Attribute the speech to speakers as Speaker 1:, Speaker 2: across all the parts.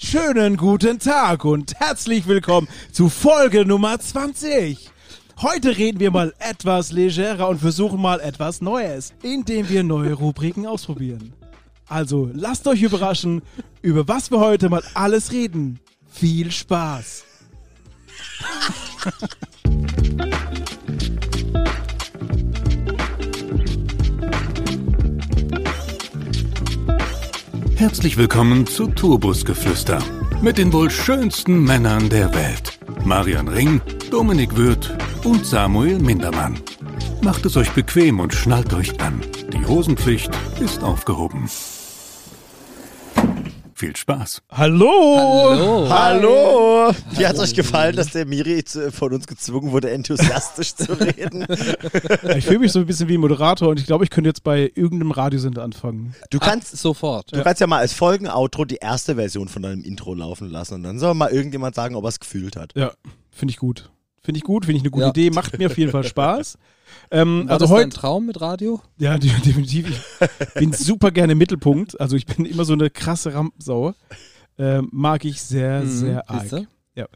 Speaker 1: Schönen guten Tag und herzlich willkommen zu Folge Nummer 20. Heute reden wir mal etwas legerer und versuchen mal etwas Neues, indem wir neue Rubriken ausprobieren. Also lasst euch überraschen, über was wir heute mal alles reden. Viel Spaß!
Speaker 2: Herzlich willkommen zu Turbusgeflüster mit den wohl schönsten Männern der Welt. Marian Ring, Dominik Würth und Samuel Mindermann. Macht es euch bequem und schnallt euch an. Die Hosenpflicht ist aufgehoben. Viel Spaß.
Speaker 1: Hallo!
Speaker 3: Hallo! Wie hat es euch gefallen, dass der Miri zu, von uns gezwungen wurde, enthusiastisch zu reden?
Speaker 1: Ich fühle mich so ein bisschen wie ein Moderator und ich glaube, ich könnte jetzt bei irgendeinem Radiosender anfangen.
Speaker 3: Du kannst,
Speaker 4: Sofort.
Speaker 3: du kannst ja mal als Folgen-Outro die erste Version von deinem Intro laufen lassen und dann soll mal irgendjemand sagen, ob er es gefühlt hat.
Speaker 1: Ja, finde ich gut. Finde ich gut, finde ich eine gute
Speaker 4: Ja.
Speaker 1: Idee, macht mir auf jeden Fall Spaß. Ähm,
Speaker 4: War
Speaker 1: also
Speaker 4: das dein
Speaker 1: heute,
Speaker 4: Traum mit Radio?
Speaker 1: ja, de- definitiv. Ich bin super gerne im Mittelpunkt. Also ich bin immer so eine krasse Rampensau. Ähm, mag ich sehr,
Speaker 4: Mhm,
Speaker 1: sehr arg.
Speaker 4: siehst du?
Speaker 1: Ja.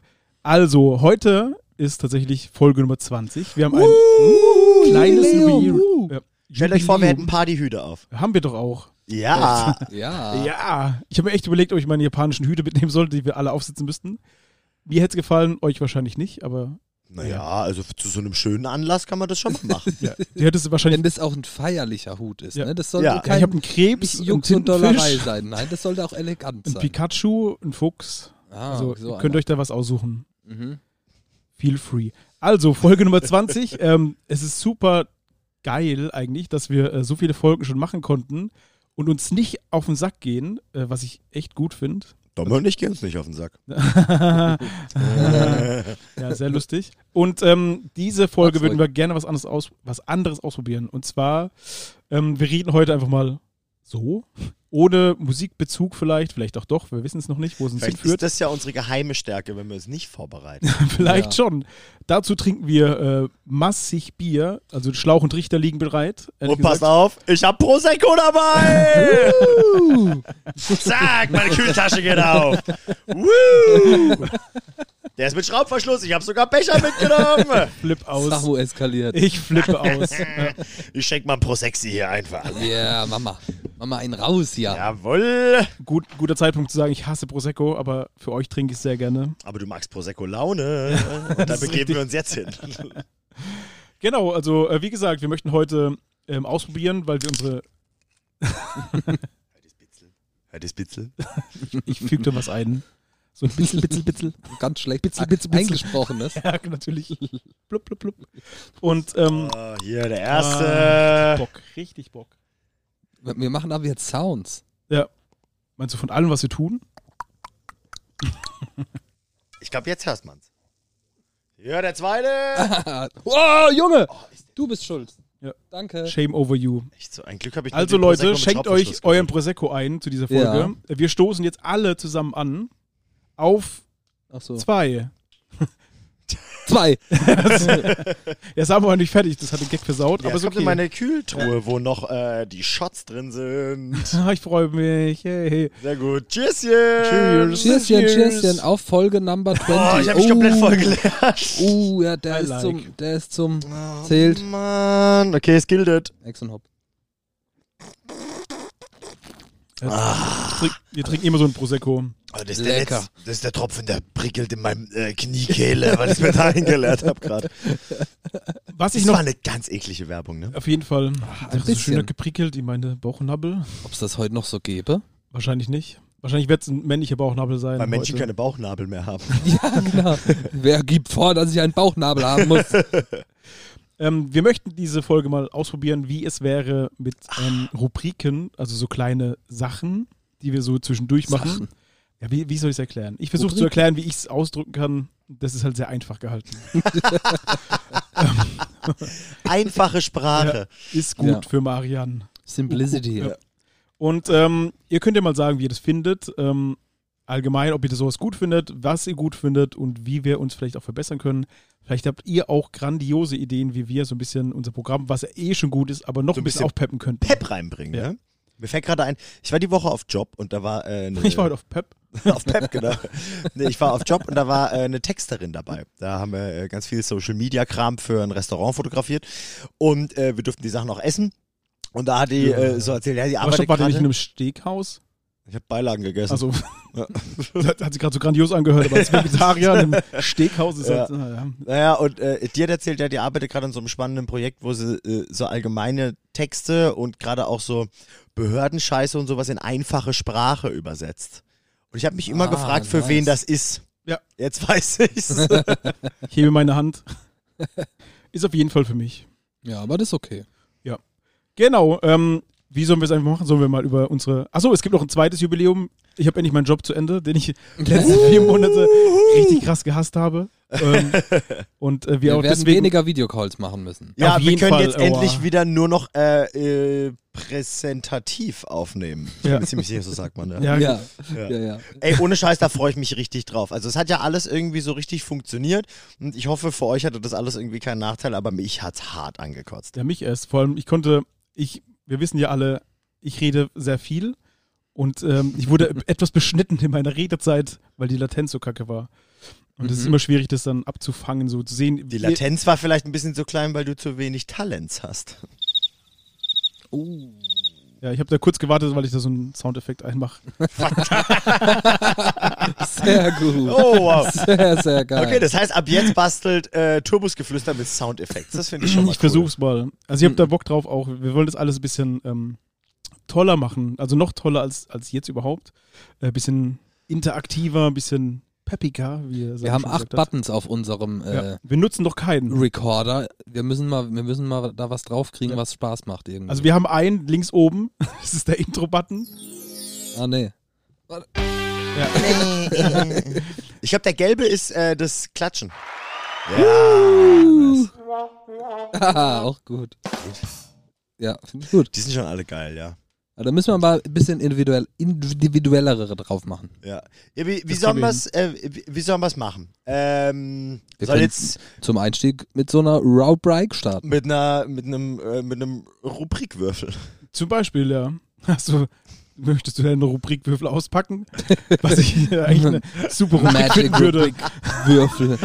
Speaker 1: Also heute ist tatsächlich Folge Nummer 20. Wir haben ein kleines
Speaker 4: Jubiläum,
Speaker 1: Uh, Jubiläum.
Speaker 4: uh.
Speaker 1: Ja.
Speaker 3: Stellt euch vor, wir hätten
Speaker 1: Jubiläum.
Speaker 3: Partyhüte auf.
Speaker 1: Haben wir doch auch.
Speaker 3: Ja,
Speaker 4: Ja.
Speaker 1: Ja, ich habe mir echt überlegt, ob ich meine japanischen Hüte mitnehmen sollte, die wir alle aufsitzen müssten. Mir hätte es gefallen, euch wahrscheinlich nicht, aber
Speaker 3: naja, also zu so einem schönen Anlass kann man das schon mal machen.
Speaker 1: ja, die hättest du wahrscheinlich.
Speaker 4: Wenn das auch ein feierlicher Hut ist.
Speaker 1: Ja.
Speaker 4: Ne? Das soll
Speaker 3: Ja.
Speaker 4: so
Speaker 1: Ja,
Speaker 4: kein
Speaker 1: ich habe einen Krebs,
Speaker 4: nicht
Speaker 1: einen
Speaker 4: Jux und Dollerei
Speaker 1: Tintenfisch,
Speaker 4: sein. Nein, das sollte auch elegant
Speaker 1: einen
Speaker 4: sein.
Speaker 1: Pikachu, einen Fuchs.
Speaker 4: Ah,
Speaker 1: also
Speaker 4: so
Speaker 1: ihr könnt
Speaker 4: einer.
Speaker 1: euch da was aussuchen.
Speaker 4: Mhm.
Speaker 1: Feel free. Also Folge Nummer 20. ähm, es ist super geil eigentlich, dass wir äh, so viele Folgen schon machen konnten und uns nicht auf den Sack gehen, äh, was ich echt gut finde.
Speaker 3: Dominik, geh uns nicht auf den Sack.
Speaker 1: ja, sehr lustig. Und ähm, diese Folge
Speaker 4: Ach,
Speaker 1: würden wir gerne was anderes, aus, was anderes ausprobieren. Und zwar, ähm, wir reden heute einfach mal so, ohne Musikbezug vielleicht, vielleicht auch doch, wir wissen es noch nicht, wo es uns
Speaker 3: Vielleicht
Speaker 1: hinführt.
Speaker 3: ist das ja unsere geheime Stärke, wenn wir es nicht vorbereiten.
Speaker 1: Vielleicht
Speaker 4: Ja.
Speaker 1: schon. Dazu trinken wir äh, massig Bier, also Schlauch und Richter liegen bereit. ehrlich
Speaker 3: Und Oh, pass
Speaker 1: gesagt.
Speaker 3: auf, ich hab Prosecco dabei!
Speaker 4: Uh,
Speaker 3: Zack, meine Kühltasche geht auf. Woo! Der ist mit Schraubverschluss. Ich habe sogar Becher mitgenommen.
Speaker 1: Flip aus.
Speaker 4: Samu eskaliert.
Speaker 1: Ich flippe aus. ja.
Speaker 3: Ich schenk mal ein Prosexy hier einfach.
Speaker 4: Ja, Mama. Mama, einen raus, ja.
Speaker 3: Jawohl.
Speaker 1: Gut, guter Zeitpunkt zu sagen, ich hasse Prosecco, aber für euch trinke ich es sehr gerne.
Speaker 3: Aber du magst Prosecco Laune. Und da begeben wir uns jetzt hin.
Speaker 1: Genau, also äh, wie gesagt, wir möchten heute ähm, ausprobieren, weil wir unsere.
Speaker 3: Hört das Bitzel?
Speaker 1: Ich füge da was ein. So ein bisschen, bisschen, bisschen.
Speaker 4: Ganz schlecht
Speaker 1: Bitzel, bitzel, bitzel.
Speaker 4: eingesprochenes.
Speaker 1: Ja, natürlich. Blub, blub, blub. Und ähm,
Speaker 3: Oh, hier, der erste.
Speaker 1: Bock, richtig Bock.
Speaker 4: Wir machen aber jetzt Sounds.
Speaker 1: Meinst du von allem, was wir tun?
Speaker 3: Ich glaube, jetzt hört man's. Ja, der zweite.
Speaker 4: oh, Junge! Du bist schuld.
Speaker 1: Ja.
Speaker 4: Danke.
Speaker 1: Shame over you.
Speaker 3: Echt so, ein Glück habe ich nur
Speaker 1: Also
Speaker 3: den Prosecco
Speaker 1: Leute,
Speaker 3: mit genau.
Speaker 1: schenkt
Speaker 3: Schraubverschluss
Speaker 1: euch euren
Speaker 3: geholt.
Speaker 1: Prosecco ein zu dieser
Speaker 4: Ja.
Speaker 1: Folge. Wir stoßen jetzt alle zusammen an auf
Speaker 4: Ach so.
Speaker 1: zwei.
Speaker 4: Zwei.
Speaker 1: Ja, Samuel war nicht fertig, das hat den Gag versaut, aber
Speaker 3: Ja, aber
Speaker 1: ist
Speaker 3: so kommt
Speaker 1: okay.
Speaker 3: in meine Kühltruhe, wo noch äh, die Shots drin sind.
Speaker 1: Ah, ich freue mich. Hey, hey.
Speaker 3: Sehr gut. Tschüsschen.
Speaker 1: Tschüss.
Speaker 4: Cheerschen,
Speaker 1: Cheers.
Speaker 4: Cheerschen. Auf Folge Number 20.
Speaker 3: Oh, ich habe mich komplett voll
Speaker 4: Oh, ja, der
Speaker 1: I
Speaker 4: ist,
Speaker 1: like.
Speaker 4: zum, der ist zum Zählt.
Speaker 3: Mann, okay, es gildet.
Speaker 4: Ex und Hop.
Speaker 1: Jetzt trink- Wir trinken immer so ein Prosecco.
Speaker 3: das, ist
Speaker 4: der Lecker.
Speaker 3: das ist der Tropfen, der prickelt in meinem äh, Kniekehle, weil ich mir da hingelehrt habe gerade.
Speaker 1: Was ich
Speaker 3: Das
Speaker 1: noch
Speaker 3: war eine ganz eklige Werbung, ne?
Speaker 1: Auf jeden Fall.
Speaker 4: ein
Speaker 1: Ach, so schöner
Speaker 4: bisschen.
Speaker 1: geprickelt in meine Bauchnabel.
Speaker 4: Ob es das heute noch so gäbe?
Speaker 1: Wahrscheinlich nicht. Wahrscheinlich wird es ein männlicher Bauchnabel sein.
Speaker 3: Weil Menschen
Speaker 1: heute.
Speaker 3: keine Bauchnabel mehr haben.
Speaker 4: Ja, genau. klar. Wer gibt vor, dass ich einen Bauchnabel haben muss?
Speaker 1: ähm, wir möchten diese Folge mal ausprobieren, wie es wäre mit ähm, Rubriken, also so kleine Sachen, die wir so zwischendurch machen.
Speaker 4: Sachen.
Speaker 1: Ja, wie, wie soll ich es erklären? Ich versuche zu
Speaker 4: Rubriken.
Speaker 1: erklären, wie ich es ausdrücken kann. Das ist halt sehr einfach gehalten.
Speaker 3: Einfache Sprache.
Speaker 1: Ist gut
Speaker 4: Ja.
Speaker 1: für Marian.
Speaker 4: Simplicity.
Speaker 1: Ja. Und ähm, ihr könnt ja mal sagen, wie ihr das findet. Ähm, allgemein, ob ihr das sowas gut findet, was ihr gut findet und wie wir uns vielleicht auch verbessern können. Vielleicht habt ihr auch grandiose Ideen, wie wir so ein bisschen unser Programm, was ja eh schon gut ist, aber noch
Speaker 3: So
Speaker 1: ein
Speaker 3: ein
Speaker 1: bisschen,
Speaker 3: bisschen
Speaker 1: aufpeppen könnten.
Speaker 3: Pep reinbringen,
Speaker 1: Ja.
Speaker 3: ne? Mir fällt gerade ein, ich war die Woche auf Job und da war äh, eine,
Speaker 1: Ich war heute auf Pep.
Speaker 3: auf Pep, genau. Nee, ich war auf Job und da war äh, eine Texterin dabei. Da haben wir äh, ganz viel Social Media Kram für ein Restaurant fotografiert und äh, wir durften die Sachen auch essen. Und da hat die äh, so erzählt, ja, die
Speaker 1: Aber
Speaker 3: arbeitet
Speaker 1: stopp, war die
Speaker 3: gerade.
Speaker 1: nicht in einem Steghaus?
Speaker 3: Ich habe Beilagen gegessen.
Speaker 1: Also, das hat- hat sich gerade so grandios angehört, aber als Vegetarier in einem Steghaus ist
Speaker 3: Ja.
Speaker 1: halt, naja.
Speaker 3: Naja, und äh, dir hat erzählt, ja, die arbeitet gerade an so einem spannenden Projekt, wo sie äh, so allgemeine Texte und gerade auch so Behördenscheiße und sowas in einfache Sprache übersetzt. Und ich habe mich immer
Speaker 4: Ah,
Speaker 3: gefragt, für
Speaker 4: nice.
Speaker 3: wen das ist.
Speaker 1: Ja.
Speaker 3: Jetzt weiß ich's.
Speaker 1: Ich hebe meine Hand. Ist auf jeden Fall für mich.
Speaker 4: Ja, aber das ist okay.
Speaker 1: Genau. Ähm, wie sollen wir es einfach machen? Sollen wir mal über unsere. Achso, es gibt noch ein zweites Jubiläum. Ich habe endlich meinen Job zu Ende, den ich die letzten vier Monate richtig krass gehasst habe. Ähm, und äh, wir,
Speaker 4: Wir
Speaker 1: auch
Speaker 4: werden
Speaker 1: deswegen.
Speaker 4: weniger Videocalls machen müssen.
Speaker 3: ja, wir
Speaker 1: jeden
Speaker 3: können
Speaker 1: Fall, oh.
Speaker 3: jetzt
Speaker 1: aua.
Speaker 3: endlich wieder nur noch äh, äh, präsentativ aufnehmen. Ich bin
Speaker 1: Ja.
Speaker 3: mir ziemlich sicher, so sagt man, ne?
Speaker 1: Ja,
Speaker 4: Ja,
Speaker 3: Ja.
Speaker 4: ja, ja.
Speaker 3: Ey, ohne Scheiß, da freue ich mich richtig drauf. Also es hat ja alles irgendwie so richtig funktioniert und ich hoffe, für euch hatte das alles irgendwie keinen Nachteil, aber mich hat's hart angekotzt.
Speaker 1: Ja, mich erst. Vor allem, ich konnte, ich, wir wissen ja alle, ich rede sehr viel und ähm, ich wurde etwas beschnitten in meiner Redezeit, weil die Latenz so kacke war. Und es ist immer schwierig, das dann abzufangen, so zu sehen.
Speaker 3: Mhm. Die Latenz war vielleicht ein bisschen zu klein, weil du zu wenig Talents hast.
Speaker 1: Ja, ich habe da kurz gewartet, weil ich da so einen Soundeffekt einmache.
Speaker 4: Sehr gut.
Speaker 3: Oh, wow.
Speaker 4: Sehr, sehr geil.
Speaker 3: Okay, das heißt, ab jetzt bastelt äh, Turbusgeflüster mit Soundeffekten. Das finde ich schon mal
Speaker 1: Ich
Speaker 3: cool. Mhm.
Speaker 1: versuch's mal. Also ich habe da Bock drauf auch. Wir wollen das alles ein bisschen ähm, toller machen. Also noch toller als, als jetzt überhaupt. Ein äh, bisschen interaktiver, ein bisschen peppiger. Wie er
Speaker 4: wir haben acht
Speaker 1: Button.
Speaker 4: Buttons auf unserem äh,
Speaker 1: Ja. Wir nutzen doch keinen.
Speaker 4: Recorder. Wir müssen mal, wir müssen mal da was draufkriegen, was Spaß macht irgendwie.
Speaker 1: Also wir haben einen links oben, das ist der Intro-Button.
Speaker 4: ah nee.
Speaker 3: Ich glaube, der gelbe ist äh, das Klatschen. Ja, nice.
Speaker 4: Haha, auch gut. Ja, finde ich gut.
Speaker 3: Die sind schon alle geil, ja.
Speaker 4: Aber da müssen wir mal ein bisschen individuell, individuellere drauf machen.
Speaker 3: ja. ja wie, wie,
Speaker 1: Das
Speaker 3: sollen
Speaker 1: kriegen wir
Speaker 3: wir's, äh, wie, wie sollen wir es machen? Ähm,
Speaker 4: Wir
Speaker 3: soll
Speaker 4: können-
Speaker 3: jetzt
Speaker 4: Zum Einstieg mit so einer Route-Break starten.
Speaker 3: mit einer mit einem äh, mit einem Rubrikwürfel.
Speaker 1: Zum Beispiel, ja. Hast du, möchtest du deinen Rubrikwürfel auspacken? Was ich äh, eigentlich eine super Rubrik finden würde.
Speaker 4: Würfel.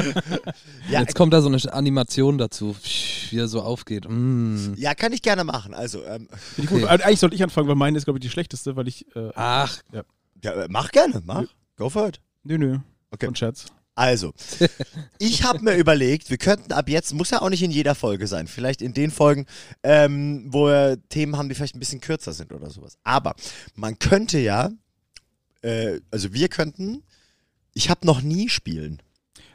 Speaker 3: Ja,
Speaker 4: Jetzt kommt da so eine Animation dazu, wie er so aufgeht. Mm.
Speaker 3: ja, kann ich gerne machen. Also ähm,
Speaker 1: Finde ich gut.
Speaker 4: Okay.
Speaker 1: Eigentlich sollte ich anfangen, weil meine ist, glaube ich, die schlechteste, weil ich. Äh,
Speaker 4: Ach,
Speaker 3: ja, äh, mach gerne, mach. Go for it.
Speaker 1: nö, nö.
Speaker 3: Okay.
Speaker 1: Und Scherz.
Speaker 3: Also, ich habe mir überlegt, wir könnten ab jetzt, muss ja auch nicht in jeder Folge sein, vielleicht in den Folgen, ähm, wo wir Themen haben, die vielleicht ein bisschen kürzer sind oder sowas. Aber man könnte ja, äh, also wir könnten, ich habe noch nie spielen,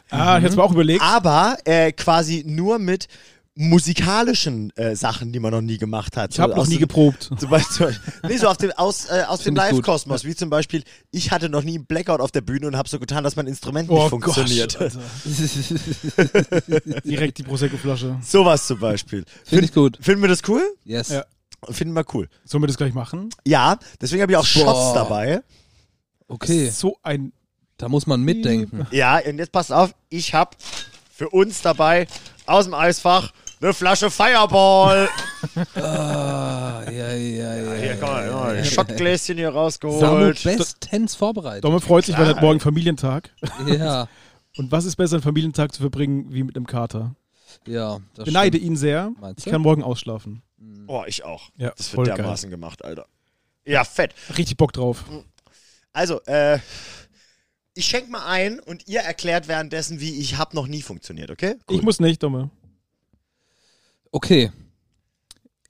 Speaker 1: Ah, ich hab's mir auch überlegt.
Speaker 3: aber äh, quasi nur mit musikalischen äh, Sachen, die man noch nie gemacht hat.
Speaker 1: Ich habe
Speaker 3: So
Speaker 1: noch
Speaker 3: aus
Speaker 1: nie
Speaker 3: dem-
Speaker 1: geprobt.
Speaker 3: zum Beispiel, nee, so auf dem, aus, äh, aus dem
Speaker 4: Find ich gut.
Speaker 3: Live-Kosmos, wie zum Beispiel, ich hatte noch nie einen Blackout auf der Bühne und habe so getan, dass mein Instrument nicht funktioniert.
Speaker 1: Oh Gott, Alter. Direkt die Prosecco-Flasche.
Speaker 3: Sowas zum Beispiel.
Speaker 4: finde ich gut.
Speaker 3: Finden wir das cool?
Speaker 4: Yes.
Speaker 1: Ja.
Speaker 3: Finden wir cool.
Speaker 1: Sollen wir das gleich machen?
Speaker 3: Ja, deswegen habe ich auch Shots
Speaker 4: Boah.
Speaker 3: dabei.
Speaker 4: Okay,
Speaker 1: So ein.
Speaker 4: da muss man mitdenken.
Speaker 3: Ja, und jetzt passt auf, ich habe für uns dabei aus dem Eisfach eine Flasche Fireball.
Speaker 4: Ah, ja, ja, ja.
Speaker 3: Hier, komm mal, ja, ein
Speaker 4: ja.
Speaker 3: Schottgläschen hier
Speaker 4: Samu
Speaker 3: rausgeholt.
Speaker 4: bestens vorbereitet.
Speaker 1: Domme freut sich, weil er hat morgen Familientag.
Speaker 4: Ja,
Speaker 1: Und was ist besser, einen Familientag zu verbringen, wie mit einem Kater?
Speaker 4: ja. Das
Speaker 1: Beneide
Speaker 4: stimmt.
Speaker 1: ihn sehr.
Speaker 4: Meinst
Speaker 1: Ich
Speaker 4: du?
Speaker 1: kann morgen ausschlafen.
Speaker 3: Oh, ich auch.
Speaker 1: Ja,
Speaker 3: das
Speaker 1: voll
Speaker 3: wird dermaßen gemacht, Alter. Ja, fett.
Speaker 1: Richtig Bock drauf.
Speaker 3: Also, äh, ich schenk mal ein und ihr erklärt währenddessen, wie ich hab noch nie funktioniert, okay?
Speaker 1: Ich muss nicht, Domme.
Speaker 4: Okay.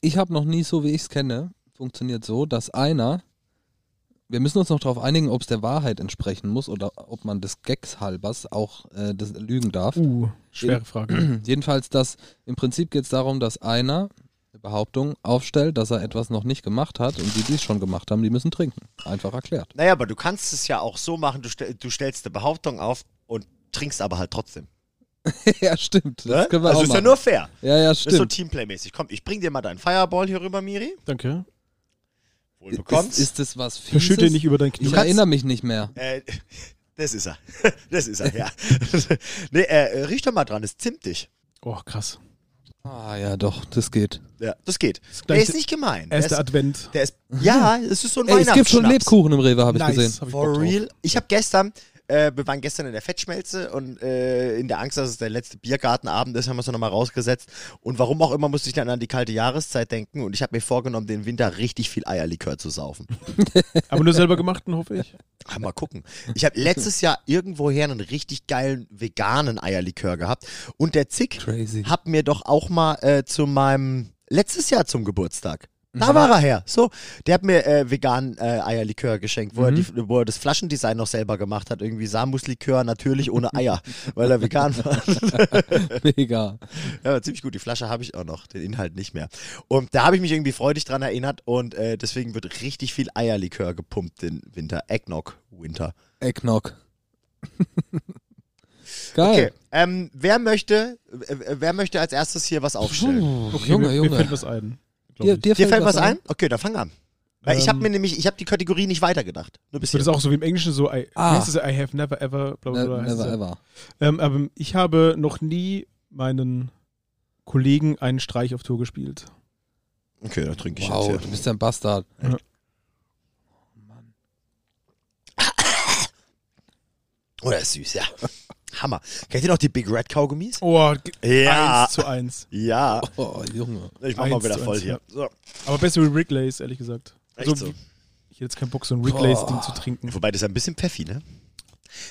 Speaker 4: Ich habe noch nie, so wie ich es kenne, funktioniert so, dass einer. Wir müssen uns noch darauf einigen, ob es der Wahrheit entsprechen muss oder ob man des Gags halbers auch äh, das lügen darf.
Speaker 1: Uh, schwere Frage.
Speaker 4: Jedenfalls, dass im Prinzip geht es darum, dass einer eine Behauptung aufstellt, dass er etwas noch nicht gemacht hat und die, die es schon gemacht haben, die müssen trinken. Einfach erklärt.
Speaker 3: Naja, aber du kannst es ja auch so machen, du, stell, du stellst eine Behauptung auf und trinkst aber halt trotzdem.
Speaker 4: ja, stimmt.
Speaker 3: Ne?
Speaker 4: Das können wir
Speaker 3: also
Speaker 4: auch
Speaker 3: ist ja
Speaker 4: machen.
Speaker 3: nur fair.
Speaker 4: ja, ja,
Speaker 3: Das ist so
Speaker 4: stimmt.
Speaker 3: Teamplay-mäßig. Komm, ich bring dir mal deinen Fireball hier rüber, Miri.
Speaker 1: Danke.
Speaker 3: Wohl
Speaker 4: ist,
Speaker 3: bekommst.
Speaker 4: ist das was Fieses?
Speaker 1: Verschütte ihn nicht über dein Knie.
Speaker 4: ich
Speaker 3: kannst-
Speaker 4: erinnere mich nicht mehr.
Speaker 3: äh, das ist er. Das ist er, ja. nee, äh, riech doch mal dran, das zimtig.
Speaker 1: Oh, krass.
Speaker 4: Ah ja, doch, das geht.
Speaker 3: Ja, das geht.
Speaker 1: Ist
Speaker 3: Der
Speaker 1: gleich
Speaker 3: ist nicht gemein. Der
Speaker 1: Erster
Speaker 3: ist,
Speaker 1: Advent.
Speaker 3: der ist, ja, es ist so ein
Speaker 4: Mhm. Ey, es gibt schon
Speaker 3: Weihnachtsschnaps.
Speaker 4: Lebkuchen im Rewe, habe ich
Speaker 1: nice.
Speaker 4: gesehen.
Speaker 1: Hab ich Bock
Speaker 3: For
Speaker 1: drauf.
Speaker 3: real? Ich habe gestern, äh, wir waren gestern in der Fettschmelze und äh, in der Angst, dass es der letzte Biergartenabend ist, haben wir es nochmal rausgesetzt. Und warum auch immer musste ich dann an die kalte Jahreszeit denken und ich habe mir vorgenommen, den Winter richtig viel Eierlikör zu saufen.
Speaker 1: Aber nur selber gemachten, hoffe ich.
Speaker 3: Ah, Mal gucken. Ich habe letztes Jahr irgendwoher einen richtig geilen veganen Eierlikör gehabt und der Zick
Speaker 4: Crazy.
Speaker 3: hat mir doch auch mal äh, zu meinem letztes Jahr zum Geburtstag. Da war er her. So, der hat mir äh, veganen äh, Eierlikör geschenkt, wo, er die, wo er das Flaschendesign noch selber gemacht hat. Irgendwie Samuslikör, natürlich ohne Eier, weil er vegan war.
Speaker 4: Mega.
Speaker 3: Ja, war ziemlich gut. Die Flasche habe ich auch noch, den Inhalt nicht mehr. Und da habe ich mich irgendwie freudig dran erinnert und äh, deswegen wird richtig viel Eierlikör gepumpt den Winter. Eggnog Winter.
Speaker 4: Eggnog.
Speaker 3: Okay.
Speaker 4: Geil.
Speaker 3: Ähm, wer möchte, äh, äh, wer möchte als erstes hier was aufstellen?
Speaker 4: Puh,
Speaker 1: Okay,
Speaker 4: Junge,
Speaker 1: mir, Mir fällt
Speaker 4: Junge.
Speaker 1: was ein. glaub
Speaker 4: Dir,
Speaker 1: ich.
Speaker 4: dir
Speaker 3: Dir fällt was ein? Okay, dann fang an. Weil ich habe
Speaker 1: Ähm,
Speaker 3: mir nämlich, ich habe die Kategorie nicht weitergedacht. Nur bis
Speaker 1: Das ist
Speaker 3: hier.
Speaker 1: auch so wie im Englischen so, I,
Speaker 4: Ah.
Speaker 1: heißt es, I have never ever, bla bla bla.
Speaker 4: Ne-
Speaker 1: heißt es
Speaker 4: Never
Speaker 1: ja.
Speaker 4: ever.
Speaker 1: Ähm, aber ich habe noch nie meinen Kollegen einen Streich auf Tour gespielt.
Speaker 3: Okay, dann trinke ich
Speaker 4: Wow,
Speaker 3: jetzt.
Speaker 4: du
Speaker 3: Ja.
Speaker 4: bist ja ein Bastard.
Speaker 1: Ja.
Speaker 4: Oh Mann.
Speaker 3: Oh, das ist süß, ja. Hammer. Kennt ihr noch die Big Red Kaugummis?
Speaker 1: Oh, ge-
Speaker 3: Ja.
Speaker 1: eins zu eins.
Speaker 3: Ja.
Speaker 4: Oh, Junge.
Speaker 3: Ich mach mal
Speaker 1: Eins
Speaker 3: wieder
Speaker 1: zu
Speaker 3: voll
Speaker 1: eins,
Speaker 3: hier. So.
Speaker 1: Aber besser wie Wrigley's, ehrlich gesagt. Also,
Speaker 3: Echt so.
Speaker 1: Ich hätte jetzt keinen Bock, so ein Wrigley's-Ding
Speaker 4: Boah.
Speaker 1: zu trinken.
Speaker 3: Wobei, das ist ein bisschen Pfeffi, ne?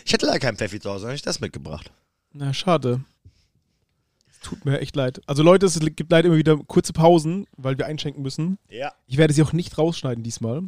Speaker 3: Ich hätte leider keinen Pfeffi zu Hause, hätte ich das mitgebracht.
Speaker 1: Na, schade. Es Tut mir echt leid. Also Leute, es gibt leider immer wieder kurze Pausen, weil wir einschenken müssen.
Speaker 3: Ja.
Speaker 1: Ich werde sie auch nicht rausschneiden diesmal,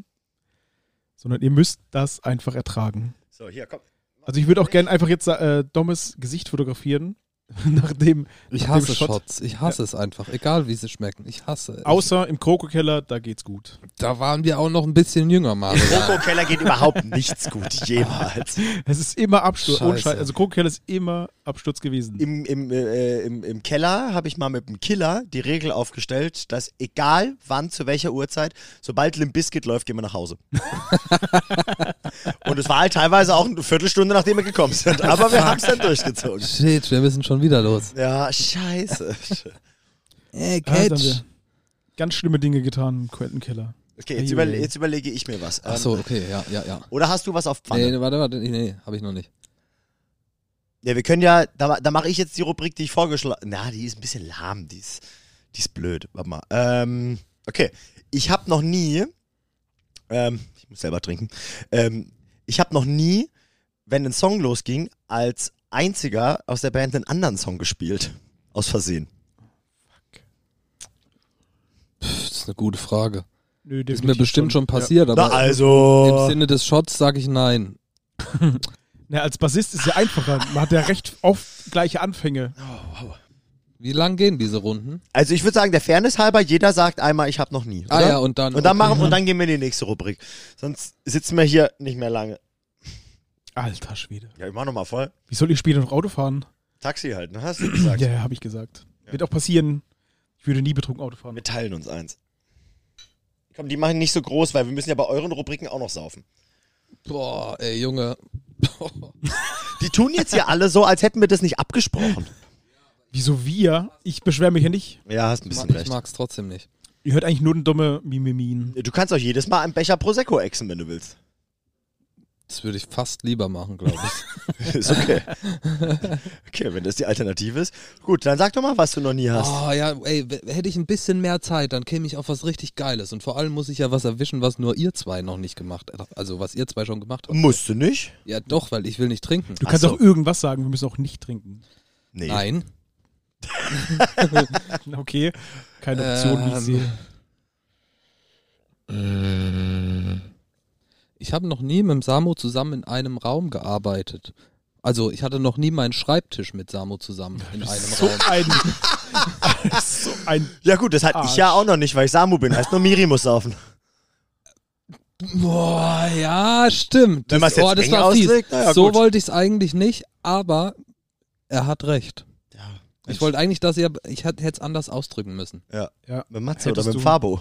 Speaker 1: sondern ihr müsst das einfach ertragen.
Speaker 3: So, hier, komm.
Speaker 1: Also ich würde auch gerne einfach jetzt äh, Dommes Gesicht fotografieren, nachdem
Speaker 4: Ich
Speaker 1: Dem
Speaker 4: hasse
Speaker 1: Shot.
Speaker 4: Shots. Ich hasse es einfach. Egal wie sie schmecken. Ich hasse es.
Speaker 1: außer im Krokokeller, da geht's gut.
Speaker 4: Da waren wir auch noch ein bisschen jünger, Mario.
Speaker 3: Coco Keller geht überhaupt nichts gut, jemals.
Speaker 1: Es ist immer Absturz. Ohne
Speaker 4: Scheiße.
Speaker 1: Scheiß. Also Krokokeller ist immer Absturz gewesen.
Speaker 3: Im, im, äh, im, im Keller habe ich mal mit dem Killer die Regel aufgestellt, dass egal wann, zu welcher Uhrzeit, sobald Limp Bizkit läuft, gehen wir nach Hause. Und es war halt teilweise auch eine Viertelstunde, nachdem wir gekommen sind. Aber wir haben es dann durchgezogen.
Speaker 4: Oh, Shit, wir müssen schon wieder los.
Speaker 3: Ja, scheiße.
Speaker 4: Ey,
Speaker 1: Ja, da haben
Speaker 4: Catch.
Speaker 1: wir ganz schlimme Dinge getan im Quentenkeller.
Speaker 3: Okay, jetzt,
Speaker 1: Ei,
Speaker 3: überle
Speaker 1: ei, ei.
Speaker 3: jetzt überlege ich mir was. Ähm,
Speaker 4: Achso, okay, ja, ja, ja.
Speaker 3: Oder hast du was auf Pfanne?
Speaker 4: Nee, warte, warte, nee, nee, hab ich noch nicht.
Speaker 3: Ja, wir können ja, da, ma- da mache ich jetzt die Rubrik, die ich vorgeschlagen Na, die ist ein bisschen lahm, die ist, die ist blöd. Warte mal. Ähm, okay, ich habe noch nie, ähm, ich muss selber trinken, ähm, ich habe noch nie, wenn ein Song losging, als einziger aus der Band einen anderen Song gespielt. Aus Versehen.
Speaker 4: Pff, das ist eine gute Frage.
Speaker 1: Nö,
Speaker 4: Ist mir
Speaker 1: definitiv
Speaker 4: bestimmt schon
Speaker 1: Ja.
Speaker 4: passiert,
Speaker 3: Na
Speaker 4: aber im
Speaker 3: also,
Speaker 4: Sinne des Shots sage ich nein.
Speaker 1: Na, als Bassist ist ja einfacher. Man hat ja recht oft gleiche Anfänge.
Speaker 4: Wie lang gehen diese Runden?
Speaker 3: also ich würde sagen, der Fairness halber, jeder sagt einmal, ich habe noch nie. Oder?
Speaker 4: Ah ja, und dann.
Speaker 3: Und dann
Speaker 4: okay.
Speaker 3: machen und dann gehen wir in die nächste Rubrik. Sonst sitzen wir hier nicht mehr lange.
Speaker 1: Alter Schwede.
Speaker 3: Ja, ich mach nochmal voll.
Speaker 1: Wie soll ich später noch Auto fahren?
Speaker 3: Taxi halt, ne? Hast du gesagt.
Speaker 1: Ja, ja, habe ich gesagt. Wird auch passieren. Ich würde nie betrunken Auto fahren.
Speaker 3: Wir teilen uns eins. Komm, die machen nicht so groß, weil wir müssen ja bei euren Rubriken auch noch saufen.
Speaker 4: Boah, ey, Junge.
Speaker 3: Die tun jetzt hier alle so, als hätten wir das nicht abgesprochen.
Speaker 1: Wieso wir? Ich beschwere mich ja nicht.
Speaker 3: Ja, hast ein
Speaker 4: Ich
Speaker 3: bisschen
Speaker 4: mag- ich
Speaker 3: recht.
Speaker 4: mag's trotzdem nicht.
Speaker 1: Ihr hört eigentlich nur dumme Mimimin.
Speaker 3: Du kannst auch jedes Mal einen Becher Prosecco exen, wenn du willst.
Speaker 4: Das würde ich fast lieber machen, glaube ich.
Speaker 3: ist okay. Okay, wenn das die Alternative ist. Gut, dann sag doch mal, was du noch nie hast.
Speaker 4: Oh ja, ey, w- hätte ich ein bisschen mehr Zeit, dann käme ich auf was richtig Geiles. Und vor allem muss ich ja was erwischen, was nur ihr zwei noch nicht gemacht habt. Also was ihr zwei schon gemacht habt.
Speaker 3: Musst du nicht?
Speaker 4: Ja doch, weil ich will nicht trinken.
Speaker 1: Du kannst
Speaker 3: Ach so.
Speaker 1: auch irgendwas sagen, wir müssen auch nicht trinken.
Speaker 3: Nee.
Speaker 4: Nein.
Speaker 1: Okay, keine Option, wie ich
Speaker 4: Ähm.
Speaker 1: sehe.
Speaker 4: Ich habe noch nie mit dem Samu zusammen in einem Raum gearbeitet. Also ich hatte noch nie meinen Schreibtisch mit Samu zusammen in einem
Speaker 1: So
Speaker 4: Raum.
Speaker 1: ein, so ein
Speaker 3: Ja gut, das hatte ich ja
Speaker 4: Ah,
Speaker 1: Arsch.
Speaker 3: auch noch nicht, weil ich Samu bin. Heißt nur Miri muss saufen.
Speaker 4: Boah, ja, stimmt.
Speaker 3: Wenn man's
Speaker 4: das,
Speaker 3: jetzt
Speaker 4: oh, das
Speaker 3: eng
Speaker 4: war fies.
Speaker 3: auslegt, na ja,
Speaker 4: so
Speaker 3: gut.
Speaker 4: wollte ich es eigentlich nicht, aber er hat recht.
Speaker 3: Ja.
Speaker 4: Ich wollte eigentlich, dass ihr, ich hätte es anders ausdrücken müssen.
Speaker 3: Ja.
Speaker 1: Ja.
Speaker 3: Mit Matze
Speaker 1: Hättest
Speaker 3: oder mit
Speaker 1: du-
Speaker 3: dem Fabo.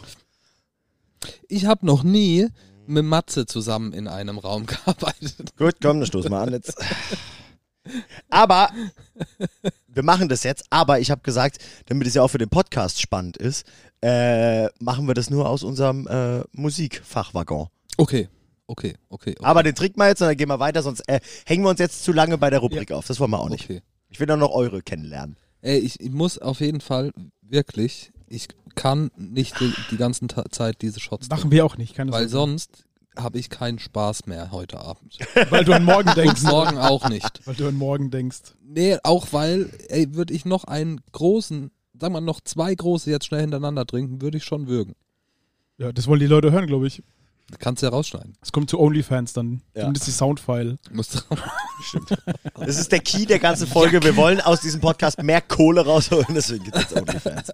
Speaker 4: Ich habe noch nie mit Matze zusammen in einem Raum gearbeitet.
Speaker 3: Gut, komm, dann stoß mal an jetzt. Aber wir machen das jetzt, aber ich habe gesagt, damit es ja auch für den Podcast spannend ist, äh, machen wir das nur aus unserem äh, Musikfachwaggon.
Speaker 4: Okay, okay, okay. okay.
Speaker 3: Aber den trinken wir jetzt und dann gehen wir weiter, sonst äh, hängen wir uns jetzt zu lange bei der Rubrik auf. Das wollen wir auch nicht.
Speaker 4: okay.
Speaker 3: Ich will doch noch eure kennenlernen.
Speaker 4: Ey, ich, ich muss auf jeden Fall wirklich, ich kann nicht die, die ganze Ta Zeit diese Shots
Speaker 1: Machen wir auch nicht, kann
Speaker 4: weil
Speaker 1: das
Speaker 4: sonst habe ich keinen Spaß mehr heute Abend.
Speaker 1: weil, weil du an morgen denkst.
Speaker 4: Morgen auch nicht.
Speaker 1: Weil du an morgen denkst.
Speaker 4: Nee, auch weil, ey, würde ich noch einen großen, sagen wir noch zwei große jetzt schnell hintereinander trinken, würde ich schon würgen.
Speaker 1: Ja, das wollen die Leute hören, glaube ich.
Speaker 4: Kannst du ja rausschneiden.
Speaker 1: Es kommt zu OnlyFans dann.
Speaker 3: Ja.
Speaker 1: Zumindest die Soundfile.
Speaker 4: Musst
Speaker 3: Das ist der Key der ganzen Folge. Wir wollen aus diesem Podcast mehr Kohle rausholen, deswegen gibt es OnlyFans.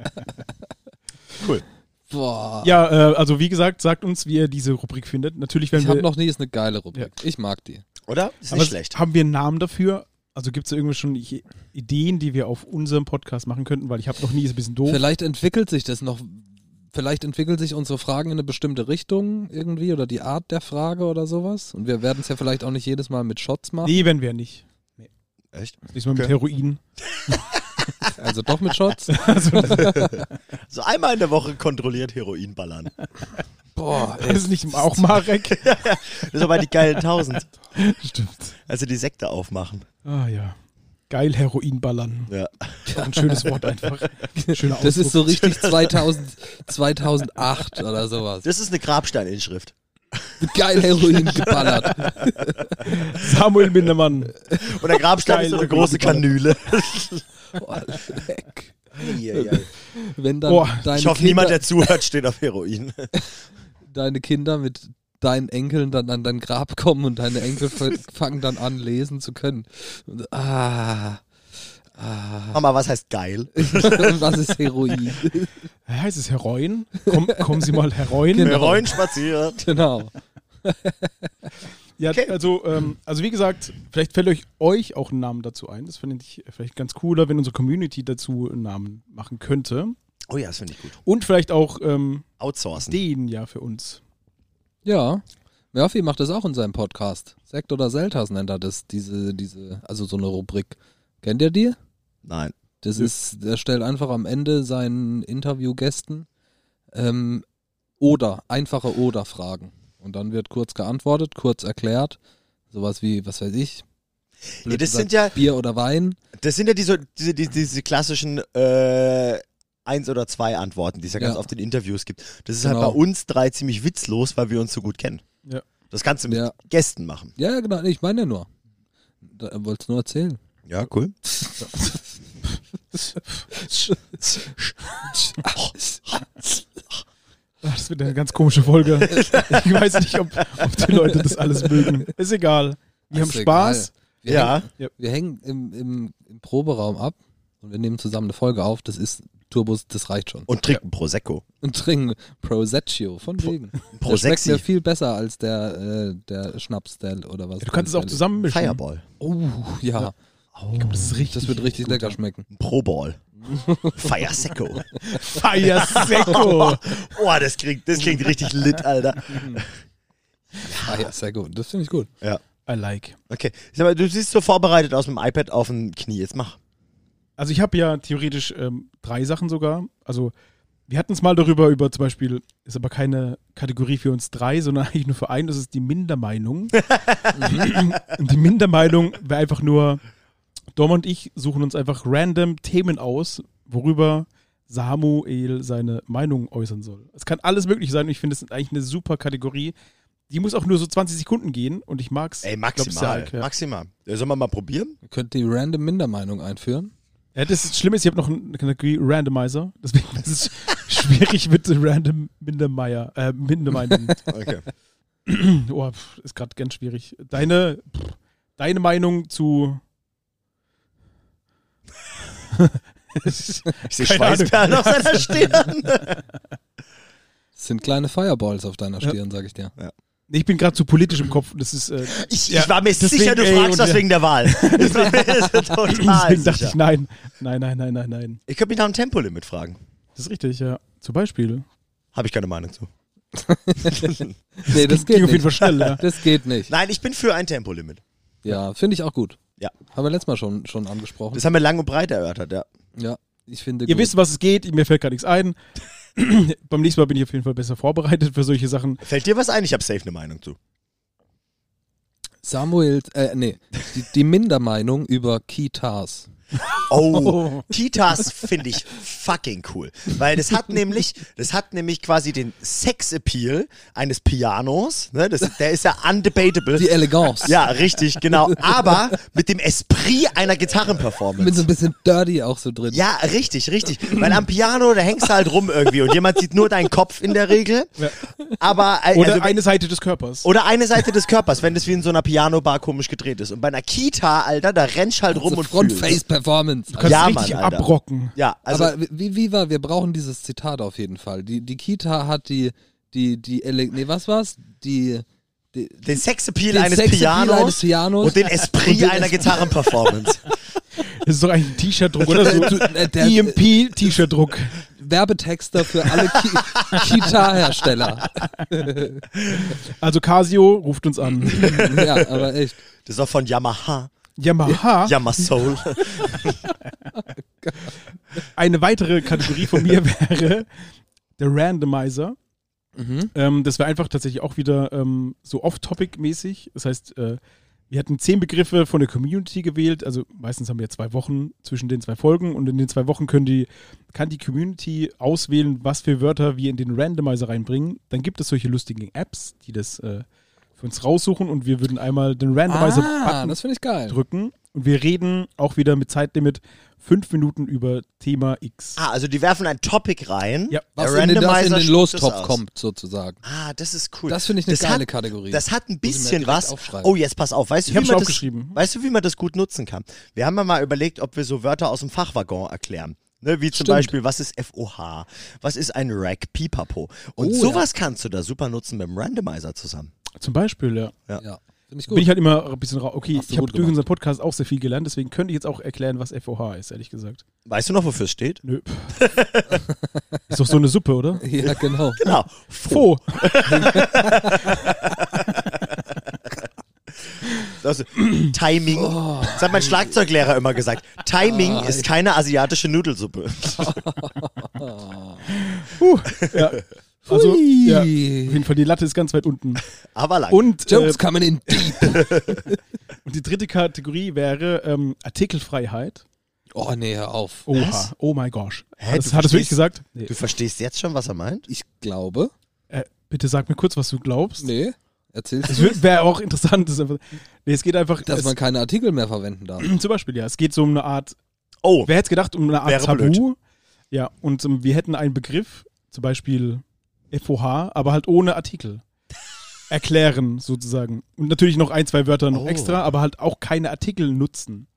Speaker 4: Boah.
Speaker 1: Ja, äh, also wie gesagt, sagt uns, wie ihr diese Rubrik findet. Natürlich werden
Speaker 4: ich
Speaker 1: wir.
Speaker 4: habe noch nie, ist eine geile Rubrik. Ich mag die.
Speaker 3: Oder? Ist
Speaker 1: aber s-
Speaker 3: nicht schlecht.
Speaker 1: Haben wir einen Namen dafür? Also gibt es irgendwie schon i- Ideen, die wir auf unserem Podcast machen könnten? Weil ich habe noch nie, ist ein bisschen doof.
Speaker 4: Vielleicht entwickelt sich das noch. Vielleicht entwickelt sich unsere Fragen in eine bestimmte Richtung irgendwie oder die Art der Frage oder sowas. Und wir werden es ja vielleicht auch nicht jedes Mal mit Shots machen.
Speaker 1: Nee, wenn wir nicht.
Speaker 3: Echt?
Speaker 1: Diesmal mit
Speaker 3: Okay.
Speaker 1: Heroin.
Speaker 4: Also doch mit Shots.
Speaker 3: So einmal in der Woche kontrolliert Heroin ballern.
Speaker 4: Boah, ey.
Speaker 1: Das ist nicht auch Marek.
Speaker 3: Das ist aber die geilen 1000.
Speaker 1: Stimmt.
Speaker 3: Also die Sekte aufmachen.
Speaker 1: Ah ja. Geil Heroin ballern.
Speaker 3: Ja.
Speaker 1: Auch ein schönes Wort einfach. Schöner
Speaker 4: Das ist so
Speaker 1: Ausdruck.
Speaker 4: richtig 2000, 2008 oder sowas.
Speaker 3: Das ist eine Grabsteininschrift.
Speaker 4: Geil Heroin geballert.
Speaker 1: Samuel Mindermann.
Speaker 3: Und der Grabstein ist so eine große Kanüle.
Speaker 4: Boah, leck.
Speaker 3: ich
Speaker 4: Wenn dann
Speaker 1: Boah,
Speaker 4: deine,
Speaker 3: hoffe,
Speaker 4: Kinder,
Speaker 3: niemand, der zuhört, steht auf Heroin.
Speaker 4: deine Kinder mit deinen Enkeln dann an dein Grab kommen und deine Enkel f- fangen dann an, lesen zu können. Und, ah. Ah.
Speaker 3: Mama, was heißt geil?
Speaker 4: Was ist Heroin?
Speaker 1: Hä, Heißt es Heroin? Komm, kommen Sie mal Heroin.
Speaker 3: Heroin spaziert.
Speaker 4: Genau.
Speaker 1: Ja,
Speaker 3: Okay.
Speaker 1: also, ähm, also wie gesagt, vielleicht fällt euch, euch auch ein Namen dazu ein. Das finde ich vielleicht ganz cooler, wenn unsere Community dazu einen Namen machen könnte.
Speaker 3: Oh ja, das finde ich gut.
Speaker 1: Und vielleicht auch ähm,
Speaker 3: Outsourcen.
Speaker 1: den ja für uns.
Speaker 4: Ja. Murphy macht das auch in seinem Podcast. Sekt oder Seltas nennt er das, diese, diese, also so eine Rubrik. Kennt ihr die?
Speaker 3: Nein.
Speaker 4: Das
Speaker 1: Nö.
Speaker 4: ist, er stellt einfach am Ende seinen Interviewgästen ähm, oder, einfache oder Fragen. Und dann wird kurz geantwortet, kurz erklärt. Sowas wie, was weiß ich.
Speaker 3: Ja,
Speaker 4: blöd
Speaker 3: das sind ja,
Speaker 4: gesagt, Bier oder Wein.
Speaker 3: das sind ja diese, diese, diese, diese klassischen äh, eins oder zwei Antworten, die es ja ganz
Speaker 4: Ja.
Speaker 3: oft in Interviews gibt. Das ist
Speaker 4: Genau.
Speaker 3: halt bei uns drei ziemlich witzlos, weil wir uns so gut kennen.
Speaker 1: Ja.
Speaker 3: Das kannst du mit
Speaker 4: Ja.
Speaker 3: Gästen machen.
Speaker 4: Ja, ja, genau. Ich meine ja nur. Da, wollt's nur erzählen.
Speaker 3: Ja, cool.
Speaker 1: Ah, Das wird eine ganz komische Folge. Ich weiß nicht, ob, ob die Leute das alles mögen. Ist egal. Wir haben
Speaker 4: Ist
Speaker 1: Spaß.
Speaker 4: egal. Wir
Speaker 3: Ja.
Speaker 4: Wir hängen im, im, im Proberaum ab und wir nehmen zusammen eine Folge auf. Das ist Turbus, das reicht schon.
Speaker 3: Und trinken Prosecco.
Speaker 4: Und trinken Proseccio von wegen. Der schmeckt
Speaker 3: Prosecco.
Speaker 4: mir viel besser als der, äh, der Schnaps der, oder was.
Speaker 1: Du kannst es auch zusammenmischen.
Speaker 3: Fireball.
Speaker 4: Oh, ja.
Speaker 1: Ich glaub, das ist richtig.
Speaker 4: Das wird richtig lecker schmecken.
Speaker 3: Proball. Fire Secco.
Speaker 1: Feier Secco.
Speaker 3: Boah, das klingt, das klingt richtig lit, Alter.
Speaker 4: Ah ja, sehr gut. Das finde ich gut.
Speaker 3: Ja.
Speaker 1: I like.
Speaker 3: Okay. Sag mal, du siehst so vorbereitet aus mit dem iPad auf dem Knie. Jetzt mach.
Speaker 1: Also ich habe ja theoretisch ähm, drei Sachen sogar. Also wir hatten es mal darüber, über zum Beispiel, ist aber keine Kategorie für uns drei, sondern eigentlich nur für einen, das ist die Mindermeinung.
Speaker 3: Mhm.
Speaker 1: und die Mindermeinung wäre einfach nur, Dom und ich suchen uns einfach random Themen aus, worüber Samuel seine Meinung äußern soll. Es kann alles möglich sein und ich finde, es ist eigentlich eine super Kategorie. Die muss auch nur so 20 Sekunden gehen und ich mag's.
Speaker 3: Ey,
Speaker 1: Ich glaub, es ist
Speaker 3: maximal.
Speaker 1: der Alk, ja.
Speaker 3: Maximal. Ja, sollen wir mal probieren?
Speaker 4: Ihr könnt die random Mindermeinung einführen.
Speaker 1: Ja, das ist- Schlimme ist, ich habe noch eine Kategorie Randomizer. Deswegen ist es schwierig mit Random Mindermeier. Äh, Mindermeinung.
Speaker 3: Okay.
Speaker 1: oh, pff, ist gerade ganz schwierig. Deine, pff, deine Meinung zu.
Speaker 3: Ich sehe
Speaker 1: Keine Ahnung.
Speaker 3: Schweißperlen auf seiner Stirn.
Speaker 4: Es sind kleine Fireballs auf deiner Stirn, sag ich dir.
Speaker 1: Nee, ich bin gerade zu politisch im Kopf. und Das ist. Äh,
Speaker 3: Ich,
Speaker 1: Ja,
Speaker 3: ich war mir
Speaker 1: deswegen,
Speaker 3: sicher, du
Speaker 1: ey,
Speaker 3: fragst
Speaker 1: und
Speaker 3: das
Speaker 1: ja.
Speaker 3: wegen der Wahl. Ich war mir total
Speaker 1: deswegen dachte
Speaker 3: sicher.
Speaker 1: ich, nein. Nein, nein, nein, nein, nein.
Speaker 3: Ich könnte mich nach dem Tempolimit fragen.
Speaker 1: Das ist richtig, ja. Zum Beispiel.
Speaker 3: Habe ich keine Meinung zu.
Speaker 4: Nee, das
Speaker 1: Ging
Speaker 4: geht
Speaker 1: auf jeden
Speaker 4: nicht.
Speaker 1: Fall schnell, ja.
Speaker 4: Das geht nicht.
Speaker 3: Nein, ich bin für ein Tempolimit.
Speaker 4: Ja, finde ich auch gut.
Speaker 3: Ja.
Speaker 4: Haben wir letztes Mal schon, schon angesprochen.
Speaker 3: Das haben wir lang und breit erörtert, ja.
Speaker 4: ja, ich finde
Speaker 1: Ihr
Speaker 4: gut.
Speaker 1: wisst, was es geht, mir fällt gar nichts ein. Beim nächsten Mal bin ich auf jeden Fall besser vorbereitet für solche Sachen.
Speaker 3: Fällt dir was ein? Ich habe safe eine Meinung zu.
Speaker 4: Samuel, äh, nee, die, die Mindermeinung über Kitas.
Speaker 3: Oh, Titas finde ich fucking cool. Weil das hat nämlich, das hat nämlich quasi den Sex-Appeal eines Pianos. Ne? Das, der ist ja undebatable.
Speaker 4: Die Elegance.
Speaker 3: ja, richtig, genau. Aber mit dem Esprit einer Gitarrenperformance.
Speaker 4: Mit so ein bisschen Dirty auch so drin.
Speaker 3: Ja, richtig, richtig. Weil am Piano, da hängst du halt rum irgendwie und jemand sieht nur deinen Kopf in der Regel. Aber äh,
Speaker 1: Oder
Speaker 3: also,
Speaker 1: eine Seite des Körpers.
Speaker 3: oder eine Seite des Körpers, wenn das wie in so einer Pianobar komisch gedreht ist. Und bei einer Kita, Alter, da rennst du halt rum
Speaker 4: so
Speaker 3: und fühlst.
Speaker 4: Front-Face-Performance.
Speaker 1: Du kannst
Speaker 3: Ja,
Speaker 1: richtig
Speaker 3: Mann, Alter.
Speaker 1: abrocken.
Speaker 3: Ja, also
Speaker 4: Aber wie, wie war, wir brauchen dieses Zitat auf jeden Fall. Die, die Kita hat die, die, die, Ele nee, was war's? Die, die
Speaker 3: den Sexappeal
Speaker 4: Den
Speaker 3: eines,
Speaker 4: Sexappeal
Speaker 3: Pianos
Speaker 4: eines Pianos.
Speaker 3: und den Esprit
Speaker 4: Und den
Speaker 3: einer
Speaker 4: Esprit.
Speaker 3: Gitarrenperformance.
Speaker 1: Das ist doch eigentlich ein T-Shirt-Druck, oder? So
Speaker 4: Du,
Speaker 1: E
Speaker 4: äh, der-
Speaker 1: EMP-T-Shirt-Druck.
Speaker 4: Werbetexter für alle Ki Kita-Hersteller.
Speaker 1: Also Casio ruft uns an.
Speaker 4: ja, aber echt.
Speaker 3: Das ist auch von Yamaha,
Speaker 1: Yamaha.
Speaker 3: Yamasoul.
Speaker 1: Eine weitere Kategorie von mir wäre der Randomizer. Ähm, das wäre einfach tatsächlich auch wieder ähm, so off-topic-mäßig. Das heißt, äh, wir hatten zehn Begriffe von der Community gewählt. Also meistens haben wir zwei Wochen zwischen den zwei Folgen und in den zwei Wochen können die, kann die Community auswählen, was für Wörter wir in den Randomizer reinbringen. Dann gibt es solche lustigen Apps, die das äh, für uns raussuchen und wir würden einmal den
Speaker 4: Ah,
Speaker 1: Randomizer-Button
Speaker 4: das finde ich geil.
Speaker 1: drücken und wir reden auch wieder mit Zeitlimit fünf Minuten über Thema X.
Speaker 3: ah, also die werfen ein Topic rein.
Speaker 1: Ja.
Speaker 4: Was
Speaker 3: Der
Speaker 4: in den, das in
Speaker 3: Randomizer
Speaker 4: den
Speaker 3: spuckt das
Speaker 4: Lostopf
Speaker 3: aus.
Speaker 4: kommt, sozusagen.
Speaker 3: Ah, das ist cool.
Speaker 4: Das finde ich eine
Speaker 3: Das
Speaker 4: geile
Speaker 3: hat-
Speaker 4: Kategorie.
Speaker 3: Das hat ein
Speaker 4: Muss ich mir
Speaker 3: bisschen
Speaker 4: direkt
Speaker 3: was.
Speaker 4: aufschreiben.
Speaker 3: Oh, jetzt pass auf. Weißt du,
Speaker 1: Ich
Speaker 3: wie
Speaker 1: hab's
Speaker 3: man
Speaker 1: auch
Speaker 3: das,
Speaker 1: geschrieben.
Speaker 3: Weißt du, wie man das gut nutzen kann? Wir haben ja mal überlegt, ob wir so Wörter aus dem Fachwaggon erklären. Ne, wie zum
Speaker 4: Stimmt.
Speaker 3: Beispiel, was ist FOH? Was ist ein Rack Pipapo? Und
Speaker 4: Oh,
Speaker 3: sowas kannst du da super nutzen mit dem Randomizer zusammen.
Speaker 1: Zum Beispiel, ja.
Speaker 4: Ja, finde ich
Speaker 1: Bin
Speaker 4: gut.
Speaker 1: ich halt immer ein bisschen raus. Okay,
Speaker 4: Hast du
Speaker 1: ich habe
Speaker 4: gut
Speaker 1: durch
Speaker 4: gemacht.
Speaker 1: unseren Podcast auch sehr viel gelernt, deswegen könnte ich jetzt auch erklären, was FOH ist, ehrlich gesagt.
Speaker 3: Weißt du noch, wofür es steht?
Speaker 1: Nö. ist doch so eine Suppe, oder?
Speaker 4: ja, genau.
Speaker 3: Genau.
Speaker 1: Fo.
Speaker 3: Das, Timing.
Speaker 1: Oh.
Speaker 3: Das hat mein Schlagzeuglehrer immer gesagt. Timing
Speaker 1: Ah.
Speaker 3: ist keine asiatische Nudelsuppe.
Speaker 1: Huh. Ja. Also,
Speaker 4: Hui.
Speaker 1: ja, auf jeden Fall, die Latte ist ganz weit unten.
Speaker 3: Aber lang.
Speaker 1: Und, äh,
Speaker 4: Jokes coming in deep.
Speaker 1: und die dritte Kategorie wäre ähm, Artikelfreiheit.
Speaker 4: Oh, nee, hör auf.
Speaker 1: Oha,
Speaker 3: Was?
Speaker 1: oh my gosh.
Speaker 3: Hä,
Speaker 1: das,
Speaker 3: du
Speaker 1: hat das wirklich
Speaker 3: verstehst-
Speaker 1: gesagt? Nee.
Speaker 3: du verstehst jetzt schon, was er meint?
Speaker 4: Ich glaube.
Speaker 1: Äh, bitte sag mir kurz, was du glaubst.
Speaker 4: Nee, erzählst
Speaker 1: Das
Speaker 4: du,
Speaker 1: wäre auch interessant. Das ist einfach, nee, es geht einfach.
Speaker 4: dass
Speaker 1: es,
Speaker 4: man keine Artikel mehr verwenden darf.
Speaker 1: zum Beispiel, ja. Es geht so um eine Art
Speaker 3: Oh,
Speaker 1: Wer hätte es gedacht, um eine Art
Speaker 3: Wäre
Speaker 1: Tabu?
Speaker 3: blöd.
Speaker 1: Ja, und ähm, wir hätten einen Begriff, zum Beispiel FOH, aber halt ohne Artikel. Erklären sozusagen. Und natürlich noch ein, zwei Wörter noch
Speaker 3: Oh.
Speaker 1: extra, aber halt auch keine Artikel nutzen.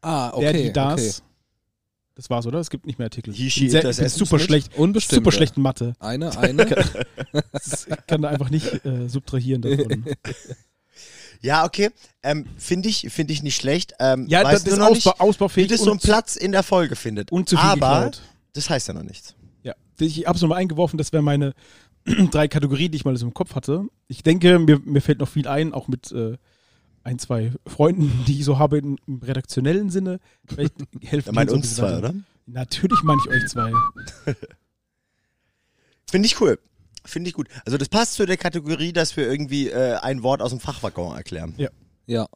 Speaker 4: Ah, okay.
Speaker 1: Der, die, das.
Speaker 4: okay.
Speaker 1: Das war's, oder? Es gibt nicht mehr Artikel.
Speaker 3: He,
Speaker 1: Ich
Speaker 3: she,
Speaker 1: bin, sehr,
Speaker 3: it, das
Speaker 1: ich bin
Speaker 3: Essen
Speaker 1: super
Speaker 3: ist
Speaker 1: schlecht.
Speaker 4: Unbestimmte.
Speaker 1: Super schlecht in Mathe.
Speaker 4: Eine, eine.
Speaker 1: Das ist- Ich kann da einfach nicht äh, subtrahieren davon.
Speaker 3: ja, okay. Ähm, Finde ich, find ich nicht schlecht. Ähm,
Speaker 1: Ja,
Speaker 3: weißt
Speaker 1: das ist
Speaker 3: nur noch nicht,
Speaker 1: ausba
Speaker 3: wie
Speaker 1: ausbaufähig.
Speaker 3: das so einen
Speaker 1: und-
Speaker 3: Platz in der Folge findet.
Speaker 1: und zu viel
Speaker 3: Aber
Speaker 1: geklaut.
Speaker 3: das heißt ja noch nichts.
Speaker 1: Ja, ich habe es nochmal eingeworfen, das wären meine drei Kategorien, die ich mal so im Kopf hatte. Ich denke, mir, mir fällt noch viel ein, auch mit äh, ein, zwei Freunden, die ich so habe in, im redaktionellen Sinne. Vielleicht helfen
Speaker 3: Er
Speaker 1: die
Speaker 3: meint
Speaker 1: so ein
Speaker 3: uns
Speaker 1: bisschen
Speaker 3: zwei,
Speaker 1: weiter.
Speaker 3: oder?
Speaker 1: Natürlich meine ich euch zwei.
Speaker 3: Finde ich cool. Finde ich gut. Also das passt zu der Kategorie, dass wir irgendwie äh, ein Wort aus dem Fachwaggon erklären.
Speaker 4: ja.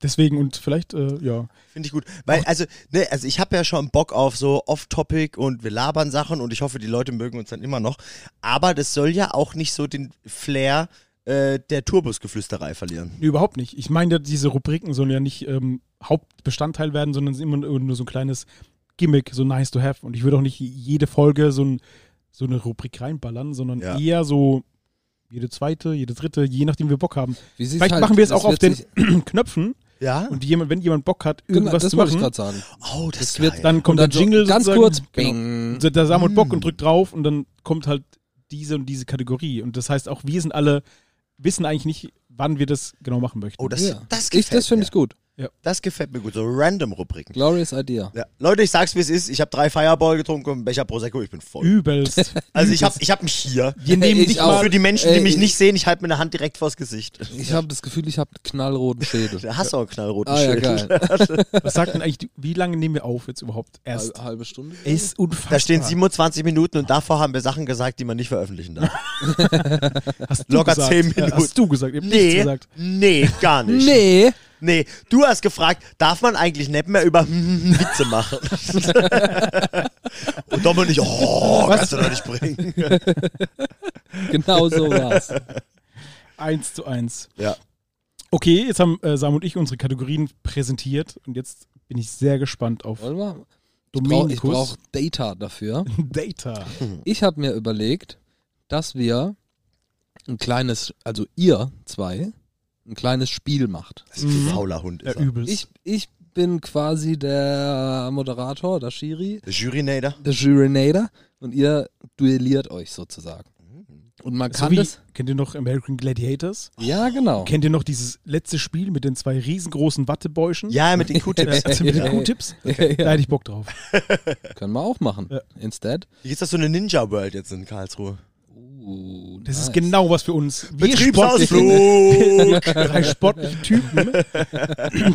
Speaker 1: Deswegen und vielleicht, äh, ja.
Speaker 3: Finde ich gut. Weil, also, ne, also ich habe ja schon Bock auf so Off-Topic und wir labern Sachen und ich hoffe, die Leute mögen uns dann immer noch. Aber das soll ja auch nicht so den Flair äh, der Tourbusgeflüsterei verlieren.
Speaker 1: Nee, überhaupt nicht. Ich meine, ja, diese Rubriken sollen ja nicht ähm, Hauptbestandteil werden, sondern sind immer nur nur so ein kleines Gimmick, so nice to have. Und ich würde auch nicht jede Folge so, ein, so eine Rubrik reinballern, sondern
Speaker 3: Ja.
Speaker 1: eher so jede zweite, jede dritte, je nachdem wir Bock haben.
Speaker 4: Wie sieht's
Speaker 1: Vielleicht
Speaker 4: halt,
Speaker 1: machen wir es
Speaker 4: das
Speaker 1: auch auf
Speaker 4: wird
Speaker 1: den
Speaker 4: sich-
Speaker 1: Knöpfen
Speaker 3: Ja?
Speaker 1: und jemand, wenn jemand Bock hat,
Speaker 4: Genau,
Speaker 1: irgendwas
Speaker 4: das
Speaker 1: zu
Speaker 4: wollte ich
Speaker 1: machen,
Speaker 4: gerade sagen.
Speaker 3: oh, das, ist
Speaker 4: wird
Speaker 3: geil.
Speaker 1: dann kommt
Speaker 4: Und
Speaker 1: der
Speaker 4: dann so
Speaker 1: Jingle
Speaker 4: ganz
Speaker 1: sozusagen.
Speaker 4: kurz,
Speaker 1: Genau.
Speaker 4: bing. Mm.
Speaker 1: Und Der Samuel hat Bock und drückt drauf und dann kommt halt diese und diese Kategorie. Und das heißt, auch wir sind alle, wissen eigentlich nicht, wann wir das genau machen möchten.
Speaker 3: Oh, das,
Speaker 4: ja.
Speaker 3: das
Speaker 4: ich,
Speaker 3: gefällt
Speaker 4: das finde
Speaker 3: mir.
Speaker 4: ich gut.
Speaker 1: Ja.
Speaker 3: Das gefällt mir gut, so random Rubriken.
Speaker 4: Glorious Idea.
Speaker 3: Ja. Leute, ich sag's wie es ist, ich habe drei Fireball getrunken und einen Becher Prosecco, ich bin voll.
Speaker 1: Übelst.
Speaker 3: Also ich habe ich hab mich hier.
Speaker 4: Wir nehmen
Speaker 3: ich
Speaker 4: dich auch.
Speaker 3: Für die Menschen, die
Speaker 4: Ey,
Speaker 3: mich
Speaker 4: ich-
Speaker 3: nicht sehen, ich halte mir eine Hand direkt vors Gesicht.
Speaker 4: Ich habe das Gefühl, ich habe einen knallroten Schädel.
Speaker 3: Da hast du auch einen knallroten
Speaker 4: ah ja,
Speaker 3: Schild.
Speaker 4: geil.
Speaker 1: Was sagt denn eigentlich, die- wie lange nehmen wir auf jetzt überhaupt? Erst.
Speaker 4: Halbe, halbe Stunde?
Speaker 1: Ist unfassbar.
Speaker 3: Also, Da stehen 27 Minuten und davor haben wir Sachen gesagt, die man nicht veröffentlichen darf.
Speaker 1: Hast du
Speaker 3: locker
Speaker 1: gesagt.
Speaker 3: 10
Speaker 1: Ja,
Speaker 3: Minuten.
Speaker 1: Hast du gesagt, ich hab nichts
Speaker 3: Nee,
Speaker 1: gesagt.
Speaker 3: nee, gar nicht.
Speaker 4: Nee.
Speaker 3: Nee, du hast gefragt, darf man eigentlich nicht mehr über Witze machen? Und Dom und ich, oh, kannst du doch nicht bringen.
Speaker 4: Genau so war's.
Speaker 1: Eins zu eins.
Speaker 3: Ja.
Speaker 1: Okay, jetzt haben äh, Sam und ich unsere Kategorien präsentiert und jetzt bin ich sehr gespannt auf
Speaker 4: Warte mal. Ich brauch- Ich
Speaker 1: Dominikus
Speaker 4: brauche Data dafür.
Speaker 1: Data.
Speaker 4: Ich habe mir überlegt, dass wir ein kleines, also ihr zwei, ein kleines Spiel macht.
Speaker 3: Das ist ein fauler Hund.
Speaker 1: Ja,
Speaker 3: Ist er.
Speaker 1: übelst.
Speaker 4: Ich, ich bin quasi der Moderator, der Schiri,
Speaker 3: Der Jurynader.
Speaker 4: der Jurinator und ihr duelliert euch sozusagen. Und man
Speaker 1: Mhm. so
Speaker 4: kann
Speaker 1: wie,
Speaker 4: das.
Speaker 1: Kennt ihr noch American Gladiators?
Speaker 4: Ja,
Speaker 3: Oh.
Speaker 4: genau.
Speaker 1: Kennt ihr noch dieses letzte Spiel mit den zwei riesengroßen Wattebäuschen?
Speaker 3: Ja, mit den Q-Tips.
Speaker 1: Das sind mit
Speaker 4: Ja.
Speaker 1: den Q-Tipps?
Speaker 4: Ja,
Speaker 1: Da
Speaker 4: ja.
Speaker 1: hätte ich Bock drauf.
Speaker 4: Können wir auch machen.
Speaker 1: Ja.
Speaker 4: Instead.
Speaker 3: Hier ist das so eine Ninja-World jetzt in Karlsruhe. Oh,
Speaker 4: Uh,
Speaker 1: Das ist
Speaker 4: nice.
Speaker 1: genau was für uns. Wir
Speaker 3: Betriebsausflug.
Speaker 1: spotten- drei sportliche Typen,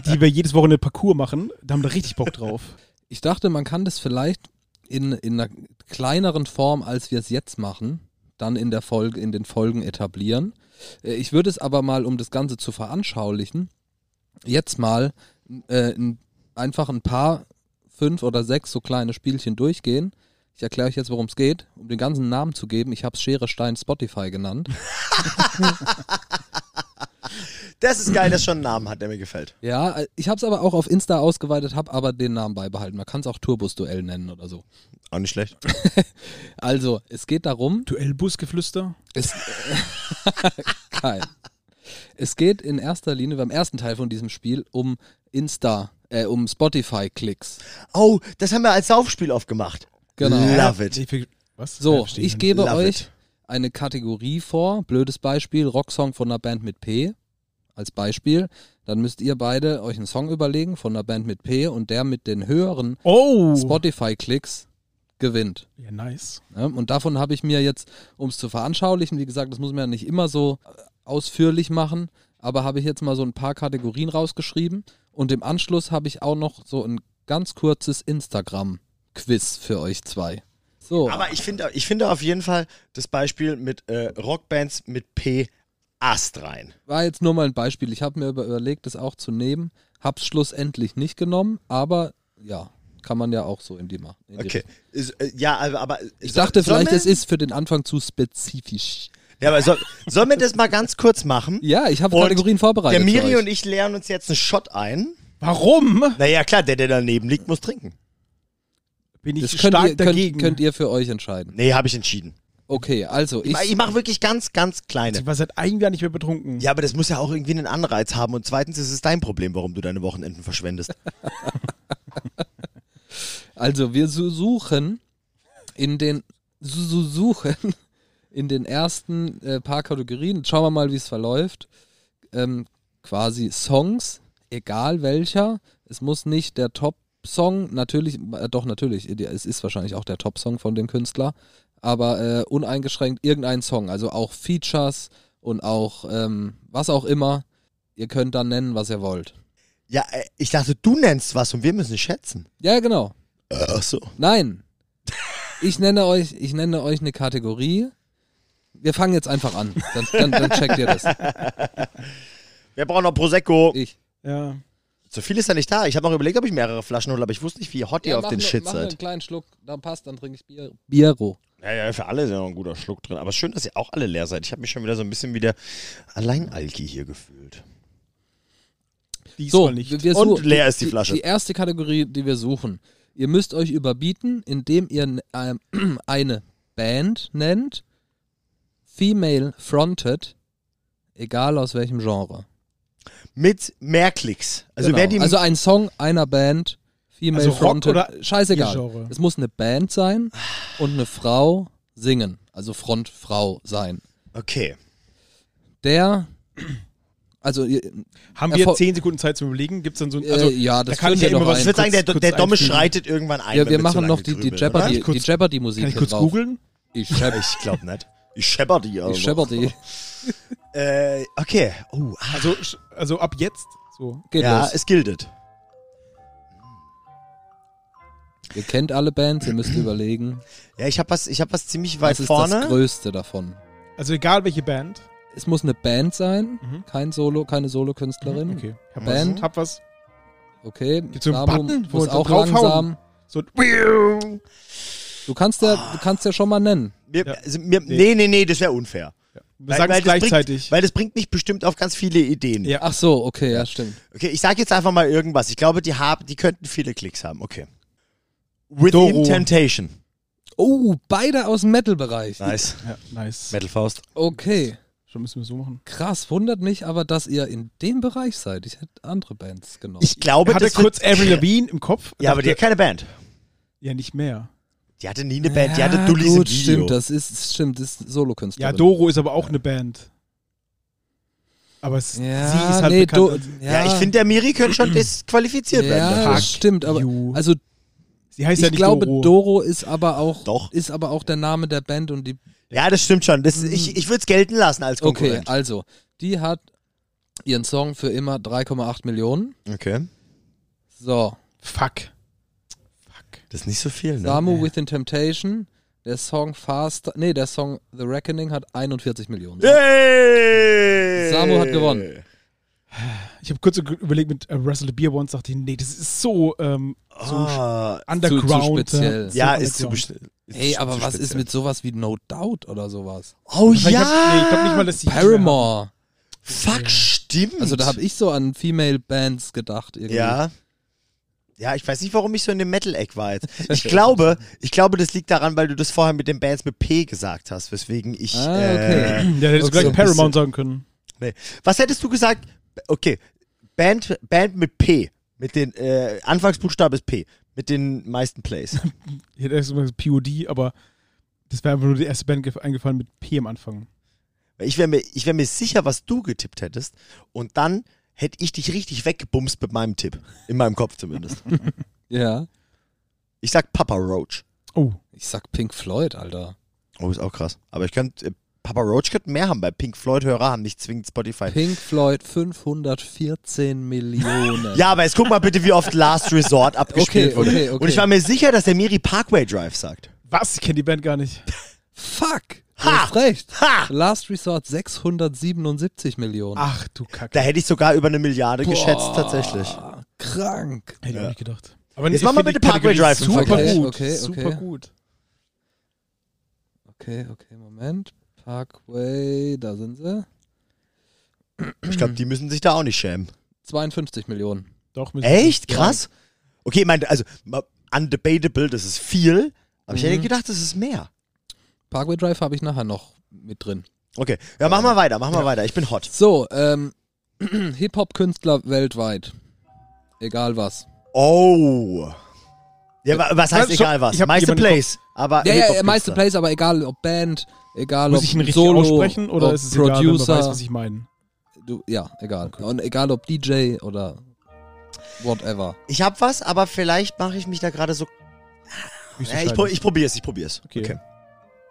Speaker 1: die wir jedes Wochenende Parcours machen. Da haben wir richtig Bock drauf.
Speaker 4: Ich dachte, man kann das vielleicht in, in einer kleineren Form, als wir es jetzt machen, dann in der Folge, in den Folgen etablieren. Äh, Ich würde es aber mal, um das Ganze zu veranschaulichen, jetzt mal äh, n- einfach ein paar fünf oder sechs so kleine Spielchen durchgehen. Ich erkläre euch jetzt, worum es geht, um den ganzen Namen zu geben. Ich habe es Schere Stein Spotify genannt.
Speaker 3: Das ist geil, dass schon einen Namen hat, der mir gefällt.
Speaker 4: Ja, äh, ich habe es aber auch auf Insta ausgeweitet, habe aber den Namen beibehalten. Man kann es auch Turbus-Duell nennen oder so.
Speaker 3: Auch nicht schlecht.
Speaker 4: Also, es geht darum,
Speaker 1: Duellbusgeflüster?
Speaker 4: Es, Kein. es geht in erster Linie beim ersten Teil von diesem Spiel um Insta, äh, um Spotify-Klicks.
Speaker 3: Oh, das haben wir als Saufspiel aufgemacht.
Speaker 4: Genau.
Speaker 3: Love it.
Speaker 1: Nee, für- Was?
Speaker 4: So,
Speaker 1: Verstehen.
Speaker 4: ich gebe
Speaker 3: Love
Speaker 4: euch
Speaker 3: it.
Speaker 4: eine Kategorie vor. Blödes Beispiel, Rocksong von einer Band mit P als Beispiel. Dann müsst ihr beide euch einen Song überlegen von einer Band mit P und der mit den höheren
Speaker 3: Uh.
Speaker 1: Oh!
Speaker 4: Spotify-Klicks gewinnt.
Speaker 1: Ja, nice.
Speaker 4: Ja, Ne? und davon habe ich mir jetzt, um es zu veranschaulichen, wie gesagt, das muss man ja nicht immer so äh, ausführlich machen, aber habe ich jetzt mal so ein paar Kategorien rausgeschrieben und im Anschluss habe ich auch noch so ein ganz kurzes Instagram-Quiz für euch zwei. So,
Speaker 3: Aber ich finde ich finde auf jeden Fall das Beispiel mit äh, Rockbands mit P astrein.
Speaker 4: war jetzt nur mal ein Beispiel. Ich habe mir über- überlegt, das auch zu nehmen, habe es schlussendlich nicht genommen, aber ja, kann man ja auch so in die machen.
Speaker 3: Okay. Ist, äh, ja, aber. aber
Speaker 4: Ich dachte vielleicht, es ist für den Anfang zu spezifisch.
Speaker 3: Ja, aber soll, sollen wir das mal ganz kurz machen?
Speaker 4: Ja, ich habe
Speaker 3: Und
Speaker 4: Kategorien vorbereitet.
Speaker 3: Der
Speaker 4: für
Speaker 3: Miri
Speaker 4: euch.
Speaker 3: und ich lernen uns jetzt einen Shot ein.
Speaker 1: Warum?
Speaker 3: Naja, klar, der, der daneben liegt, muss trinken.
Speaker 1: Bin
Speaker 4: das
Speaker 1: ich
Speaker 4: könnt
Speaker 1: stark
Speaker 4: ihr,
Speaker 1: dagegen.
Speaker 4: könnt, könnt ihr für euch entscheiden.
Speaker 3: Nee, habe ich entschieden.
Speaker 4: Okay, also
Speaker 3: Ich,
Speaker 4: ich.
Speaker 3: ich mache wirklich ganz, ganz kleine.
Speaker 1: ich war seit einem Jahr nicht mehr betrunken.
Speaker 3: Ja, aber das muss ja auch irgendwie einen Anreiz haben. Und zweitens ist es dein Problem, warum du deine Wochenenden verschwendest.
Speaker 4: Also wir su- suchen in den su- su- suchen in den ersten äh, paar Kategorien. Schauen wir mal, wie es verläuft. Ähm, quasi Songs, egal welcher. Es muss nicht der Top-Song, natürlich, äh, doch natürlich, die- es ist wahrscheinlich auch der Top-Song von dem Künstler, aber äh, uneingeschränkt irgendein Song, also auch Features und auch ähm, was auch immer. Ihr könnt dann nennen, was ihr wollt.
Speaker 3: Ja, äh, ich dachte, du nennst was und wir müssen schätzen.
Speaker 4: Ja, genau.
Speaker 3: Ach so.
Speaker 4: Nein. Ich nenne euch, ich nenne euch eine Kategorie. Wir fangen jetzt einfach an. Dann, dann, dann checkt ihr das.
Speaker 3: Wir brauchen noch Prosecco.
Speaker 4: Ich.
Speaker 1: Ja.
Speaker 3: So viel ist ja nicht da. Ich habe noch überlegt, ob ich mehrere Flaschen hole, aber ich wusste nicht, wie hot ihr auf den Shit
Speaker 4: einen
Speaker 3: seid.
Speaker 4: ne, kleinen Schluck, dann passt, dann trinke ich Bier. Biero.
Speaker 3: Ja, ja, für alle ist ja noch ein guter Schluck drin. Aber schön, dass ihr auch alle leer seid. Ich habe mich schon wieder so ein bisschen wie der Alleinalki hier gefühlt.
Speaker 1: Diesmal
Speaker 4: So,
Speaker 1: nicht.
Speaker 4: wir- wir
Speaker 3: Und
Speaker 4: suchen-
Speaker 3: leer ist die Flasche.
Speaker 4: Die erste Kategorie, die wir suchen. Ihr müsst euch überbieten, indem ihr ähm, eine Band nennt, female fronted, egal aus welchem Genre.
Speaker 3: Mit mehr Klicks. Also
Speaker 4: Genau.
Speaker 3: wer die
Speaker 4: also ein Song einer Band, Female
Speaker 1: Also Rock
Speaker 4: Fronted,
Speaker 1: oder
Speaker 4: scheißegal.
Speaker 1: ihr Genre?
Speaker 4: Es muss eine Band sein und eine Frau singen, also Frontfrau sein.
Speaker 3: Okay.
Speaker 4: Der Also, ihr-
Speaker 1: Haben wir
Speaker 4: Erfol-
Speaker 1: zehn Sekunden Zeit zum Überlegen? Gibt's dann so ein.
Speaker 4: Äh,
Speaker 1: Also,
Speaker 4: ja, das
Speaker 1: da kann
Speaker 4: können
Speaker 1: ich
Speaker 4: wir
Speaker 1: ja immer
Speaker 4: noch
Speaker 3: Ich
Speaker 1: was.
Speaker 4: ein-
Speaker 3: würde sagen, der,
Speaker 1: kurz-
Speaker 3: der
Speaker 1: kurz
Speaker 3: Domme
Speaker 1: einfügen.
Speaker 3: schreitet irgendwann ein.
Speaker 4: ja,
Speaker 3: wenn
Speaker 4: wir
Speaker 3: zu
Speaker 4: machen
Speaker 3: lange
Speaker 4: noch die, die
Speaker 3: grübeln,
Speaker 4: Jeopardy,
Speaker 1: Kann ich
Speaker 4: die
Speaker 1: kurz-
Speaker 4: Jeopardy Musik
Speaker 1: Kann ich kurz
Speaker 4: drauf.
Speaker 1: googeln?
Speaker 4: Ich
Speaker 3: oder?
Speaker 4: schepp,
Speaker 3: Ich glaube nicht. Ich schepper die.
Speaker 4: ich schepper die.
Speaker 3: Äh, okay. Oh, ah,
Speaker 1: Also, sch- also ab jetzt. So.
Speaker 4: Geht
Speaker 3: ja,
Speaker 4: los.
Speaker 3: es gildet.
Speaker 4: Ihr kennt alle Bands, ihr müsst überlegen,
Speaker 3: Ja, ich habe was, ich hab was ziemlich weit
Speaker 4: was ist das
Speaker 3: vorne.
Speaker 4: Größte davon?
Speaker 1: Also egal welche Band.
Speaker 4: Es muss eine Band sein,
Speaker 1: Mhm.
Speaker 4: kein Solo, keine Solokünstlerin.
Speaker 1: Okay. Hab
Speaker 4: Band.
Speaker 1: was. Hab was.
Speaker 4: Okay,
Speaker 1: Gibt's so einen
Speaker 4: Samu
Speaker 1: Button, wo
Speaker 4: muss
Speaker 1: wir
Speaker 4: auch
Speaker 1: draufhauen?
Speaker 4: langsam.
Speaker 1: So.
Speaker 4: Du kannst ja, du kannst ja schon mal nennen.
Speaker 3: Mir,
Speaker 1: Ja.
Speaker 3: also, mir,
Speaker 1: Nee.
Speaker 3: nee, nee, nee, das wäre unfair.
Speaker 1: Wir sagen
Speaker 3: weil
Speaker 1: es
Speaker 3: das
Speaker 1: gleichzeitig.
Speaker 3: Bringt, weil das bringt mich bestimmt auf ganz viele Ideen.
Speaker 1: Ja.
Speaker 4: Ach so, okay, ja, stimmt.
Speaker 3: Okay, ich sage jetzt einfach mal irgendwas. Ich glaube, die, haben, die könnten viele Klicks haben. Okay. Within
Speaker 1: Doro.
Speaker 3: Temptation.
Speaker 4: Oh, beide aus dem Metal-Bereich.
Speaker 3: Nice.
Speaker 1: ja, nice.
Speaker 3: Metal Faust.
Speaker 4: Okay,
Speaker 1: Schon müssen wir so machen.
Speaker 4: krass. Wundert mich aber, dass ihr in dem Bereich seid. Ich hätte andere Bands genommen.
Speaker 3: Ich glaube,
Speaker 1: Ich hatte
Speaker 3: das wird-
Speaker 1: kurz Avril Lavigne im Kopf.
Speaker 3: Ja, aber die hat keine Band.
Speaker 1: Ja, nicht mehr.
Speaker 3: Die hatte nie eine Band. Die hatte
Speaker 4: Ja,
Speaker 3: Dullis im
Speaker 4: gut,
Speaker 3: Video.
Speaker 4: stimmt, das ist, stimmt, das ist Solokünstlerin.
Speaker 1: Ja, Doro ist aber auch eine Band. Aber es,
Speaker 4: Ja,
Speaker 1: sie ist halt
Speaker 4: nee,
Speaker 1: bekannt.
Speaker 4: Do-
Speaker 1: als-
Speaker 3: Ja, ich finde, der Miri könnte schon disqualifiziert werden.
Speaker 4: Ja,
Speaker 3: dafür.
Speaker 4: das stimmt, aber
Speaker 1: you.
Speaker 4: also
Speaker 1: sie heißt
Speaker 4: ich
Speaker 1: ja nicht
Speaker 4: glaube, Doro.
Speaker 1: Doro.
Speaker 4: ist aber auch
Speaker 3: Doch.
Speaker 4: ist aber auch der Name der Band und die
Speaker 3: Ja, das stimmt schon. Das, ich ich würde es gelten lassen als
Speaker 4: Okay,
Speaker 3: Konkurrent.
Speaker 4: also, die hat ihren Song für immer 3,8 Millionen.
Speaker 3: Okay.
Speaker 4: So,
Speaker 1: Fuck. Fuck.
Speaker 3: Das ist nicht so viel, ne?
Speaker 4: Samu Within Temptation, der Song Fast, nee, der Song The Reckoning hat 41 Millionen.
Speaker 3: Yay!
Speaker 4: Samu hat gewonnen.
Speaker 1: Ich habe kurz ge- überlegt mit äh, Russell Beer Once, dachte ich, nee, das ist so, ähm, so
Speaker 3: Ah,
Speaker 1: underground.
Speaker 4: speziell.
Speaker 1: äh, so
Speaker 3: ja, ist zu
Speaker 1: underground.
Speaker 3: bestimmt.
Speaker 4: Hey, aber was ist mit sowas wie No Doubt oder sowas?
Speaker 3: Oh
Speaker 1: Vielleicht Hab, nee, ich glaube nicht mal,
Speaker 3: ja!
Speaker 1: dass sie.
Speaker 4: Paramore.
Speaker 3: Fuck, stimmt.
Speaker 1: Hm.
Speaker 4: Also da habe ich so an Female Bands gedacht irgendwie.
Speaker 3: Ja. Ja, ich weiß nicht, warum ich so in dem Metal-Eck war jetzt. Ich glaube, ich glaube, das liegt daran, weil du das vorher mit den Bands mit P gesagt hast, weswegen ich.
Speaker 4: Ah, okay.
Speaker 1: Ja,
Speaker 3: äh,
Speaker 1: hättest du
Speaker 4: Okay, so
Speaker 1: gleich
Speaker 4: ein
Speaker 1: Paramount sagen können.
Speaker 3: nee. Was hättest du gesagt? Okay, Band, Band mit P. Mit den äh, Anfangsbuchstabe ist P. Mit den meisten Plays.
Speaker 1: Ich hätte erst mal gesagt POD, aber das wäre einfach nur die erste Band gef- eingefallen mit P am Anfang.
Speaker 3: Ich wäre mir, ich wär mir sicher, was du getippt hättest. Und dann hätte ich dich richtig weggebumst mit meinem Tipp. In meinem Kopf zumindest.
Speaker 4: Ja.
Speaker 3: Ich sag Papa Roach.
Speaker 1: Oh,
Speaker 4: Ich sag Pink Floyd, Alter.
Speaker 3: Oh, ist auch krass. Aber ich könnte. Äh, Papa Roach könnte mehr haben, weil Pink Floyd-Hörer haben nicht zwingend Spotify.
Speaker 4: Pink Floyd 514 Millionen.
Speaker 3: Ja, aber jetzt guck mal bitte, wie oft Last Resort abgespielt
Speaker 4: Okay,
Speaker 3: wurde.
Speaker 4: okay, okay.
Speaker 3: Und ich war mir sicher, dass der Miri Parkway Drive sagt.
Speaker 1: was? Ich kenne die Band gar nicht.
Speaker 4: Fuck! Du
Speaker 3: Ha!
Speaker 4: hast recht.
Speaker 3: Ha!
Speaker 4: Last Resort 677 Millionen.
Speaker 1: Ach du
Speaker 3: Da
Speaker 1: Kacke.
Speaker 3: hätte ich sogar über eine Milliarde geschätzt, tatsächlich.
Speaker 4: Ah, Krank.
Speaker 1: Hätte ich auch
Speaker 3: Ja.
Speaker 1: nicht gedacht. Aber
Speaker 3: Jetzt
Speaker 1: ich
Speaker 3: mach mal
Speaker 1: find die
Speaker 3: bitte Parkway
Speaker 1: Kategorie
Speaker 3: Drive im
Speaker 1: Super
Speaker 4: Vergleich.
Speaker 1: gut.
Speaker 4: Okay, okay,
Speaker 1: super
Speaker 4: okay.
Speaker 1: gut.
Speaker 4: Okay, okay, Moment. Parkway, da sind sie.
Speaker 3: Ich glaube, die müssen sich da auch nicht schämen.
Speaker 4: 52 Millionen.
Speaker 1: Doch, müssen-
Speaker 3: Echt? Krass. Okay, ich meine, also ma- undebatable, das ist viel. Aber ich hätte
Speaker 4: Mhm.
Speaker 3: gedacht, das ist mehr.
Speaker 4: Parkway Drive habe ich nachher noch mit drin.
Speaker 3: Okay, ja, mach mal weiter, mach mal weiter. Ich bin hot.
Speaker 4: So, ähm, Hip-Hop-Künstler weltweit. Egal
Speaker 1: Ah,
Speaker 4: was.
Speaker 3: Oh. Ja, wa- was heißt
Speaker 1: Ich hab-
Speaker 3: egal was?
Speaker 1: ich hab
Speaker 3: Meiste
Speaker 1: jemanden
Speaker 3: Plays. Aber
Speaker 4: Ja, ja,
Speaker 3: Hip-Hop-Künstler.
Speaker 4: ja, meiste Plays, aber egal ob Band, egal
Speaker 1: Muss
Speaker 4: ob
Speaker 1: ich ihn richtig
Speaker 4: Solo,
Speaker 1: aussprechen oder
Speaker 4: ob
Speaker 1: ist es egal, wenn man
Speaker 4: Producer,
Speaker 1: weiß, was ich meine?
Speaker 4: du, ja, egal. Und egal ob DJ oder whatever.
Speaker 3: Ich hab was, aber vielleicht mache ich mich da gerade so. Ja, ich, pro, ich probier's, ich probier's.
Speaker 1: Okay.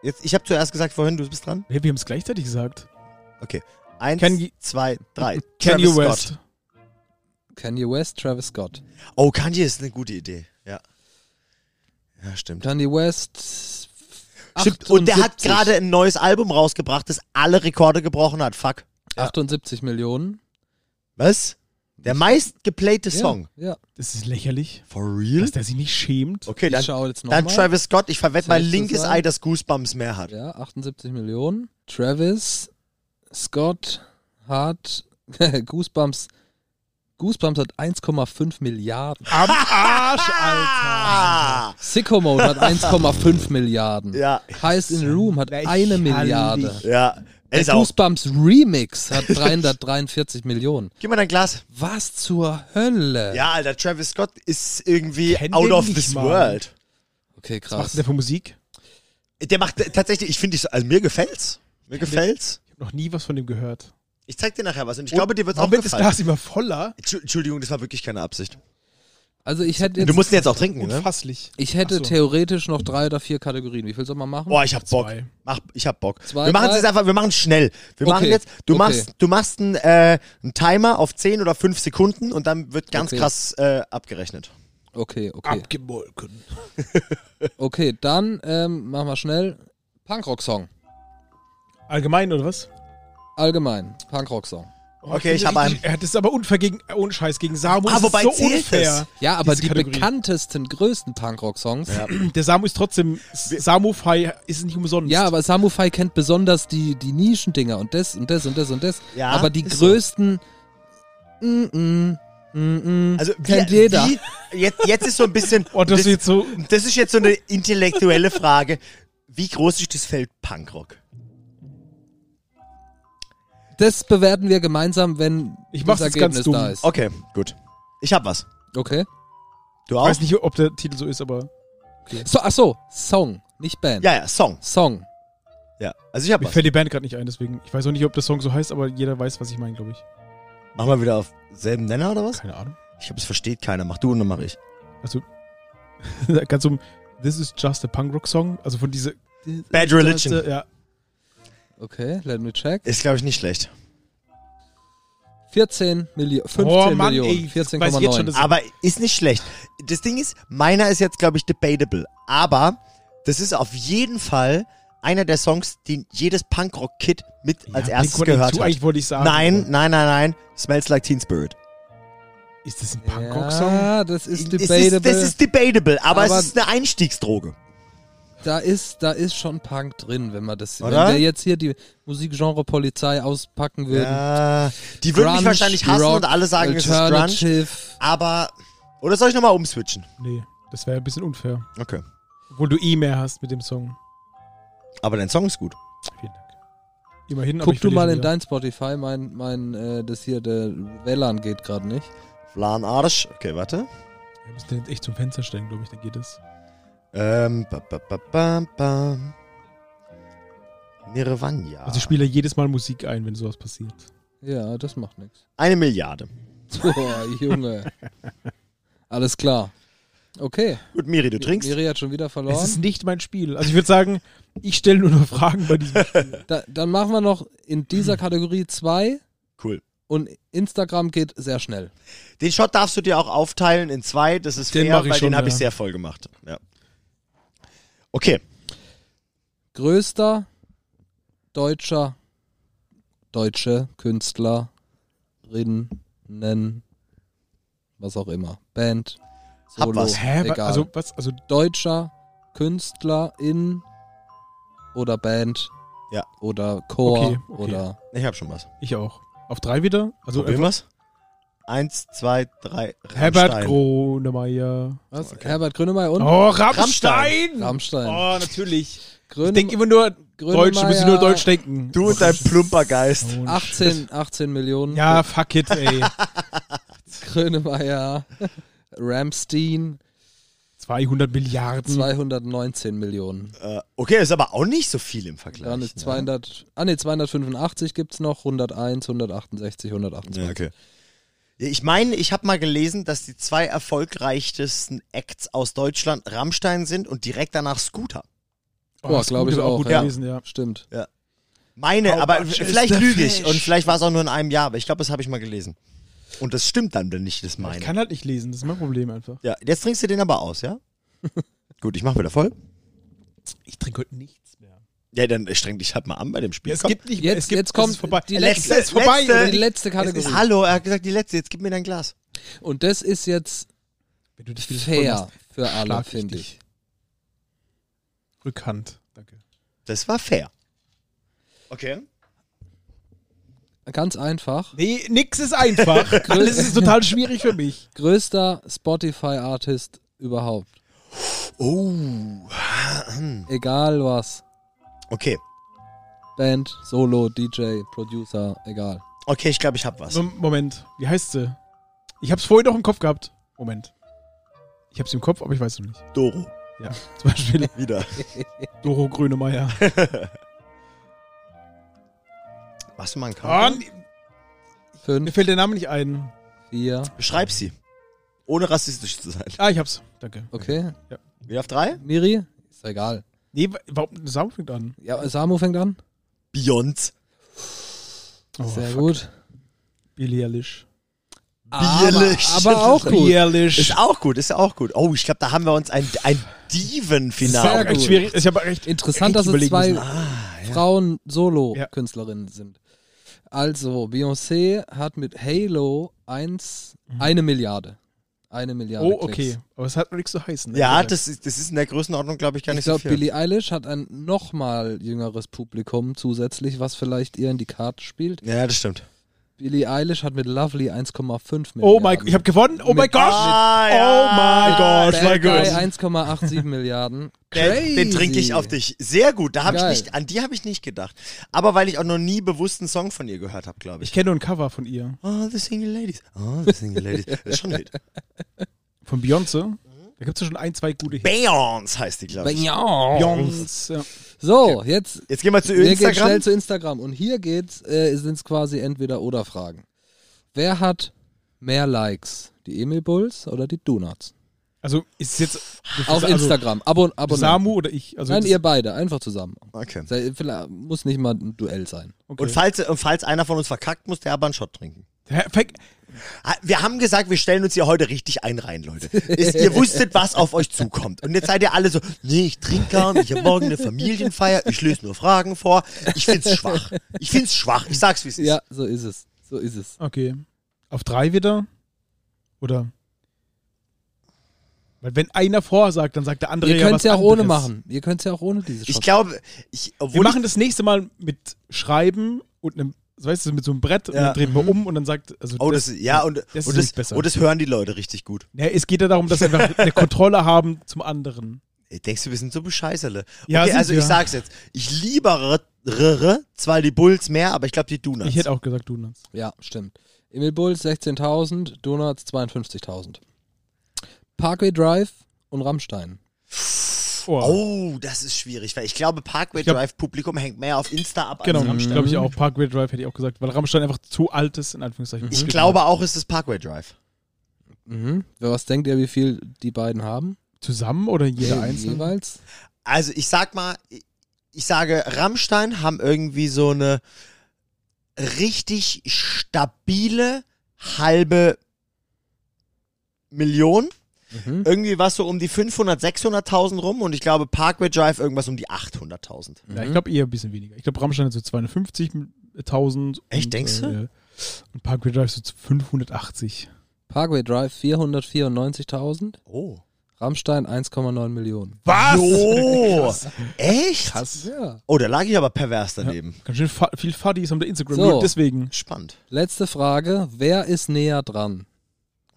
Speaker 3: Jetzt, ich habe zuerst gesagt vorhin, du bist dran.
Speaker 1: Hey, wir haben es gleichzeitig gesagt.
Speaker 3: Eins,
Speaker 1: Kanye-
Speaker 3: zwei, drei.
Speaker 1: Kanye
Speaker 3: Travis
Speaker 1: West.
Speaker 3: Scott.
Speaker 4: Kanye West, Travis Scott.
Speaker 3: Oh, Kanye ist eine gute Idee. Ja. Ja, stimmt.
Speaker 4: Kanye West.
Speaker 3: Stimmt. Und der hat
Speaker 4: 78.
Speaker 3: gerade ein neues Album rausgebracht, das alle Rekorde gebrochen hat. Fuck. Ja.
Speaker 4: 78 Millionen.
Speaker 3: Was? Der meistgeplayte Song.
Speaker 4: Ja.
Speaker 1: Das ist lächerlich,
Speaker 3: For real?
Speaker 1: dass der sich nicht schämt.
Speaker 3: Okay,
Speaker 4: Ich
Speaker 3: dann,
Speaker 4: schaue jetzt
Speaker 3: dann
Speaker 4: nochmal.
Speaker 3: Travis Scott. Ich verwette mein
Speaker 4: Soll ich das
Speaker 3: linkes
Speaker 4: sagen?
Speaker 3: Ei, dass Goosebumps mehr hat.
Speaker 4: ja. ja, 78 Millionen. Travis Scott hat Goosebumps. Goosebumps hat 1,5 Milliarden.
Speaker 1: Am Arsch, Alter.
Speaker 3: Ah!
Speaker 4: Sicko Mode hat 1,5 Milliarden.
Speaker 3: Ja.
Speaker 4: Highest in Room hat eine
Speaker 1: Lächerlich.
Speaker 4: Milliarde.
Speaker 3: Ja.
Speaker 4: Der
Speaker 3: Ist auch.
Speaker 4: Goosebumps Remix hat 343 Millionen.
Speaker 3: Gib mir dein Glas.
Speaker 4: Was zur Hölle?
Speaker 3: Ja, Alter, Travis Scott ist irgendwie
Speaker 1: Kenn
Speaker 3: out
Speaker 1: den
Speaker 3: of
Speaker 1: nicht
Speaker 3: this
Speaker 1: mal.
Speaker 3: world.
Speaker 4: Okay,
Speaker 1: Was macht denn
Speaker 4: krass.
Speaker 1: der für Musik?
Speaker 3: Der macht tatsächlich, ich finde, also mir gefällt's. Mir gefällt's.
Speaker 1: Ich habe noch nie was von dem gehört.
Speaker 3: Ich zeig dir nachher was und ich glaube, dir wird auch
Speaker 1: Moment, das
Speaker 3: gefallen.
Speaker 1: Glas immer voller.
Speaker 3: Entschu- Entschuldigung, das war wirklich keine Absicht.
Speaker 4: Also ich hätte
Speaker 3: Du
Speaker 4: jetzt,
Speaker 3: musst ihn jetzt auch trinken, ne?
Speaker 1: Unfasslich.
Speaker 4: ich hätte
Speaker 1: Ach so.
Speaker 4: theoretisch noch drei oder vier Kategorien. Wie viel soll man machen?
Speaker 3: Boah, ich hab Bock.
Speaker 1: Zwei.
Speaker 3: Mach, ich hab Bock.
Speaker 4: Zwei,
Speaker 3: wir machen es
Speaker 4: drei.
Speaker 3: jetzt einfach, wir machen es schnell. Wir machen
Speaker 4: Okay,
Speaker 3: jetzt, du
Speaker 4: okay.
Speaker 3: machst, du machst einen, äh, einen Timer auf 10 oder 5 Sekunden und dann wird ganz
Speaker 4: Okay.
Speaker 3: krass äh, abgerechnet.
Speaker 4: Okay, okay.
Speaker 1: Abgemolken.
Speaker 4: Okay, dann ähm, machen wir schnell. Punkrock-Song.
Speaker 1: Allgemein, oder was?
Speaker 4: Allgemein. Punkrock-Song.
Speaker 1: Oh,
Speaker 3: Okay, ich hab
Speaker 1: finde,
Speaker 3: einen.
Speaker 1: Er hat es aber unfair gegen, äh, ohne Scheiß gegen Samu.
Speaker 3: Ah,
Speaker 1: Das ist
Speaker 3: wobei
Speaker 1: so
Speaker 3: zählt
Speaker 1: unfair.
Speaker 4: Ja, aber
Speaker 1: Diese
Speaker 4: die
Speaker 1: Kategorie.
Speaker 4: bekanntesten, größten Punkrock-Songs. Ja.
Speaker 1: Der Samu ist trotzdem. Samu Fei ist nicht umsonst.
Speaker 4: aber Samufai kennt besonders die, die Nischendinger und das und das und das und das.
Speaker 3: Ja,
Speaker 4: aber die
Speaker 3: ist so.
Speaker 4: größten. Mm -mm, mm -mm,
Speaker 3: Also
Speaker 4: kennt jeder.
Speaker 3: Wie, jetzt, jetzt ist so ein bisschen.
Speaker 1: Oh, das ist jetzt so.
Speaker 3: das ist jetzt so eine intellektuelle Frage. Wie groß ist das Feld Punkrock?
Speaker 4: Das bewerten wir gemeinsam, wenn
Speaker 1: Ich mach's
Speaker 4: das
Speaker 1: jetzt ganz
Speaker 4: Ergebnis
Speaker 1: dumm.
Speaker 4: da ist.
Speaker 3: Okay, gut. Ich hab was.
Speaker 4: Okay.
Speaker 3: Du
Speaker 1: Ich
Speaker 3: auch?
Speaker 1: weiß nicht, ob der Titel so ist, aber.
Speaker 4: So, ach so, Song, nicht Band.
Speaker 3: Ja, ja, Song.
Speaker 4: Song.
Speaker 3: Ja. Also ich hab
Speaker 1: Mir
Speaker 3: was.
Speaker 1: fällt die Band gerade nicht ein, deswegen. Ich weiß auch nicht, ob der Song so heißt, aber jeder weiß, was ich meine, glaube ich.
Speaker 3: Machen wir wieder auf selben Nenner oder was?
Speaker 1: Keine Ahnung.
Speaker 3: Ich glaube, es versteht keiner. Mach du und dann mach ich.
Speaker 1: Also, ganz um. This is just a punk rock song. Also von dieser.
Speaker 3: Bad Religion.
Speaker 1: äh, Ja.
Speaker 4: Okay, let me check.
Speaker 3: Ist, glaube ich, nicht schlecht.
Speaker 4: 14 Millionen, 15
Speaker 1: oh Mann, ey.
Speaker 4: Millionen,
Speaker 1: das weiß ich jetzt schon,
Speaker 4: 14,9.
Speaker 1: das
Speaker 3: Aber ist nicht schlecht. Das Ding ist, meiner ist jetzt, glaube ich, debatable. Aber das ist auf jeden Fall einer der Songs, den jedes Punkrock-Kid mit als
Speaker 1: Ja,
Speaker 3: erstes
Speaker 1: Blink-182
Speaker 3: gehört hat.
Speaker 1: eigentlich wollte ich sagen.
Speaker 3: Nein, nein, nein, nein. Smells like Teen Spirit.
Speaker 1: Ist das ein Punkrock-Song?
Speaker 4: Ja, das ist
Speaker 3: Das ist,
Speaker 4: debatable.
Speaker 3: das ist debatable, aber,
Speaker 4: Aber-
Speaker 3: es ist eine Einstiegsdroge.
Speaker 4: da ist, da ist schon Punk drin, wenn man das,
Speaker 3: Oder?
Speaker 4: wenn wir jetzt hier die Musikgenre Polizei auspacken würden.
Speaker 3: Ja, die würden mich
Speaker 4: Grunge,
Speaker 3: wahrscheinlich hassen
Speaker 4: Rock,
Speaker 3: und alle sagen, es ist Grunge.
Speaker 4: Alternative.
Speaker 3: Aber. Oder soll ich nochmal umswitchen?
Speaker 1: Nee, das wäre ein bisschen unfair.
Speaker 3: Okay.
Speaker 1: Obwohl du eh mehr hast mit dem Song.
Speaker 3: Aber dein Song ist gut.
Speaker 1: Vielen Dank. Immerhin, aber
Speaker 4: Guck
Speaker 1: ich
Speaker 4: du mal
Speaker 1: verliere
Speaker 4: in
Speaker 1: wieder.
Speaker 4: dein Spotify, mein, mein, äh, das hier, der WLAN geht gerade nicht.
Speaker 3: Flan Arsch. Okay, warte.
Speaker 1: Wir müssen den jetzt echt zum Fenster stellen, glaube ich, dann geht das.
Speaker 3: Ähm, ba, ba, ba, ba, ba. Nirvana.
Speaker 1: Also ich spiele jedes Mal Musik ein, wenn sowas passiert.
Speaker 4: Ja, das macht nichts.
Speaker 3: Eine Milliarde.
Speaker 4: Boah, Junge. Alles klar. Okay.
Speaker 3: Gut, Miri, du trinkst.
Speaker 4: Miri hat schon wieder
Speaker 1: Es
Speaker 4: verloren.
Speaker 1: ist nicht mein Spiel. Also ich würde sagen, ich stelle nur noch Fragen bei diesem Spiel.
Speaker 4: Da, dann machen wir noch in dieser Kategorie zwei
Speaker 3: Cool.
Speaker 4: und Instagram geht sehr schnell.
Speaker 3: Den Shot darfst du dir auch aufteilen in zwei. Das ist
Speaker 1: Den
Speaker 3: fair,
Speaker 1: mach ich
Speaker 3: weil
Speaker 1: schon,
Speaker 3: den habe ich
Speaker 1: ja.
Speaker 3: sehr voll gemacht. Ja. Okay.
Speaker 4: Größter deutscher deutsche Künstlerinnen, was auch immer, Band,
Speaker 3: Hab
Speaker 4: Solo,
Speaker 3: was.
Speaker 1: Hä? wa-
Speaker 4: egal.
Speaker 1: Also was? Also
Speaker 4: deutscher Künstlerin oder Band
Speaker 3: Ja.
Speaker 4: oder Chor
Speaker 1: Okay, okay.
Speaker 4: oder
Speaker 3: Ich habe schon was.
Speaker 1: ich auch. Auf drei wieder? Also
Speaker 3: Probieren
Speaker 1: einfach
Speaker 3: wir's? Eins, zwei, drei.
Speaker 1: Herbert
Speaker 3: Rammstein.
Speaker 1: Gronemeyer.
Speaker 4: was? Herbert Grönemeyer und
Speaker 1: Oh, Rammstein!
Speaker 4: Rammstein.
Speaker 1: Oh, natürlich. Ich
Speaker 4: Gröne-
Speaker 1: denke immer nur Deutsch, du musst
Speaker 4: Grönemeyer.
Speaker 1: nur Deutsch denken.
Speaker 3: Du und dein plumper Geist.
Speaker 1: Oh,
Speaker 4: 18, 18 Millionen.
Speaker 1: Ja, fuck it, ey.
Speaker 4: Grönemeyer, Ramstein
Speaker 1: 200 Milliarden.
Speaker 4: 219 Millionen.
Speaker 3: Äh, okay, ist aber auch nicht so viel im Vergleich.
Speaker 4: Dann ist
Speaker 3: ne?
Speaker 4: 200, ah nee, 285 gibt's noch, 101, 168, 128.
Speaker 3: Ja, okay. Ja, Ich meine, ich habe mal gelesen, dass die zwei erfolgreichtesten Acts aus Deutschland Rammstein sind und direkt danach Scooter.
Speaker 4: Boah,
Speaker 1: Oh, ist
Speaker 4: glaub
Speaker 1: gut,
Speaker 4: ich
Speaker 1: ist
Speaker 4: auch,
Speaker 1: gut
Speaker 4: ja.
Speaker 1: gewesen, ja.
Speaker 4: Stimmt.
Speaker 3: Meine,
Speaker 1: How
Speaker 3: aber
Speaker 1: much is
Speaker 3: vielleicht
Speaker 1: the
Speaker 3: lüge ich
Speaker 1: fish?
Speaker 3: und vielleicht war es auch nur in einem Jahr, aber ich glaube, das habe ich mal gelesen. Und das stimmt dann denn nicht, das
Speaker 1: Ich
Speaker 3: meine.
Speaker 1: kann halt nicht lesen, das ist mein Problem einfach.
Speaker 3: Ja, jetzt trinkst du den aber aus, ja? Gut, ich mache wieder voll.
Speaker 1: Ich trinke heute nichts mehr.
Speaker 3: Ja, dann streng dich halt mal an bei dem Spiel.
Speaker 1: Ja, es
Speaker 3: Komm.
Speaker 1: gibt nicht mehr.
Speaker 4: Jetzt-
Speaker 1: es gibt,
Speaker 4: jetzt
Speaker 1: es ist
Speaker 4: kommt
Speaker 1: vorbei.
Speaker 4: die
Speaker 3: letzte-
Speaker 1: ist vorbei.
Speaker 3: letzte-
Speaker 1: oder
Speaker 4: Die
Speaker 1: nicht?
Speaker 4: letzte
Speaker 3: äh, es ist, halt
Speaker 4: Kategorie.
Speaker 3: hallo, er hat gesagt, die letzte, jetzt gib mir dein Glas.
Speaker 4: Und das ist jetzt
Speaker 1: Wenn du dich wieder voll
Speaker 4: fair
Speaker 1: machst,
Speaker 4: für alle,
Speaker 1: schlag
Speaker 4: finde ich.
Speaker 1: dich. Rückhand. Danke.
Speaker 3: Das war fair. Okay.
Speaker 4: Ganz einfach.
Speaker 1: Nee, nix ist einfach. Alles ist total schwierig für mich.
Speaker 4: Größter Spotify-Artist überhaupt.
Speaker 3: Oh.
Speaker 4: Egal was.
Speaker 3: Okay.
Speaker 4: Band, Solo, DJ, Producer, egal.
Speaker 3: Okay, ich glaube, ich habe was.
Speaker 1: So, Moment, wie heißt sie? Ich hab's vorhin noch im Kopf gehabt. Moment. Ich hab's im Kopf, aber ich weiß noch nicht.
Speaker 3: Doro.
Speaker 1: Ja, zum Beispiel
Speaker 3: Wieder.
Speaker 1: Doro Grönemeyer.
Speaker 3: Machst du mal einen Countdown?
Speaker 1: Ah, nee, Mir
Speaker 4: fünf,
Speaker 1: fällt der Name nicht ein.
Speaker 4: vier,
Speaker 3: Beschreib sie. Ohne rassistisch zu sein.
Speaker 1: Ah, ich hab's. Danke.
Speaker 4: okay.
Speaker 3: Wieder auf drei?
Speaker 4: Miri? Ist doch egal.
Speaker 1: Nee, wa- warum? Sam fängt an.
Speaker 4: Ja, Samu fängt an.
Speaker 3: Beyond.
Speaker 1: Oh,
Speaker 4: Sehr
Speaker 1: fuck.
Speaker 4: gut.
Speaker 1: Billie Eilish.
Speaker 3: Bierlich.
Speaker 4: Aber, aber auch gut.
Speaker 1: Eilish.
Speaker 3: Ist auch gut, ist auch gut. Oh, ich glaube, da haben wir uns ein, ein
Speaker 1: Sehr
Speaker 3: Diven-Finale.
Speaker 4: Sehr
Speaker 1: recht
Speaker 4: gut.
Speaker 1: schwierig. Ich habe recht.
Speaker 4: Interessant,
Speaker 1: Echt
Speaker 4: dass es
Speaker 1: überlegen
Speaker 4: zwei
Speaker 1: müssen.
Speaker 3: Ah,
Speaker 4: Frauen
Speaker 1: Ja.
Speaker 4: Solo-Künstlerinnen sind. Also, Beyoncé hat mit Halo 1 eine Milliarde. Eine Milliarde.
Speaker 1: Mhm. Oh,
Speaker 4: Klicks.
Speaker 1: okay. Aber es hat noch nichts zu heißen. ne?
Speaker 3: Ja, das ist, das ist in der Größenordnung, glaube ich, gar
Speaker 4: Ich
Speaker 3: nicht
Speaker 4: glaube,
Speaker 3: so viel.
Speaker 4: Billie Eilish hat ein nochmal jüngeres Publikum zusätzlich, was vielleicht eher in die Karte spielt.
Speaker 3: ja, das stimmt.
Speaker 4: Billie Eilish hat, mit Lovely 1,5 Milliarden.
Speaker 1: Oh mein Gott, ich habe gewonnen. Oh mein Gott.
Speaker 3: Ah,
Speaker 1: Oh mein Gott,
Speaker 4: Bad
Speaker 1: mein
Speaker 4: Guy
Speaker 1: Gott.
Speaker 4: 1,87 Milliarden.
Speaker 3: Den,
Speaker 4: Crazy.
Speaker 3: den trinke ich auf dich. Sehr gut. Da hab ich
Speaker 4: Geil.
Speaker 3: nicht, an die habe ich nicht gedacht. Aber weil ich auch noch nie bewusst einen Song von ihr gehört habe, glaube
Speaker 1: Ich
Speaker 3: ich.
Speaker 1: kenne nur ein Cover von ihr.
Speaker 3: All the single ladies. All the single ladies. Das ist schon ein Hit.
Speaker 1: Von Beyoncé. Da gibt es ja schon ein, zwei gute Hits.
Speaker 3: Beyoncé heißt die, glaube ich.
Speaker 4: Beyoncé.
Speaker 1: Beyoncé.
Speaker 4: So, jetzt
Speaker 3: Jetzt gehen wir zu
Speaker 4: wir gehen
Speaker 3: Instagram.
Speaker 4: schnell zu Instagram. Und hier geht's, äh, sind es quasi entweder oder Fragen. Wer hat mehr Likes? Die Emil Bulls oder die Donuts?
Speaker 1: Also ist jetzt
Speaker 4: Auf
Speaker 1: also,
Speaker 4: Instagram. Abo, Abo,
Speaker 1: Samu oder ich? Also
Speaker 4: Nein,
Speaker 1: das-
Speaker 4: ihr beide, einfach zusammen.
Speaker 3: Okay.
Speaker 4: Sei- vielleicht- Muss nicht mal ein Duell sein.
Speaker 1: okay.
Speaker 3: Und falls, und falls einer von uns verkackt, muss der aber einen Shot trinken.
Speaker 1: Hä, Fake.
Speaker 3: Ah, Wir haben gesagt, wir stellen uns hier heute richtig ein rein, Leute. Ist, ihr wusstet, was auf euch zukommt. Und jetzt seid ihr alle so, nee, ich trinke gar nicht, ich habe morgen eine Familienfeier, ich löse nur Fragen vor. Ich find's schwach. Ich find's schwach. Ich sag's, wie es ist.
Speaker 4: Ja, so ist es. So ist es.
Speaker 1: Okay. Auf drei wieder? Oder? Weil wenn einer vorsagt, dann sagt der andere
Speaker 4: Ihr
Speaker 1: ja
Speaker 4: könnt
Speaker 1: was
Speaker 4: es ja auch ohne
Speaker 1: anderes.
Speaker 4: machen. Ihr könnt es ja auch ohne diese
Speaker 3: Ich
Speaker 4: Shots.
Speaker 3: glaube, ich,
Speaker 1: Wir
Speaker 3: obwohl
Speaker 1: machen das nächste Mal mit Schreiben und einem, so weißt du, mit so einem Brett und
Speaker 3: Ja.
Speaker 1: dann
Speaker 4: Mhm.
Speaker 1: drehen wir um und dann sagt, also
Speaker 3: ich, oh, das, ja, und
Speaker 1: das
Speaker 3: und,
Speaker 1: ist
Speaker 3: das,
Speaker 1: nicht besser.
Speaker 3: und das hören die Leute richtig gut.
Speaker 1: Ja, es geht ja darum, dass wir einfach eine Kontrolle haben zum anderen.
Speaker 3: Ey, Denkst du, wir sind so bescheißerle?
Speaker 1: Ja,
Speaker 3: okay,
Speaker 1: sind
Speaker 3: also
Speaker 1: wir.
Speaker 3: ich sag's jetzt. Ich liebere zwar die Bulls mehr, aber ich glaube die Donuts.
Speaker 1: Ich hätte auch gesagt, du nennst.
Speaker 4: Ja, stimmt. Emil Bulls 16.000, Donuts 52.000. Parkway Drive und Rammstein.
Speaker 1: Oh,
Speaker 3: Oh, das ist schwierig, weil ich glaube, Parkway
Speaker 1: Ich glaub-
Speaker 3: Drive Publikum hängt mehr auf Insta ab
Speaker 1: genau.
Speaker 3: als Rammstein.
Speaker 1: Glaube ich auch. Parkway Drive hätte ich auch gesagt, weil Rammstein einfach zu alt ist, in Anführungszeichen.
Speaker 3: Ich glaube auch, es ist Parkway Drive.
Speaker 4: Mhm. Was denkt ihr, wie viel die beiden haben?
Speaker 1: Zusammen oder jeder
Speaker 3: Äh,
Speaker 4: Je-
Speaker 1: einzeln?
Speaker 4: Jeweils?
Speaker 3: Also ich sag mal, ich- ich sage, Rammstein haben irgendwie so eine richtig stabile halbe Million.
Speaker 4: Mhm.
Speaker 3: Irgendwie was so um die 500, 600.000 rum und ich glaube Parkway Drive irgendwas um die 800.000.
Speaker 1: Ja, ich glaube eher ein bisschen weniger. Ich glaube, Rammstein hat so 250.000.
Speaker 3: Echt,
Speaker 1: und,
Speaker 3: denkst du?
Speaker 1: Äh, und Parkway Drive so 580.
Speaker 4: Parkway Drive 494.000,
Speaker 3: Oh.
Speaker 4: Rammstein 1,9 Millionen.
Speaker 1: Was?
Speaker 3: Jo. Echt?
Speaker 1: Krass.
Speaker 4: Ja.
Speaker 3: Oh, da lag ich aber pervers daneben.
Speaker 1: Ganz schön fa viel Fuddies haben der Instagram.
Speaker 4: So.
Speaker 1: So. Deswegen.
Speaker 3: Spannend.
Speaker 4: Letzte Frage, wer ist näher dran?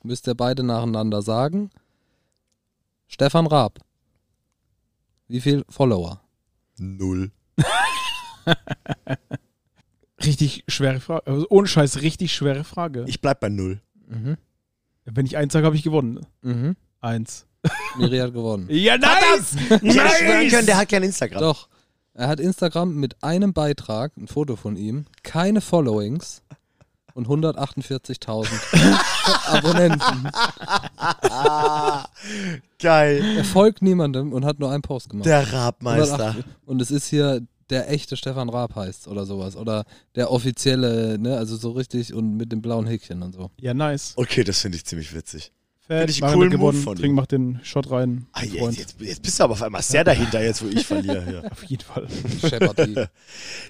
Speaker 4: Müsst ihr beide nacheinander sagen. Stefan Raab. Wie viel Follower?
Speaker 3: Null.
Speaker 1: Richtig schwere Frage. Also ohne Scheiß, richtig schwere Frage.
Speaker 3: Ich bleib bei null.
Speaker 4: Mhm.
Speaker 1: Wenn ich eins sage, habe ich gewonnen.
Speaker 4: Mhm.
Speaker 1: Eins.
Speaker 4: Miri hat gewonnen.
Speaker 1: Ja, nice!
Speaker 3: Ich hätte schwören können, der hat kein Instagram.
Speaker 4: Doch. Er hat Instagram mit einem Beitrag, ein Foto von ihm, keine Followings und 148.000 Abonnenten.
Speaker 3: Geil.
Speaker 4: Er folgt niemandem und hat nur einen Post gemacht.
Speaker 3: Der Rabmeister.
Speaker 4: 108. Und es ist hier der echte Stefan Raab heißt oder sowas. Oder der offizielle, ne, also so richtig und mit dem blauen Häkchen und so.
Speaker 1: Ja, nice.
Speaker 3: Okay, das finde ich ziemlich witzig.
Speaker 1: Fett,
Speaker 3: ich
Speaker 1: Marian
Speaker 3: einen
Speaker 1: hat
Speaker 3: coolen Move
Speaker 1: gewonnen.
Speaker 3: von
Speaker 1: Deswegen
Speaker 3: ihm.
Speaker 1: mach den Shot rein.
Speaker 3: Ah,
Speaker 1: Freund.
Speaker 3: jetzt, jetzt, jetzt bist du aber auf einmal sehr dahinter, jetzt wo ich verliere. Ja.
Speaker 1: Auf jeden Fall.
Speaker 4: Shepard Lee.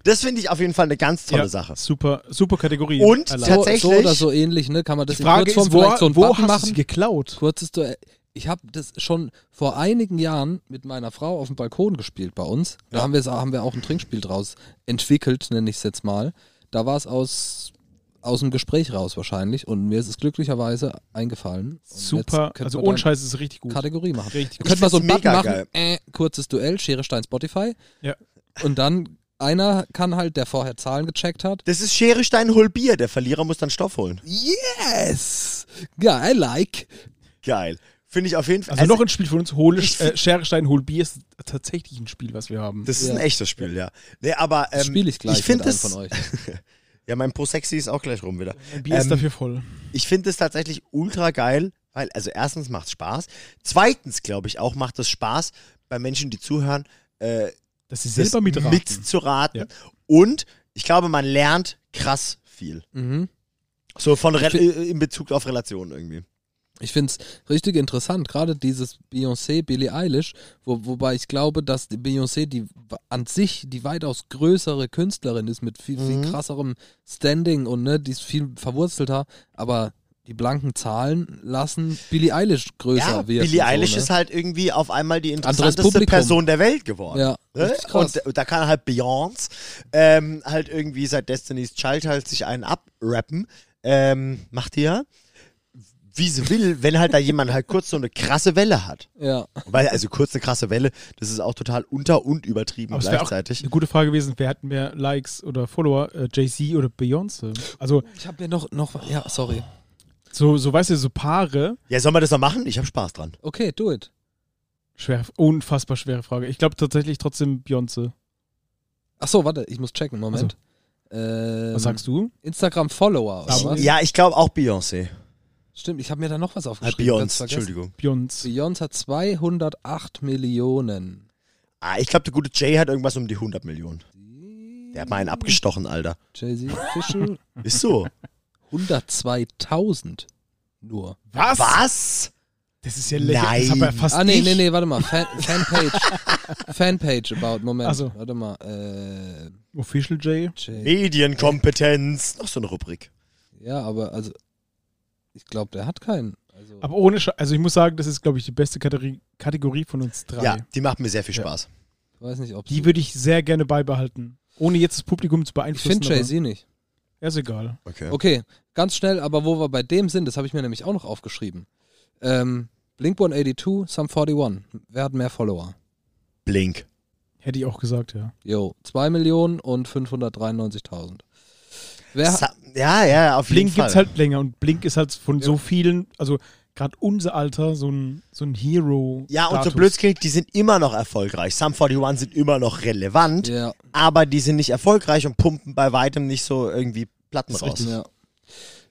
Speaker 3: Das finde ich auf jeden Fall eine ganz tolle
Speaker 1: Ja,
Speaker 3: Sache.
Speaker 1: Super, super Kategorie.
Speaker 3: Und
Speaker 1: Allein.
Speaker 3: tats-
Speaker 4: so,
Speaker 3: Tatsächlich?
Speaker 4: so oder so ähnlich, ne? Kann man
Speaker 1: die
Speaker 4: das in
Speaker 1: Frage
Speaker 4: Kurzform
Speaker 1: ist, wo,
Speaker 4: vielleicht so einen
Speaker 1: wo
Speaker 4: Button
Speaker 1: hast du
Speaker 4: machen?
Speaker 1: sie geklaut?
Speaker 4: Kurzes Duell. Ich habe das schon vor einigen Jahren mit meiner Frau auf dem Balkon gespielt bei uns. Da haben, wir's- haben wir auch ein Trinkspiel draus entwickelt, nenne ich es jetzt mal. Da war es aus, aus dem Gespräch raus wahrscheinlich und mir ist es glücklicherweise eingefallen. Und jetzt
Speaker 1: Super.
Speaker 4: könnte
Speaker 1: Also
Speaker 4: man da
Speaker 1: ohne Scheiß ist es richtig gut.
Speaker 4: Kategorie machen.
Speaker 1: Richtig
Speaker 4: Ihr könnt mal so einen
Speaker 3: find's
Speaker 4: Button
Speaker 3: mega
Speaker 4: machen, äh, kurzes Duell, Schere, Stein, Spotify.
Speaker 1: Ja.
Speaker 4: Und dann einer kann halt, der vorher Zahlen gecheckt hat.
Speaker 3: Das ist Schere, Stein, hol Bier. Der Verlierer muss dann Stoff holen.
Speaker 4: Yes! Geil, like.
Speaker 3: Geil. Finde ich auf jeden Fall.
Speaker 1: Also, noch ein Spiel von uns, hol,
Speaker 3: Ich-
Speaker 1: äh, Schere, Stein, hol Bier ist tatsächlich ein Spiel, was wir haben.
Speaker 3: das ist
Speaker 4: Ja.
Speaker 3: ein echtes Spiel, ja. Nee, aber ähm,
Speaker 4: Das spiele ich gleich
Speaker 3: finde
Speaker 4: mit einem
Speaker 3: das
Speaker 4: von euch.
Speaker 3: Ja, mein Po-Sexy ist auch gleich rum wieder.
Speaker 1: Mein Bier ist
Speaker 3: Ähm,
Speaker 1: dafür voll.
Speaker 3: Ich finde es tatsächlich ultra geil, weil, also erstens macht es Spaß. Zweitens, glaube ich, auch macht es Spaß bei Menschen, die zuhören, äh,
Speaker 1: Das ist
Speaker 3: das
Speaker 1: selber mitraten.
Speaker 3: mitzuraten.
Speaker 1: Ja.
Speaker 3: Und ich glaube, man lernt krass viel.
Speaker 4: Mhm.
Speaker 3: So von Re
Speaker 4: Ich fi-
Speaker 3: äh, in Bezug auf Relationen irgendwie.
Speaker 4: Ich finde es richtig interessant, gerade dieses Beyoncé, Billie Eilish, wo, wobei ich glaube, dass die Beyoncé die wa- an sich die weitaus größere Künstlerin ist mit viel,
Speaker 3: Mhm.
Speaker 4: viel krasserem Standing und ne, die ist viel verwurzelter, aber die blanken Zahlen lassen Billie Eilish größer
Speaker 3: Ja,
Speaker 4: wirken.
Speaker 3: Billie Eilish
Speaker 4: so, ne?
Speaker 3: ist halt irgendwie auf einmal die interessanteste
Speaker 4: Publikum.
Speaker 3: Person der Welt geworden.
Speaker 4: Ja,
Speaker 3: Ne?
Speaker 4: richtig krass.
Speaker 3: Und da- da kann halt Beyoncé ähm, halt irgendwie seit Destiny's Child halt sich einen abrappen. Ähm, macht die ja. Wie sie will, wenn halt da jemand halt kurz so eine krasse Welle hat.
Speaker 4: ja.
Speaker 3: Weil, also kurz eine krasse Welle, das ist auch total unter- und übertrieben
Speaker 1: Aber es wäre auch
Speaker 3: gleichzeitig.
Speaker 1: eine gute Frage gewesen, wer hat mehr Likes oder Follower, äh, Jay-Z oder Beyoncé? Also,
Speaker 4: Ich habe mir noch, noch, ja, sorry.
Speaker 1: so, so weißt du, so Paare,
Speaker 3: Ja, sollen wir das noch machen? Ich habe Spaß dran.
Speaker 4: Okay, do it.
Speaker 1: schwer, unfassbar schwere Frage. Ich glaube tatsächlich trotzdem Beyoncé.
Speaker 4: Achso, warte, ich muss checken, Moment.
Speaker 3: Ähm,
Speaker 1: Was sagst du?
Speaker 4: Instagram-Follower, oder
Speaker 1: Aber-
Speaker 4: was?
Speaker 3: Ja, ich glaube auch Beyoncé.
Speaker 4: Stimmt, ich habe mir da noch was
Speaker 3: Äh,
Speaker 4: aufgeschrieben. ganz
Speaker 3: Beyoncé,
Speaker 4: vergessen.
Speaker 3: Entschuldigung.
Speaker 1: Beyoncé.
Speaker 4: Beyoncé hat 208 Millionen.
Speaker 3: Ah, ich glaube, der gute Jay hat irgendwas um die 100 Millionen. Der hat mal einen abgestochen, Alter.
Speaker 4: Jay-Z Official
Speaker 3: Ist so.
Speaker 4: 102.000 nur.
Speaker 1: Was?
Speaker 3: Was?
Speaker 1: Das ist ja
Speaker 3: Nein.
Speaker 1: lächerlich. Das hab ja fast
Speaker 4: ah, nee,
Speaker 1: ich.
Speaker 4: nee, nee, warte mal. Fan, Fanpage. Fanpage about, Moment.
Speaker 1: Ach so.
Speaker 4: Warte mal. Äh,
Speaker 1: Official Jay.
Speaker 4: Jay.
Speaker 3: Medienkompetenz. Noch so eine Rubrik.
Speaker 4: Ja, aber also, ich glaube, der hat keinen. Also,
Speaker 1: Aber ohne Sche Also ich muss sagen, das ist, glaube ich, die beste Kategorie, Kategorie von uns drei.
Speaker 3: Ja, die macht mir sehr viel
Speaker 1: Ja.
Speaker 3: Spaß.
Speaker 4: ich weiß nicht, ob
Speaker 1: Die würde ich sehr gerne beibehalten. Ohne jetzt das Publikum zu
Speaker 4: Ich
Speaker 1: beeinflussen.
Speaker 4: finde Jay-Z nicht.
Speaker 1: aber- Ja, ist egal.
Speaker 3: Okay.
Speaker 4: Okay, ganz schnell, aber wo wir bei dem sind, das habe ich mir nämlich auch noch aufgeschrieben. Ähm, Blink 182, Sum 41. Wer hat mehr Follower?
Speaker 3: Blink.
Speaker 1: Hätte ich auch gesagt, ja.
Speaker 4: Jo, 2 Millionen und 593.000. Wer hat.
Speaker 3: Sa- Ja, ja, auf jeden
Speaker 1: Blink
Speaker 3: Fall.
Speaker 1: gibt's halt länger und Blink ist halt von so vielen, also gerade unser Alter, so ein, so ein Hero.
Speaker 3: ja, und so blöd es klingt, die sind immer noch erfolgreich. Some 41 sind immer noch relevant,
Speaker 4: Ja,
Speaker 3: aber die sind nicht erfolgreich und pumpen bei weitem nicht so irgendwie Platten
Speaker 1: Ist
Speaker 3: raus.
Speaker 1: richtig.
Speaker 4: Ja.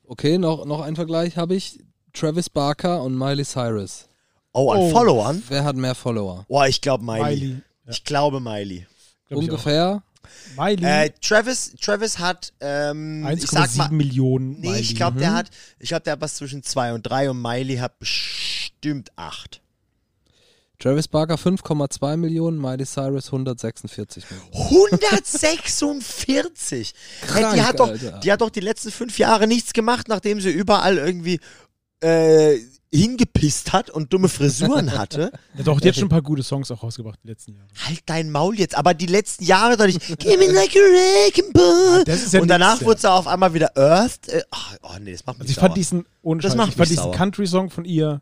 Speaker 4: Okay, noch, noch ein Vergleich habe ich. Travis Barker und Miley Cyrus.
Speaker 3: Oh, an
Speaker 1: Oh.
Speaker 3: Followern?
Speaker 4: Wer hat mehr Follower?
Speaker 3: Oh, ich glaube Miley.
Speaker 1: Miley. Ja, Mhm.
Speaker 3: Ich glaube Miley.
Speaker 1: glaub ich
Speaker 4: Ungefähr.
Speaker 1: auch. Miley.
Speaker 3: Äh, Travis, Travis hat, ähm, ich sag
Speaker 1: 1,7
Speaker 3: mal,
Speaker 1: Millionen.
Speaker 3: nee,
Speaker 1: Miley. mhm.
Speaker 3: ich glaube, der hat, ich glaube, der hat was zwischen zwei und drei und Miley hat bestimmt acht.
Speaker 4: Travis Barker 5,2 Millionen, Miley Cyrus 146 Millionen.
Speaker 3: 146. Hey, die,
Speaker 4: Krank,
Speaker 3: hat doch,
Speaker 4: Alter.
Speaker 3: die hat doch die letzten fünf Jahre nichts gemacht, nachdem sie überall irgendwie äh, hingepisst hat und dumme Frisuren hatte.
Speaker 1: Ja, doch, die hat schon ein paar gute Songs auch rausgebracht die letzten Jahre.
Speaker 3: Halt dein Maul jetzt. Aber die letzten Jahre doch nicht. Give me like a wrecking ball.
Speaker 1: das ist ja
Speaker 3: und danach
Speaker 1: nix, ja.
Speaker 3: wurde sie auf einmal wieder Earthed. Äh, ach, oh nee, das macht mich
Speaker 1: Also ich fand
Speaker 3: sauer.
Speaker 1: diesen, ohne
Speaker 3: Das
Speaker 1: Scheiß,
Speaker 3: macht
Speaker 1: ich fand
Speaker 3: mich
Speaker 1: diesen
Speaker 3: sauer.
Speaker 1: Country-Song von ihr,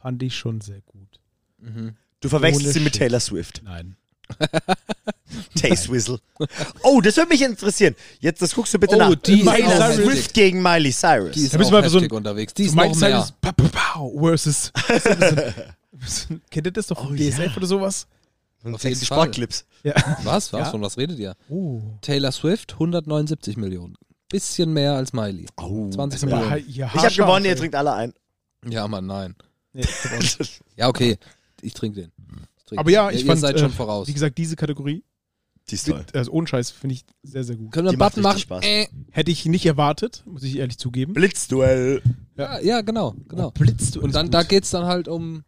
Speaker 1: fand ich schon sehr gut.
Speaker 3: Du verwechselst
Speaker 1: Ohne
Speaker 3: sie mit
Speaker 1: Shit.
Speaker 3: Taylor Swift.
Speaker 1: Nein.
Speaker 3: Taste Whistle. Oh, das würde mich interessieren. Jetzt, das guckst du bitte
Speaker 4: Oh,
Speaker 3: nach.
Speaker 4: die
Speaker 1: ist auch
Speaker 3: Taylor
Speaker 1: heftig.
Speaker 3: Swift gegen Miley Cyrus.
Speaker 4: Die ist
Speaker 1: Da
Speaker 4: auch
Speaker 1: müssen wir so halt
Speaker 4: heftig
Speaker 1: ein-
Speaker 4: unterwegs. Die ist
Speaker 1: Mike
Speaker 4: noch mehr.
Speaker 1: Cyrus pa- pa- pa- versus. so ein bisschen- Kennt ihr das doch von DSF oder sowas?
Speaker 3: und
Speaker 4: auf jeden
Speaker 3: sexy
Speaker 4: Fall.
Speaker 3: Sportclips.
Speaker 1: Ja.
Speaker 4: Was? Was?
Speaker 1: Ja.
Speaker 4: Von was redet ihr?
Speaker 1: Oh.
Speaker 4: Taylor Swift 179 Millionen. Bisschen mehr als Miley.
Speaker 3: Oh.
Speaker 4: 20
Speaker 1: Also, ja,
Speaker 4: Millionen.
Speaker 1: ja,
Speaker 3: Ich habe gewonnen, ihr trinkt alle ein.
Speaker 4: Ja, Mann, nein.
Speaker 1: Nee, ich hab auch nicht.
Speaker 4: Ja, okay. Ich trinke den. Ich trink
Speaker 1: Aber ja,
Speaker 4: den.
Speaker 1: ich
Speaker 4: ihr
Speaker 1: fand,
Speaker 4: seid schon
Speaker 1: äh,
Speaker 4: voraus.
Speaker 1: Wie gesagt, diese Kategorie,
Speaker 3: Die ist toll.
Speaker 1: also ohne Scheiß, finde ich sehr, sehr gut.
Speaker 4: Können wir
Speaker 3: die
Speaker 4: einen
Speaker 3: macht
Speaker 4: Button machen?
Speaker 3: richtig Spaß.
Speaker 4: Äh.
Speaker 1: Hätte ich nicht erwartet, muss ich ehrlich zugeben.
Speaker 3: Blitzduell.
Speaker 4: Ja, ja, genau, genau.
Speaker 1: Blitzt
Speaker 4: Und dann, da geht's dann halt um,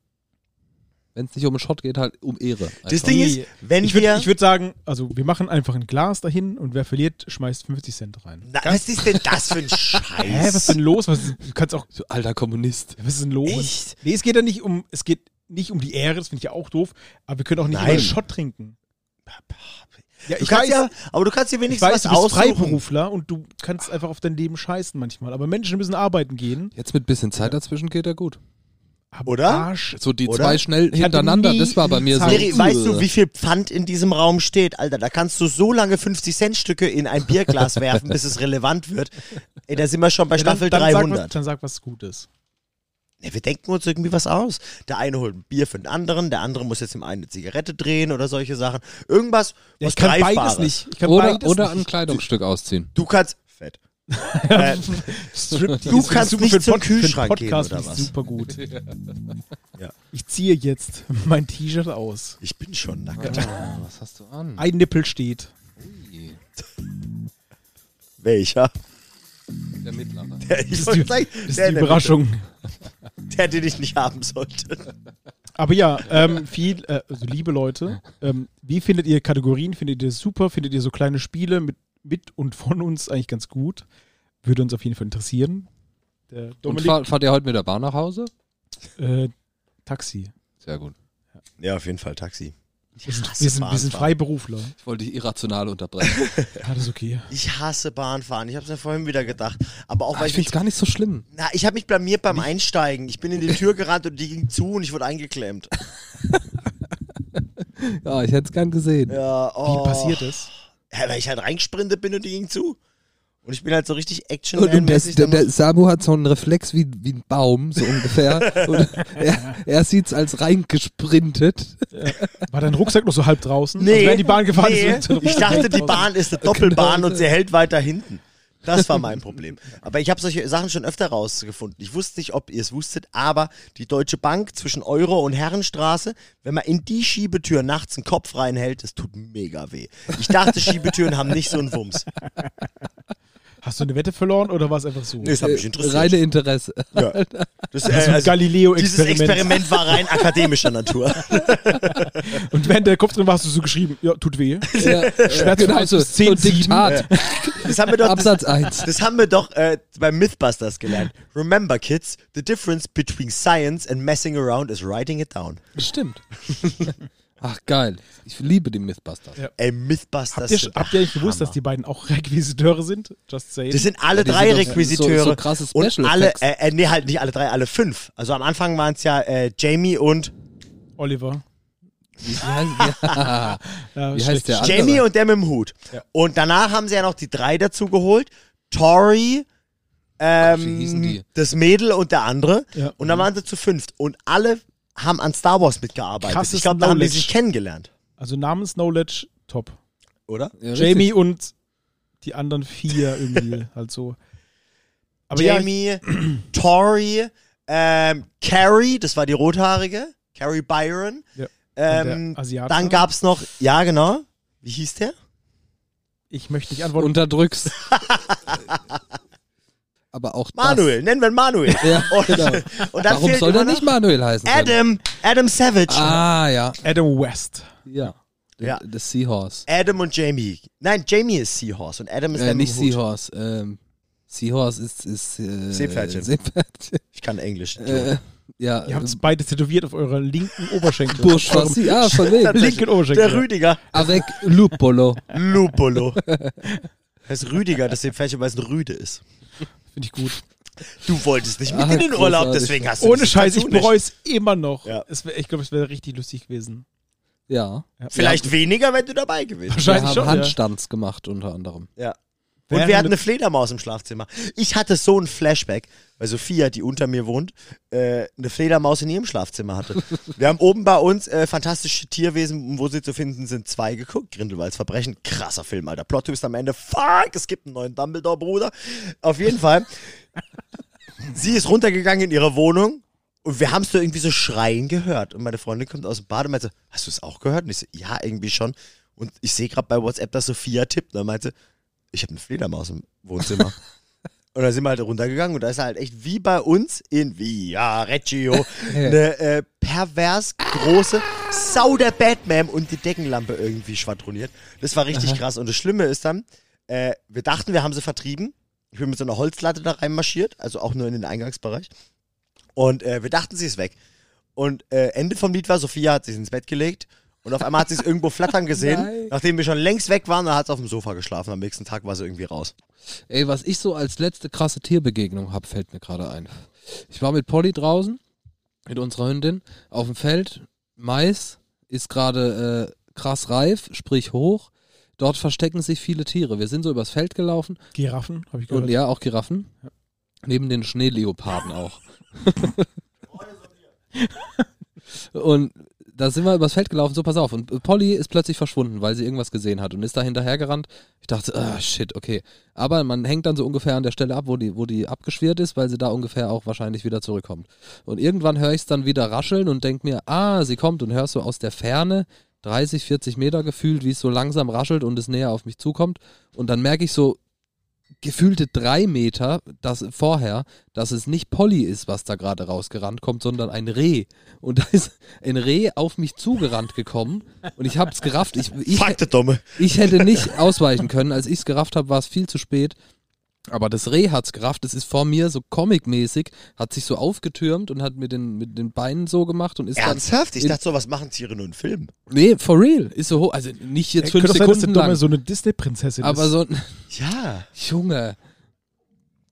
Speaker 4: wenn es nicht um einen Shot geht, halt um Ehre.
Speaker 3: Das
Speaker 4: einfach.
Speaker 3: Ding ist, wenn
Speaker 1: ich
Speaker 3: wir.
Speaker 1: würde würd sagen, also wir machen einfach ein Glas dahin und wer verliert, schmeißt 50 Cent rein.
Speaker 3: na, was ist denn das für
Speaker 1: Hä,
Speaker 3: ein
Speaker 1: was ist
Speaker 3: Scheiß?
Speaker 1: denn los? Was, ist- du kannst auch,
Speaker 4: So alter Kommunist.
Speaker 1: was ist denn los?
Speaker 3: Echt?
Speaker 1: Nee, es geht ja nicht um, es geht nicht um die Ehre, das finde ich ja auch doof, aber wir können auch nicht
Speaker 3: Nein.
Speaker 1: immer einen Shot trinken. Ja,
Speaker 3: Du kannst ja, aber du kannst dir
Speaker 1: ich
Speaker 3: wenigstens
Speaker 1: weiß, du
Speaker 3: was
Speaker 1: bist
Speaker 3: aussuchen.
Speaker 1: Freiberufler und du kannst einfach auf dein Leben scheißen manchmal, aber Menschen müssen arbeiten gehen.
Speaker 4: Jetzt mit bisschen Zeit dazwischen geht er gut.
Speaker 1: Aber
Speaker 3: Oder?
Speaker 1: Arsch,
Speaker 4: So die
Speaker 3: Oder?
Speaker 4: zwei schnell
Speaker 1: Ich hatte
Speaker 4: hintereinander,
Speaker 1: nie
Speaker 4: das war bei mir so.
Speaker 1: Zeit.
Speaker 3: Miri, weißt du, wie viel Pfand in diesem Raum steht? Alter, da kannst du so lange 50-Cent-Stücke in ein Bierglas werfen, bis es relevant wird. Ey, da sind wir schon bei
Speaker 1: Ja,
Speaker 3: Staffel
Speaker 1: dann, dann Sag, was,
Speaker 3: 300.
Speaker 1: dann sag was Gutes.
Speaker 3: Nee, wir denken uns irgendwie was aus. Der eine holt ein Bier für den anderen, der andere muss jetzt dem einen eine Zigarette drehen oder solche Sachen. Irgendwas, was
Speaker 1: ich kann
Speaker 3: Greifbares.
Speaker 1: beides nicht. Ich kann
Speaker 4: Oder,
Speaker 1: beides
Speaker 4: oder
Speaker 1: nicht.
Speaker 4: ein Kleidungsstück ausziehen.
Speaker 3: Du kannst fett. äh, du kannst
Speaker 1: Super
Speaker 3: nicht
Speaker 1: für den
Speaker 3: zum
Speaker 1: Pod- für den
Speaker 3: Kühlschrank gehen,
Speaker 1: Podcast
Speaker 3: oder
Speaker 1: finde ich
Speaker 3: was?
Speaker 1: Super gut.
Speaker 3: Ja.
Speaker 1: Ich ziehe jetzt mein T-Shirt aus.
Speaker 3: ich bin schon nackt.
Speaker 4: Ah, was hast du an?
Speaker 1: Ein Nippel steht.
Speaker 3: Welcher?
Speaker 4: Der Mittlere.
Speaker 3: Ich
Speaker 1: Das ist die,
Speaker 3: wollte gleich-
Speaker 1: das ist
Speaker 3: der
Speaker 1: die
Speaker 3: in der
Speaker 1: Überraschung.
Speaker 3: Mitte, Der, den ich nicht haben sollte.
Speaker 1: Aber ja, ähm, viel, äh, also liebe Leute, ähm, wie findet ihr Kategorien? Findet ihr das super? Findet ihr so kleine Spiele mit, mit und von uns eigentlich ganz gut? Würde uns auf jeden Fall interessieren. Der
Speaker 4: Und
Speaker 1: Dominik,
Speaker 4: fahr, fahrt ihr heute mit der Bahn nach Hause?
Speaker 1: äh, Taxi.
Speaker 4: Sehr gut.
Speaker 3: Ja, auf jeden Fall Taxi.
Speaker 1: Wir sind,
Speaker 3: hasse
Speaker 1: wir sind, wir
Speaker 3: Bahnfahren.
Speaker 1: sind Freiberufler.
Speaker 4: Ich wollte dich irrational unterbrechen.
Speaker 1: Ja, das ist okay.
Speaker 3: Ich hasse Bahnfahren. Ich habe es mir vorhin wieder gedacht. Aber auch
Speaker 4: Ah,
Speaker 3: weil
Speaker 4: ich
Speaker 3: ich
Speaker 4: finde
Speaker 3: mich,
Speaker 4: es gar nicht so schlimm.
Speaker 3: na, ich habe mich blamiert beim Einsteigen. Ich bin in die Tür gerannt und die ging zu und ich wurde eingeklemmt.
Speaker 4: Ja, ich hätte es gern gesehen.
Speaker 3: Ja,
Speaker 1: Wie
Speaker 3: oh.
Speaker 1: passiert das?
Speaker 3: Ja, weil ich halt reingesprintet bin und die ging zu. Und ich bin halt so richtig action
Speaker 4: Und, und der, der, der Samu hat so einen Reflex wie, wie ein Baum, so ungefähr. und er, er sieht es als reingesprintet.
Speaker 1: War dein Rucksack noch so halb draußen?
Speaker 3: Nee,
Speaker 1: Also wenn die Bahn gefahren
Speaker 3: nee.
Speaker 1: ist, ist
Speaker 3: ich dachte, die Bahn ist
Speaker 1: Genau.
Speaker 3: eine Doppelbahn und sie hält weiter hinten. Das war mein Problem. Aber ich habe solche Sachen schon öfter rausgefunden. Ich wusste nicht, ob ihr es wusstet, aber die Deutsche Bank zwischen Euro und Herrenstraße, wenn man in die Schiebetür nachts einen Kopf reinhält, das tut mega weh. Ich dachte, Schiebetüren haben nicht so einen Wumms.
Speaker 1: Hast du eine Wette verloren oder war es einfach so?
Speaker 3: Nee, das hat mich interessiert.
Speaker 4: Äh, Reine Interesse.
Speaker 3: ja. das, äh,
Speaker 1: Also,
Speaker 3: also, dieses
Speaker 1: Galileo-Experiment.
Speaker 3: Experiment war rein akademischer Natur.
Speaker 1: Und während der Kopf drin war, hast du so geschrieben, ja, tut weh.
Speaker 4: Ja,
Speaker 1: Schmerz von
Speaker 4: genau,
Speaker 1: eins
Speaker 4: so,
Speaker 1: bis zehn,
Speaker 4: so ein
Speaker 1: sieben.
Speaker 4: Diktat.
Speaker 3: Das haben wir doch,
Speaker 4: Absatz 1.
Speaker 3: Das haben wir doch äh, bei Mythbusters gelernt. Remember, kids, the difference between science and messing around is writing it down.
Speaker 4: Stimmt. Ach, geil. Ich liebe die Mythbusters.
Speaker 1: Ja.
Speaker 3: Ey, Mythbusters.
Speaker 1: Habt ihr,
Speaker 3: sind
Speaker 1: habt ihr
Speaker 3: der
Speaker 1: eigentlich gewusst, dass
Speaker 3: Hammer.
Speaker 1: die beiden auch Requisiteure sind? Just saying.
Speaker 3: Das sind alle
Speaker 4: die
Speaker 3: drei
Speaker 4: sind doch so-
Speaker 3: Requisiteure.
Speaker 4: so krasse
Speaker 3: und
Speaker 4: Special
Speaker 3: alle,
Speaker 4: Effects.
Speaker 3: äh, äh, nee, halt nicht alle drei, alle fünf. Also am Anfang waren es ja äh, Jamie und
Speaker 1: Oliver.
Speaker 4: Wie, wie heißt, ja.
Speaker 1: Ja,
Speaker 4: wie
Speaker 1: schlecht.
Speaker 4: heißt der andere?
Speaker 3: Jamie und der mit dem Hut. Und danach haben sie ja noch die drei dazu geholt. Tori,
Speaker 4: wie hießen die?
Speaker 3: ähm, das Mädel und der andere.
Speaker 1: Ja.
Speaker 3: Und dann waren sie zu fünft. Und alle haben an Star Wars mitgearbeitet.
Speaker 1: Krasses
Speaker 3: ich glaube, da haben die
Speaker 1: Knowledge.
Speaker 3: sich kennengelernt.
Speaker 1: Also Namens-Knowledge, top.
Speaker 3: Oder?
Speaker 4: Ja, richtig.
Speaker 1: Jamie und die anderen vier irgendwie halt so. Aber ja,
Speaker 3: Jamie, Tori, ähm, Carrie, das war die rothaarige, Carrie Byron.
Speaker 1: Ja.
Speaker 3: Ähm,
Speaker 1: der Asiate?
Speaker 3: dann gab es noch, ja genau, wie hieß der?
Speaker 1: ich möchte nicht antworten.
Speaker 4: Unterdrückst. Aber auch
Speaker 3: Manuel, nennen wir ihn Manuel.
Speaker 4: das. Ja,
Speaker 3: Und,
Speaker 4: genau.
Speaker 3: und dann
Speaker 4: Warum
Speaker 3: fehlt
Speaker 4: soll der
Speaker 3: immer
Speaker 4: nicht
Speaker 3: noch
Speaker 4: Manuel heißen? können?
Speaker 3: Adam, Adam Savage.
Speaker 4: Ah, ja.
Speaker 1: Adam West.
Speaker 4: Ja.
Speaker 3: Ja. Äh,
Speaker 4: Das Seahorse.
Speaker 3: Adam und Jamie. Nein, Jamie ist Seahorse und Adam ist
Speaker 4: Äh,
Speaker 3: der
Speaker 4: nicht
Speaker 3: mit dem Hut.
Speaker 4: Seahorse. Ähm, Seahorse ist. ist äh,
Speaker 3: Seepferdchen.
Speaker 4: Seepferdchen.
Speaker 3: Ich kann Englisch.
Speaker 4: Äh, ja.
Speaker 1: Ihr habt es
Speaker 4: äh,
Speaker 1: beide tätowiert auf eurer linken Oberschenkel.
Speaker 4: Bursch
Speaker 1: Auf eurem
Speaker 4: was ah, von wegen.
Speaker 3: Tatsächlich.
Speaker 1: linken Oberschenkel.
Speaker 3: der Rüdiger.
Speaker 4: Avec Lupolo.
Speaker 3: Lupolo. heißt Rüdiger, das Seepferdchen, weil es ein Rüde ist.
Speaker 1: Finde ich gut.
Speaker 3: Du wolltest nicht mit
Speaker 4: Ah,
Speaker 3: in den Urlaub,
Speaker 4: großartig.
Speaker 3: deswegen hast du
Speaker 1: Ohne
Speaker 3: dieses
Speaker 1: Scheiß, ich
Speaker 3: Tattoo nicht.
Speaker 1: bereue es immer noch.
Speaker 3: Ja.
Speaker 1: Es wär, ich glaube, es wäre richtig lustig gewesen.
Speaker 4: Ja.
Speaker 3: Vielleicht weniger, wenn du dabei gewesen wärst.
Speaker 4: Wir
Speaker 1: Wahrscheinlich
Speaker 4: haben
Speaker 1: schon. Ja.
Speaker 4: Handstands gemacht unter anderem.
Speaker 3: Ja. Und
Speaker 1: Während-
Speaker 3: wir hatten eine Fledermaus im Schlafzimmer. Ich hatte so ein Flashback, weil Sophia, die unter mir wohnt, äh, eine Fledermaus in ihrem Schlafzimmer hatte. wir haben oben bei uns äh, fantastische Tierwesen, wo sie zu finden sind, zwei geguckt. Grindelwalds Verbrechen, krasser Film, Alter. Plot Twist am Ende, fuck, es gibt einen neuen Dumbledore, Bruder. Auf jeden Fall. sie ist runtergegangen in ihre Wohnung. Und wir haben es so irgendwie so schreien gehört. Und meine Freundin kommt aus dem Bad und meinte, hast du es auch gehört? Und ich so, ja, irgendwie schon. Und ich sehe gerade bei WhatsApp, dass Sophia tippt. Und dann meinte, ich habe eine Fledermaus im Wohnzimmer. und dann sind wir halt runtergegangen und da ist halt echt wie bei uns in Via Reggio eine äh, pervers große Sau der Batman und die Deckenlampe irgendwie schwadroniert. Das war richtig krass. Und das Schlimme ist dann, äh, wir dachten, wir haben sie vertrieben. Ich bin mit so einer Holzlatte da reinmarschiert, also auch nur in den Eingangsbereich. Und äh, wir dachten, sie ist weg. Und äh, Ende vom Lied war, Sophia hat sich ins Bett gelegt und auf einmal hat sie es irgendwo flattern gesehen.
Speaker 4: Nein.
Speaker 3: Nachdem wir schon längst weg waren, dann hat sie auf dem Sofa geschlafen. Am nächsten Tag war sie irgendwie raus.
Speaker 4: Ey, was ich so als letzte krasse Tierbegegnung habe, fällt mir gerade ein. Ich war mit Polly draußen, mit unserer Hündin, auf dem Feld. Mais ist gerade äh, krass reif, sprich hoch. Dort verstecken sich viele Tiere. Wir sind so übers Feld gelaufen
Speaker 1: Giraffen, habe ich gehört.
Speaker 4: und ja, auch Giraffen. Neben den Schneeleoparden auch. und da sind wir übers Feld gelaufen, so pass auf. Und äh, Polly ist plötzlich verschwunden, weil sie irgendwas gesehen hat und ist da hinterhergerannt. Ich dachte, ah, shit, okay. Aber man hängt dann so ungefähr an der Stelle ab, wo die, wo die abgeschwirrt ist, weil sie da ungefähr auch wahrscheinlich wieder zurückkommt. Und irgendwann höre ich es dann wieder rascheln und denke mir, ah, sie kommt und hörst so aus der Ferne 30, 40 Meter gefühlt, wie es so langsam raschelt und es näher auf mich zukommt. Und dann merke ich so gefühlte drei Meter dass, vorher, dass es nicht Polly ist, was da gerade rausgerannt kommt, sondern ein Reh. Und da ist ein Reh auf mich zugerannt gekommen und ich hab's gerafft. Ich, ich,
Speaker 3: Fuck, der Dumme.
Speaker 4: ich hätte nicht ausweichen können. Als ich's gerafft habe, war es viel zu spät. Aber das Reh hat's gerafft. Es ist vor mir so comicmäßig, hat sich so aufgetürmt und hat mit den, mit den Beinen so gemacht und ist dann
Speaker 3: Ernsthaft? Ich
Speaker 4: in-
Speaker 3: dachte, sowas machen Tiere nur in Filmen.
Speaker 4: Nee, for real. Ist so hoch. Also nicht jetzt fünf
Speaker 1: Könnte sein, dass der
Speaker 4: Sekunden
Speaker 1: Dumme
Speaker 4: lang.
Speaker 1: so eine Disney-Prinzessin
Speaker 4: aber
Speaker 1: ist.
Speaker 4: so,
Speaker 3: Ja.
Speaker 4: Junge.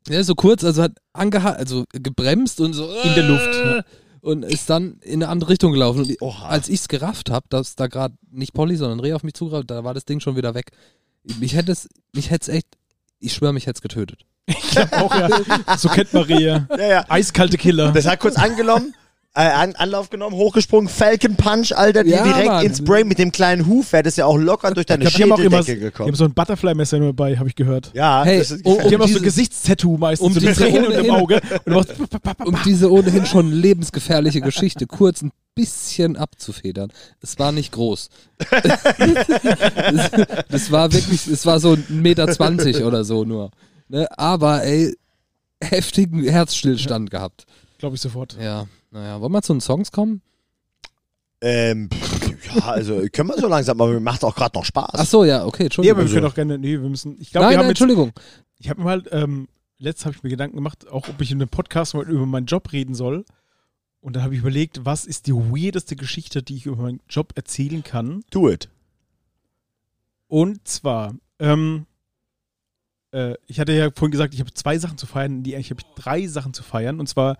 Speaker 4: Ja, so kurz, also hat angehalten, also gebremst und so. In
Speaker 1: der Luft.
Speaker 4: Und ist dann in eine andere Richtung gelaufen. Und
Speaker 3: Oha.
Speaker 4: als ich es gerafft habe, dass da gerade nicht Polly, sondern Reh auf mich zugerafft, da war das Ding schon wieder weg. Mich hätte es, mich hätte es echt, ich schwöre, mich hätte es getötet.
Speaker 1: Auch, ja. So kennt Maria.
Speaker 3: Ja, ja.
Speaker 1: Eiskalte Killer.
Speaker 3: Das hat kurz angenommen, äh, an, Anlauf genommen, hochgesprungen, Falcon Punch, Alter, die
Speaker 4: Ja,
Speaker 3: direkt
Speaker 4: Mann.
Speaker 3: ins Brain mit dem kleinen Huf, wäre das ja auch locker durch deine
Speaker 1: ich glaube, die haben auch immer,
Speaker 3: Schädeldecke
Speaker 1: die
Speaker 3: gekommen.
Speaker 1: haben so ein Butterfly-Messer immer bei, habe ich gehört.
Speaker 3: Ja,
Speaker 4: Hey,
Speaker 3: das ist
Speaker 4: oh,
Speaker 1: die haben auch so
Speaker 4: diese-
Speaker 1: ein Gesichtstattoo meistens,
Speaker 4: um
Speaker 1: so eine
Speaker 4: diese
Speaker 1: Träne unter dem
Speaker 4: ohnehin-
Speaker 1: Auge. Und du machst pa, pa, pa, pa.
Speaker 4: Um diese ohnehin schon lebensgefährliche Geschichte kurz ein bisschen abzufedern. Es war nicht groß. das war wirklich, es war so 1,20 Meter zwanzig oder so nur. Ne? Aber ey, heftigen Herzstillstand gehabt.
Speaker 1: glaube ich sofort.
Speaker 4: Ja, naja, wollen wir zu den Songs kommen?
Speaker 3: ähm, pff, ja, also können wir so langsam, aber mir macht auch gerade noch Spaß.
Speaker 4: Ach so, ja, okay,
Speaker 1: Ja, aber
Speaker 4: Entschuldigung.
Speaker 1: wir können auch gerne, nee, wir müssen, ich glaube,
Speaker 4: Also. nein,
Speaker 1: wir
Speaker 4: nein,
Speaker 1: haben jetzt
Speaker 4: Entschuldigung.
Speaker 1: Ich habe mir mal, ähm, letztens habe ich mir Gedanken gemacht, auch ob ich in einem Podcast mal über meinen Job reden soll. Und dann habe ich überlegt, was ist die weirdeste Geschichte, die ich über meinen Job erzählen kann.
Speaker 3: Do it.
Speaker 1: Und zwar, ähm, äh, ich hatte ja vorhin gesagt, ich habe zwei Sachen zu feiern, die eigentlich habe ich drei Sachen zu feiern. Und zwar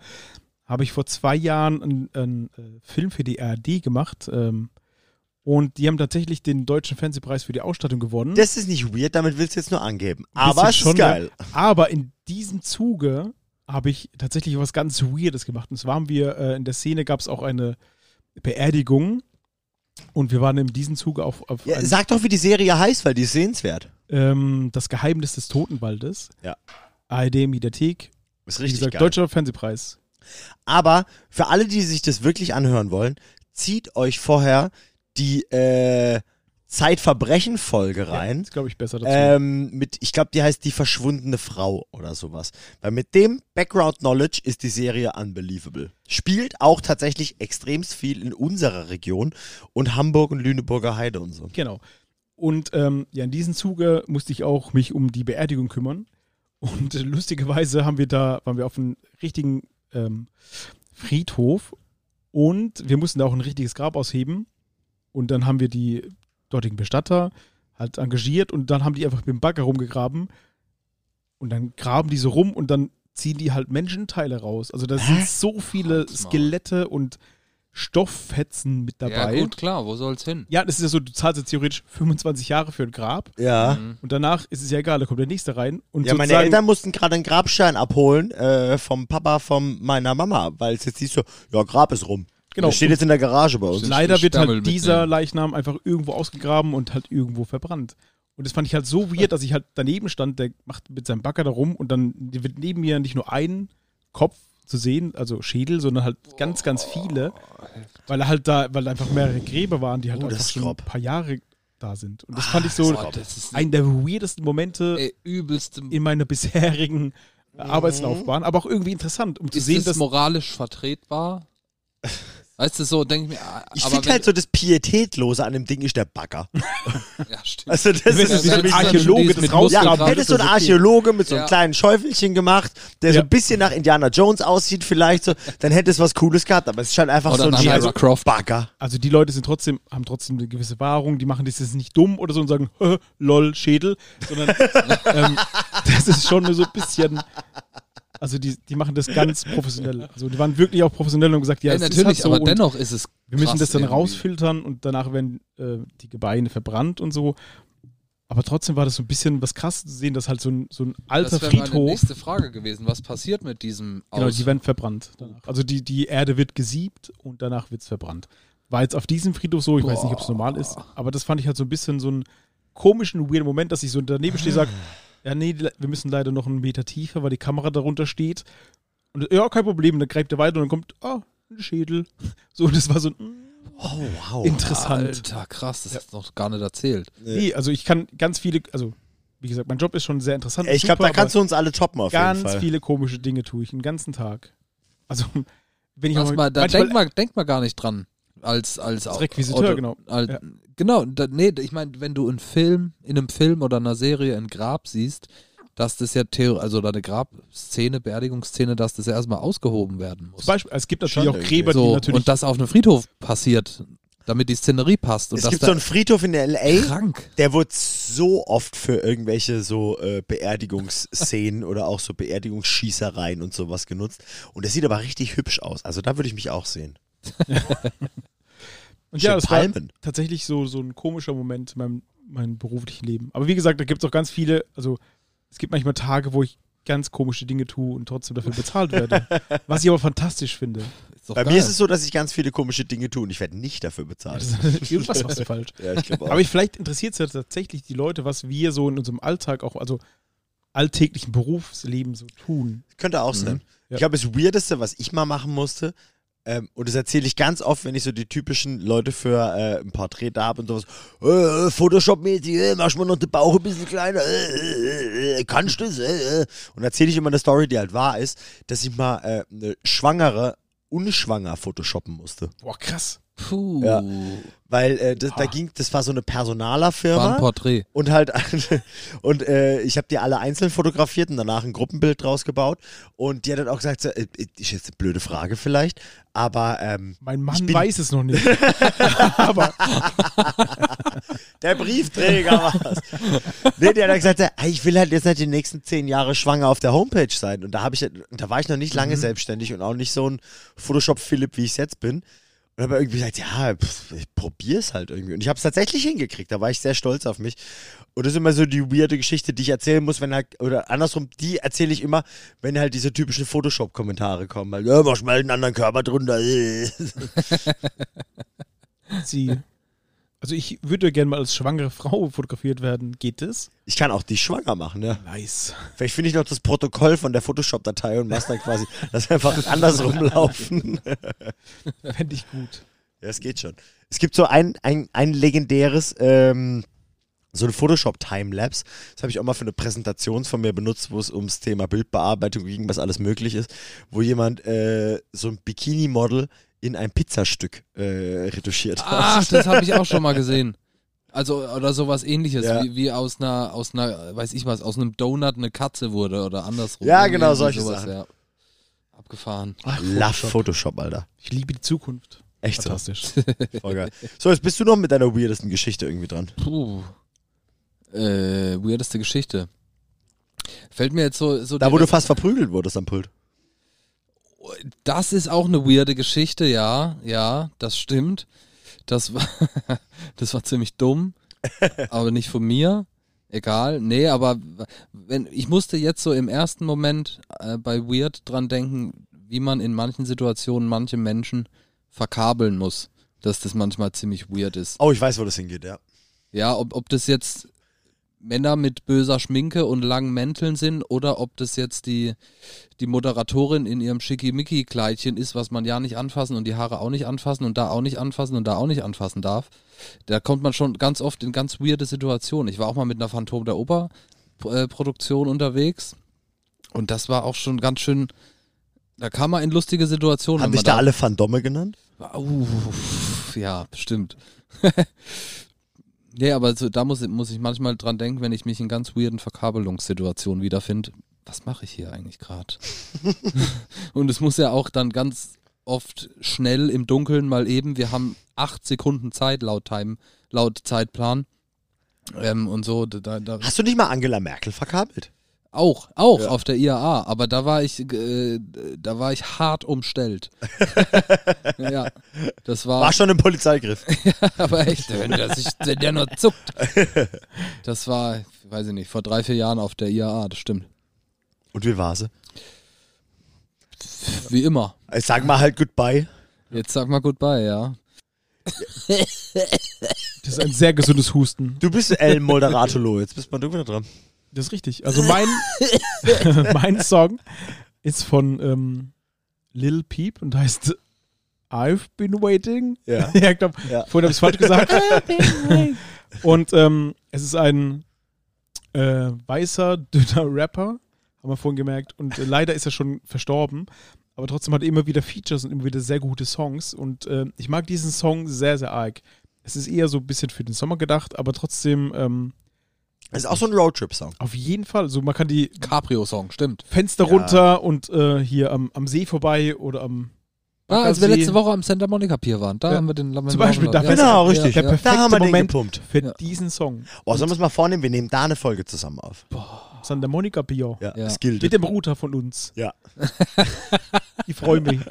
Speaker 1: habe ich vor zwei Jahren einen, einen äh, Film für die ARD gemacht. Ähm, und die haben tatsächlich den deutschen Fernsehpreis für die Ausstattung gewonnen.
Speaker 3: Das ist nicht weird, damit willst du jetzt nur angeben.
Speaker 1: Bisschen
Speaker 3: Aber es ist
Speaker 1: schon,
Speaker 3: geil.
Speaker 1: ja. Aber in diesem Zuge habe ich tatsächlich was ganz Weirdes gemacht. Und zwar haben wir äh, in der Szene gab es auch eine Beerdigung. Und wir waren in diesem Zuge auf, auf
Speaker 3: Ja,
Speaker 1: ein,
Speaker 3: sag doch, wie die Serie heißt, weil die ist sehenswert.
Speaker 1: ähm, das Geheimnis des Totenwaldes.
Speaker 3: Ja.
Speaker 1: ARD Mediathek.
Speaker 3: Ist
Speaker 1: Wie
Speaker 3: richtig
Speaker 1: gesagt,
Speaker 3: geil.
Speaker 1: Deutscher Fernsehpreis.
Speaker 3: Aber für alle, die sich das wirklich anhören wollen, zieht euch vorher die äh, Zeitverbrechen-Folge rein.
Speaker 1: Ist, glaube ich, besser dazu.
Speaker 3: Ähm, mit, ich glaube, die heißt Die verschwundene Frau oder sowas. Weil mit dem Background Knowledge ist die Serie unbelievable. Spielt auch tatsächlich extremst viel in unserer Region und Hamburg und Lüneburger Heide und so.
Speaker 1: Genau. Und ähm, ja, in diesem Zuge musste ich auch mich um die Beerdigung kümmern. Und äh, lustigerweise haben wir da, waren wir auf einem richtigen ähm, Friedhof und wir mussten da auch ein richtiges Grab ausheben. Und dann haben wir die dortigen Bestatter halt engagiert und dann haben die einfach mit dem Bagger rumgegraben. Und dann graben die so rum und dann ziehen die halt Menschenteile raus. Also da sind so viele
Speaker 4: Halt's Maul.
Speaker 1: Skelette und Stofffetzen mit dabei.
Speaker 4: klar, wo soll's hin?
Speaker 1: Ja, das ist ja so, du zahlst jetzt theoretisch 25 Jahre für ein Grab
Speaker 3: Ja.
Speaker 4: Mhm.
Speaker 1: und danach ist es ja egal, da kommt der nächste rein. Und
Speaker 3: Ja, meine
Speaker 1: sozusagen-
Speaker 3: Eltern mussten gerade einen Grabstein abholen äh, vom Papa von meiner Mama, weil es jetzt hieß so, ja, Grab ist rum.
Speaker 1: Genau.
Speaker 3: Der steht jetzt in der Garage bei uns.
Speaker 1: Leider wird
Speaker 4: Stammel
Speaker 1: halt
Speaker 4: mit
Speaker 1: dieser
Speaker 4: denen.
Speaker 1: Leichnam einfach irgendwo ausgegraben und halt irgendwo verbrannt. Und das fand ich halt so weird, dass ich halt daneben stand, der macht mit seinem Bagger da rum und dann wird neben mir nicht nur ein Kopf zu sehen, also Schädel, sondern halt ganz, ganz viele, weil er halt da, weil einfach mehrere Gräber waren, die halt
Speaker 3: Oh, das
Speaker 1: einfach
Speaker 3: ist
Speaker 1: schon ein
Speaker 3: grob. Ah,
Speaker 1: paar Jahre da sind. Und das fand ich so
Speaker 4: Gott, das ist
Speaker 1: einen der weirdesten Momente.
Speaker 4: ey, übelste.
Speaker 1: in meiner bisherigen äh, Arbeitslaufbahn, aber auch irgendwie interessant, um zu
Speaker 4: Mhm. Ist
Speaker 1: sehen,
Speaker 4: das
Speaker 1: dass
Speaker 4: moralisch vertretbar? Weißt du, so denke ich mir. ah,
Speaker 3: Ich
Speaker 4: aber
Speaker 3: finde
Speaker 4: wenn-
Speaker 3: halt so das Pietätlose an dem Ding ist der Bagger.
Speaker 4: Ja, stimmt.
Speaker 3: Also das
Speaker 1: Wenn
Speaker 3: ist
Speaker 1: es
Speaker 3: für
Speaker 1: wie so ein
Speaker 3: mich-
Speaker 1: Archäologe
Speaker 4: dieses
Speaker 1: das
Speaker 4: mit
Speaker 1: rausgraben
Speaker 4: Muskeln
Speaker 1: Ja,
Speaker 4: dran-
Speaker 3: Hättest du einen
Speaker 1: das ist okay.
Speaker 3: Archäologe mit so einem
Speaker 4: Ja.
Speaker 3: kleinen Schäufelchen gemacht, der so
Speaker 1: Ja.
Speaker 3: ein bisschen nach Indiana Jones aussieht, vielleicht so, dann hätte es was Cooles gehabt, aber es ist halt einfach
Speaker 4: Oder
Speaker 3: so ein
Speaker 4: nach Lara
Speaker 3: also
Speaker 4: Croft.
Speaker 3: Bagger.
Speaker 1: also die Leute sind trotzdem haben trotzdem eine gewisse Wahrung, die machen das jetzt nicht dumm oder so und sagen "Hä, lol Schädel, sondern ähm, das ist schon so ein bisschen also die, die machen das ganz professionell. Also die waren wirklich auch professionell und haben gesagt, ja,
Speaker 4: Ja,
Speaker 1: es
Speaker 4: natürlich,
Speaker 1: ist halt so
Speaker 4: aber
Speaker 1: und
Speaker 4: dennoch ist es.
Speaker 1: wir müssen
Speaker 4: krass
Speaker 1: das dann
Speaker 4: irgendwie.
Speaker 1: rausfiltern und danach werden äh, die Gebeine verbrannt und so. Aber trotzdem war das so ein bisschen was krass zu sehen, dass halt so ein, so ein alter
Speaker 4: Das wäre meine
Speaker 1: Friedhof
Speaker 4: nächste Frage gewesen. Was passiert mit diesem
Speaker 1: Genau,
Speaker 4: Aus?
Speaker 1: die werden verbrannt. Danach. Also die, die Erde wird gesiebt und danach wird es verbrannt. War jetzt auf diesem Friedhof so, ich weiß nicht, ob es normal ist, aber das fand ich halt so ein bisschen so einen komischen, weirden Moment, dass ich so daneben stehe und sage,
Speaker 3: Ah.
Speaker 1: ja nee, le- wir müssen leider noch einen Meter tiefer, weil die Kamera darunter steht. Und ja, kein Problem, dann greift er weiter und dann kommt, ah, ein Schädel. So, und das war so mm,
Speaker 3: Oh, wow.
Speaker 1: interessant.
Speaker 4: Alter, krass, das ist noch gar nicht erzählt.
Speaker 1: Nee, also ich kann ganz viele, also wie gesagt, mein Job ist schon sehr interessant.
Speaker 3: ich glaube, da kannst
Speaker 1: du
Speaker 3: du uns alle toppen auf jeden
Speaker 1: ganz
Speaker 3: Fall.
Speaker 1: viele komische Dinge tue ich den ganzen Tag. Also, wenn ich
Speaker 4: Lass
Speaker 1: auch-
Speaker 4: mal, da
Speaker 1: manchmal-
Speaker 4: denkt man, denkt man gar nicht dran. Als, als,
Speaker 1: Als Requisiteur, genau.
Speaker 4: Als,
Speaker 1: Ja.
Speaker 4: Genau, da, nee, ich meine, wenn du einen Film, in einem Film oder einer Serie ein Grab siehst, dass das ja, theo- also deine Grabszene, Beerdigungsszene, dass das ja erstmal ausgehoben werden muss.
Speaker 1: Zum Beispiel, es gibt natürlich
Speaker 3: Schon
Speaker 1: auch
Speaker 3: irgendwie.
Speaker 1: Gräber, die
Speaker 4: So,
Speaker 1: natürlich
Speaker 4: und das auf einem Friedhof passiert, damit die Szenerie passt. Und
Speaker 3: Es
Speaker 4: das
Speaker 3: gibt
Speaker 4: da
Speaker 3: so einen Friedhof in L.A.,
Speaker 4: krank.
Speaker 3: der wurde so oft für irgendwelche so äh, Beerdigungsszenen oder auch so Beerdigungsschießereien und sowas genutzt. Und der sieht aber richtig hübsch aus. Also da würde ich mich auch sehen.
Speaker 1: Und
Speaker 3: Schön
Speaker 1: ja, das war
Speaker 3: Palmen.
Speaker 1: tatsächlich so, so ein komischer Moment in meinem, meinem beruflichen Leben. Aber wie gesagt, da gibt es auch ganz viele, also es gibt manchmal Tage, wo ich ganz komische Dinge tue und trotzdem dafür bezahlt werde. was ich aber fantastisch finde.
Speaker 4: Ist doch
Speaker 3: Bei
Speaker 4: geil.
Speaker 3: mir ist es so, dass ich ganz viele komische Dinge tue und ich werde nicht dafür bezahlt.
Speaker 1: Irgendwas machst du falsch.
Speaker 3: ja, ich glaube auch.
Speaker 1: Aber ich, vielleicht interessiert es ja tatsächlich die Leute, was wir so in unserem Alltag auch, also alltäglichen Berufsleben so tun.
Speaker 3: Könnte auch sein.
Speaker 1: Ja.
Speaker 3: Ich glaube, das Weirdeste, was ich mal machen musste, ähm, und das erzähle ich ganz oft, wenn ich so die typischen Leute für äh, ein Porträt da habe und sowas, äh, Photoshop-mäßig, äh, mach mal noch den Bauch ein bisschen kleiner, äh, äh, äh, kannst du das? Äh, äh. Und erzähle ich immer eine Story, die halt wahr ist, dass ich mal äh, eine Schwangere unschwanger Photoshoppen musste.
Speaker 1: Boah, krass.
Speaker 4: Puh,
Speaker 3: Ja. Weil äh, das, da ging, das war so eine
Speaker 4: war ein
Speaker 3: Personalerfirma.
Speaker 4: Porträt.
Speaker 3: Und halt, und äh, ich habe die alle einzeln fotografiert und danach ein Gruppenbild draus gebaut. Und die hat dann auch gesagt, so, äh, ist jetzt eine blöde Frage vielleicht, aber ähm,
Speaker 1: Mein
Speaker 3: Ich
Speaker 1: Mann
Speaker 3: bin-
Speaker 1: weiß es noch nicht. aber
Speaker 3: der Briefträger war's. nee, die hat dann gesagt, so, "Ah, ich will halt jetzt nicht die nächsten zehn Jahre schwanger auf der Homepage sein. Und da habe ich, halt, da war ich noch nicht lange selbstständig und auch nicht so ein Photoshop-Philipp, wie ich jetzt bin. Und habe irgendwie gesagt, ja, pff, ich probier's halt irgendwie. Und ich habe es tatsächlich hingekriegt. Da war ich sehr stolz auf mich. Und das ist immer so die weirde Geschichte, die ich erzählen muss, wenn halt, oder andersrum, die erzähle ich immer, wenn halt diese typischen Photoshop-Kommentare kommen. Halt, ja, mach mal einen anderen Körper drunter.
Speaker 1: sie. Also ich würde gerne mal als schwangere Frau fotografiert werden. Geht das?
Speaker 3: Ich kann auch dich schwanger machen, ne?
Speaker 1: Nice.
Speaker 3: Vielleicht finde ich noch das Protokoll von der Photoshop-Datei und mach's dann quasi, dass wir einfach andersrum laufen.
Speaker 1: Fände ich gut.
Speaker 3: Ja, es geht schon. Es gibt so ein, ein, ein legendäres, ähm, so ein Photoshop-Timelapse. Das habe ich auch mal für eine Präsentation von mir benutzt, wo es ums Thema Bildbearbeitung ging, was alles möglich ist, wo jemand äh, so ein Bikini-Model in ein Pizzastück äh, retuschiert hat.
Speaker 4: Ach, das habe ich auch schon mal gesehen. Also, oder sowas ähnliches,
Speaker 3: Ja.
Speaker 4: wie, wie aus einer, aus einer, weiß ich was, aus einem Donut eine Katze wurde oder andersrum.
Speaker 3: Ja,
Speaker 4: Irgendwie
Speaker 3: genau, solche Sachen.
Speaker 4: Ja. Abgefahren.
Speaker 3: Love Photoshop, Alter.
Speaker 1: Ich liebe die Zukunft.
Speaker 3: Echt so.
Speaker 1: Fantastisch.
Speaker 3: Voll geil. So, jetzt bist du noch mit deiner weirdesten Geschichte irgendwie dran.
Speaker 4: Puh. Äh, weirdeste Geschichte. Fällt mir jetzt so. so
Speaker 3: Da, wo du
Speaker 4: direkt-
Speaker 3: fast verprügelt wurdest am Pult.
Speaker 4: das ist auch eine weirde Geschichte, ja, ja, das stimmt. Das war, das war ziemlich dumm, aber nicht von mir. Egal, nee, aber wenn ich musste jetzt so im ersten Moment äh, bei Weird dran denken, wie man in manchen Situationen manche Menschen verkabeln muss, dass das manchmal ziemlich weird ist.
Speaker 3: Oh, ich weiß, wo das hingeht, ja.
Speaker 4: Ja, ob, ob das jetzt Männer mit böser Schminke und langen Mänteln sind oder ob das jetzt die, die Moderatorin in ihrem Schickimicki-Kleidchen ist, was man ja nicht anfassen und die Haare auch nicht anfassen und da auch nicht anfassen und da auch nicht anfassen darf. Da kommt man schon ganz oft in ganz weirde Situationen. Ich war auch mal mit einer Phantom der Oper äh, Produktion unterwegs und das war auch schon ganz schön, da kam man in lustige Situationen.
Speaker 3: Haben
Speaker 4: wenn
Speaker 3: dich
Speaker 4: man
Speaker 3: da alle Fandome genannt?
Speaker 4: Uff, ja, bestimmt. nee, aber so, da muss, muss ich manchmal dran denken, wenn ich mich in ganz weirden Verkabelungssituationen wiederfinde. Was mache ich hier eigentlich gerade? Und es muss ja auch dann ganz oft schnell im Dunkeln mal eben, wir haben acht Sekunden Zeit laut Time, laut Zeitplan. Ähm, und so, da, da,
Speaker 3: Hast du nicht mal Angela Merkel verkabelt?
Speaker 4: auch, auch
Speaker 3: Ja.
Speaker 4: auf der IAA, aber da war ich, äh, da war ich hart umstellt. ja, das war,
Speaker 3: Ah. War schon im Polizeigriff.
Speaker 4: aber echt, wenn der, sich, wenn der nur zuckt. Das war, weiß ich nicht, vor drei, vier Jahren auf der IAA, das stimmt.
Speaker 3: Und wie war sie?
Speaker 4: Wie immer.
Speaker 3: Ich sag mal halt goodbye.
Speaker 4: Jetzt sag mal goodbye, ja.
Speaker 1: Das ist ein sehr gesundes Husten.
Speaker 3: Du bist El Moderatolo, jetzt bist mal du wieder dran.
Speaker 1: Das ist richtig. Also mein, mein Song ist von ähm, Lil Peep und heißt I've been waiting.
Speaker 3: Ja.
Speaker 1: ja, ich glaub,
Speaker 3: Ja.
Speaker 1: vorhin habe ich es falsch gesagt. und ähm, es ist ein äh, weißer, dünner Rapper, haben wir vorhin gemerkt. Und äh, leider ist er schon verstorben. Aber trotzdem hat er immer wieder Features und immer wieder sehr gute Songs. Und äh, ich mag diesen Song sehr, sehr arg. Es ist eher so ein bisschen für den Sommer gedacht, aber trotzdem ähm,
Speaker 3: Das ist auch so ein Roadtrip-Song.
Speaker 1: auf jeden Fall. Also man kann die
Speaker 4: Caprio-Song, stimmt.
Speaker 1: Fenster
Speaker 3: Ja.
Speaker 1: runter und äh, hier am, am See vorbei oder am.
Speaker 4: Ah, als wir
Speaker 1: Baggersee.
Speaker 4: letzte Woche am Santa Monica Pier waren, da
Speaker 1: Ja.
Speaker 4: haben wir den Lamentator.
Speaker 1: Zum Beispiel da.
Speaker 4: ja,
Speaker 3: Genau,
Speaker 4: ja,
Speaker 3: richtig.
Speaker 4: Ja,
Speaker 1: Der
Speaker 4: ja.
Speaker 1: perfekte
Speaker 3: Da haben wir den
Speaker 1: Moment
Speaker 3: gepumpt.
Speaker 1: für
Speaker 4: Ja.
Speaker 1: diesen Song.
Speaker 3: Oh, sollen wir es mal vornehmen? Wir nehmen da eine Folge zusammen auf.
Speaker 1: Santa Monica Pier.
Speaker 3: Ja,
Speaker 4: Ja.
Speaker 3: das gilt.
Speaker 1: Mit dem Router von uns.
Speaker 3: Ja.
Speaker 1: Ich freue mich.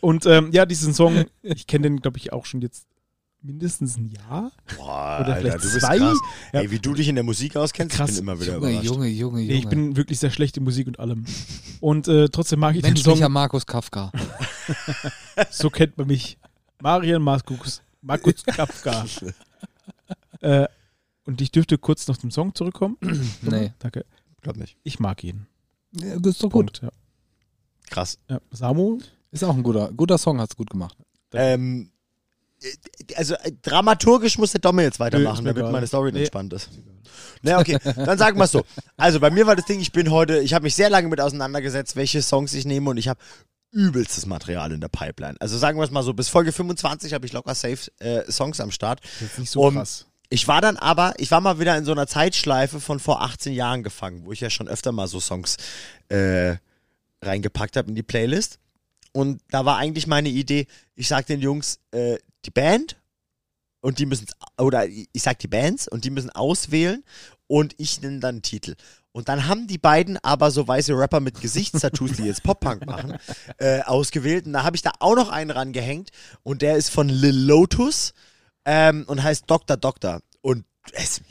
Speaker 1: Und ähm, ja, diesen Song, ich kenne den, glaube ich, auch schon jetzt mindestens ein Jahr.
Speaker 3: Boah,
Speaker 1: Oder
Speaker 3: Alter,
Speaker 1: vielleicht
Speaker 3: du bist
Speaker 1: zwei?
Speaker 3: krass.
Speaker 1: Ja.
Speaker 3: Ey, wie du dich in der Musik auskennst,
Speaker 1: Krass.
Speaker 3: ich bin immer wieder
Speaker 4: Junge,
Speaker 3: überrascht.
Speaker 4: Junge, Junge, Junge.
Speaker 1: Nee, ich bin wirklich sehr schlecht in Musik und allem. Und äh, trotzdem mag ich den
Speaker 4: menschlicher
Speaker 1: Song.
Speaker 4: Markus Kafka.
Speaker 1: So kennt man mich. Marian Markus, Markus Kafka. äh, und ich dürfte kurz noch zum Song zurückkommen.
Speaker 4: nee.
Speaker 1: Danke.
Speaker 3: Glaub nicht.
Speaker 1: Ich mag ihn.
Speaker 4: Ja, ist doch
Speaker 1: Punkt.
Speaker 4: gut.
Speaker 1: Ja.
Speaker 3: Krass.
Speaker 1: Ja. Samu,
Speaker 4: Ist auch ein guter, guter Song, hat's gut gemacht.
Speaker 3: Ähm, äh, also äh, dramaturgisch muss der Domme jetzt
Speaker 1: ist
Speaker 3: weitermachen,
Speaker 1: mir
Speaker 3: damit
Speaker 1: egal.
Speaker 3: meine Story
Speaker 1: Nee.
Speaker 3: entspannt ist. Na okay, dann sagen wir es so. Also bei mir war das Ding, ich bin heute, ich habe mich sehr lange mit auseinandergesetzt, welche Songs ich nehme und ich habe übelstes Material in der Pipeline. Also sagen wir es mal so, bis Folge 25 habe ich locker safe äh, Songs am Start.
Speaker 1: jetzt nicht so
Speaker 3: Um,
Speaker 1: krass.
Speaker 3: Ich war dann aber, ich war mal wieder in so einer Zeitschleife von vor 18 Jahren gefangen, wo ich ja schon öfter mal so Songs äh, reingepackt habe in die Playlist. Und da war eigentlich meine Idee, ich sag den Jungs, äh, die Band und die müssen, oder ich sag die Bands und die müssen auswählen und ich nenne dann einen Titel. Und dann haben die beiden aber so weiße Rapper mit Gesichtstattoos, die jetzt Pop-Punk machen, äh, ausgewählt. Und da habe ich da auch noch einen rangehängt und der ist von Lil Lotus ähm, und heißt Dr. Doctor. Und es,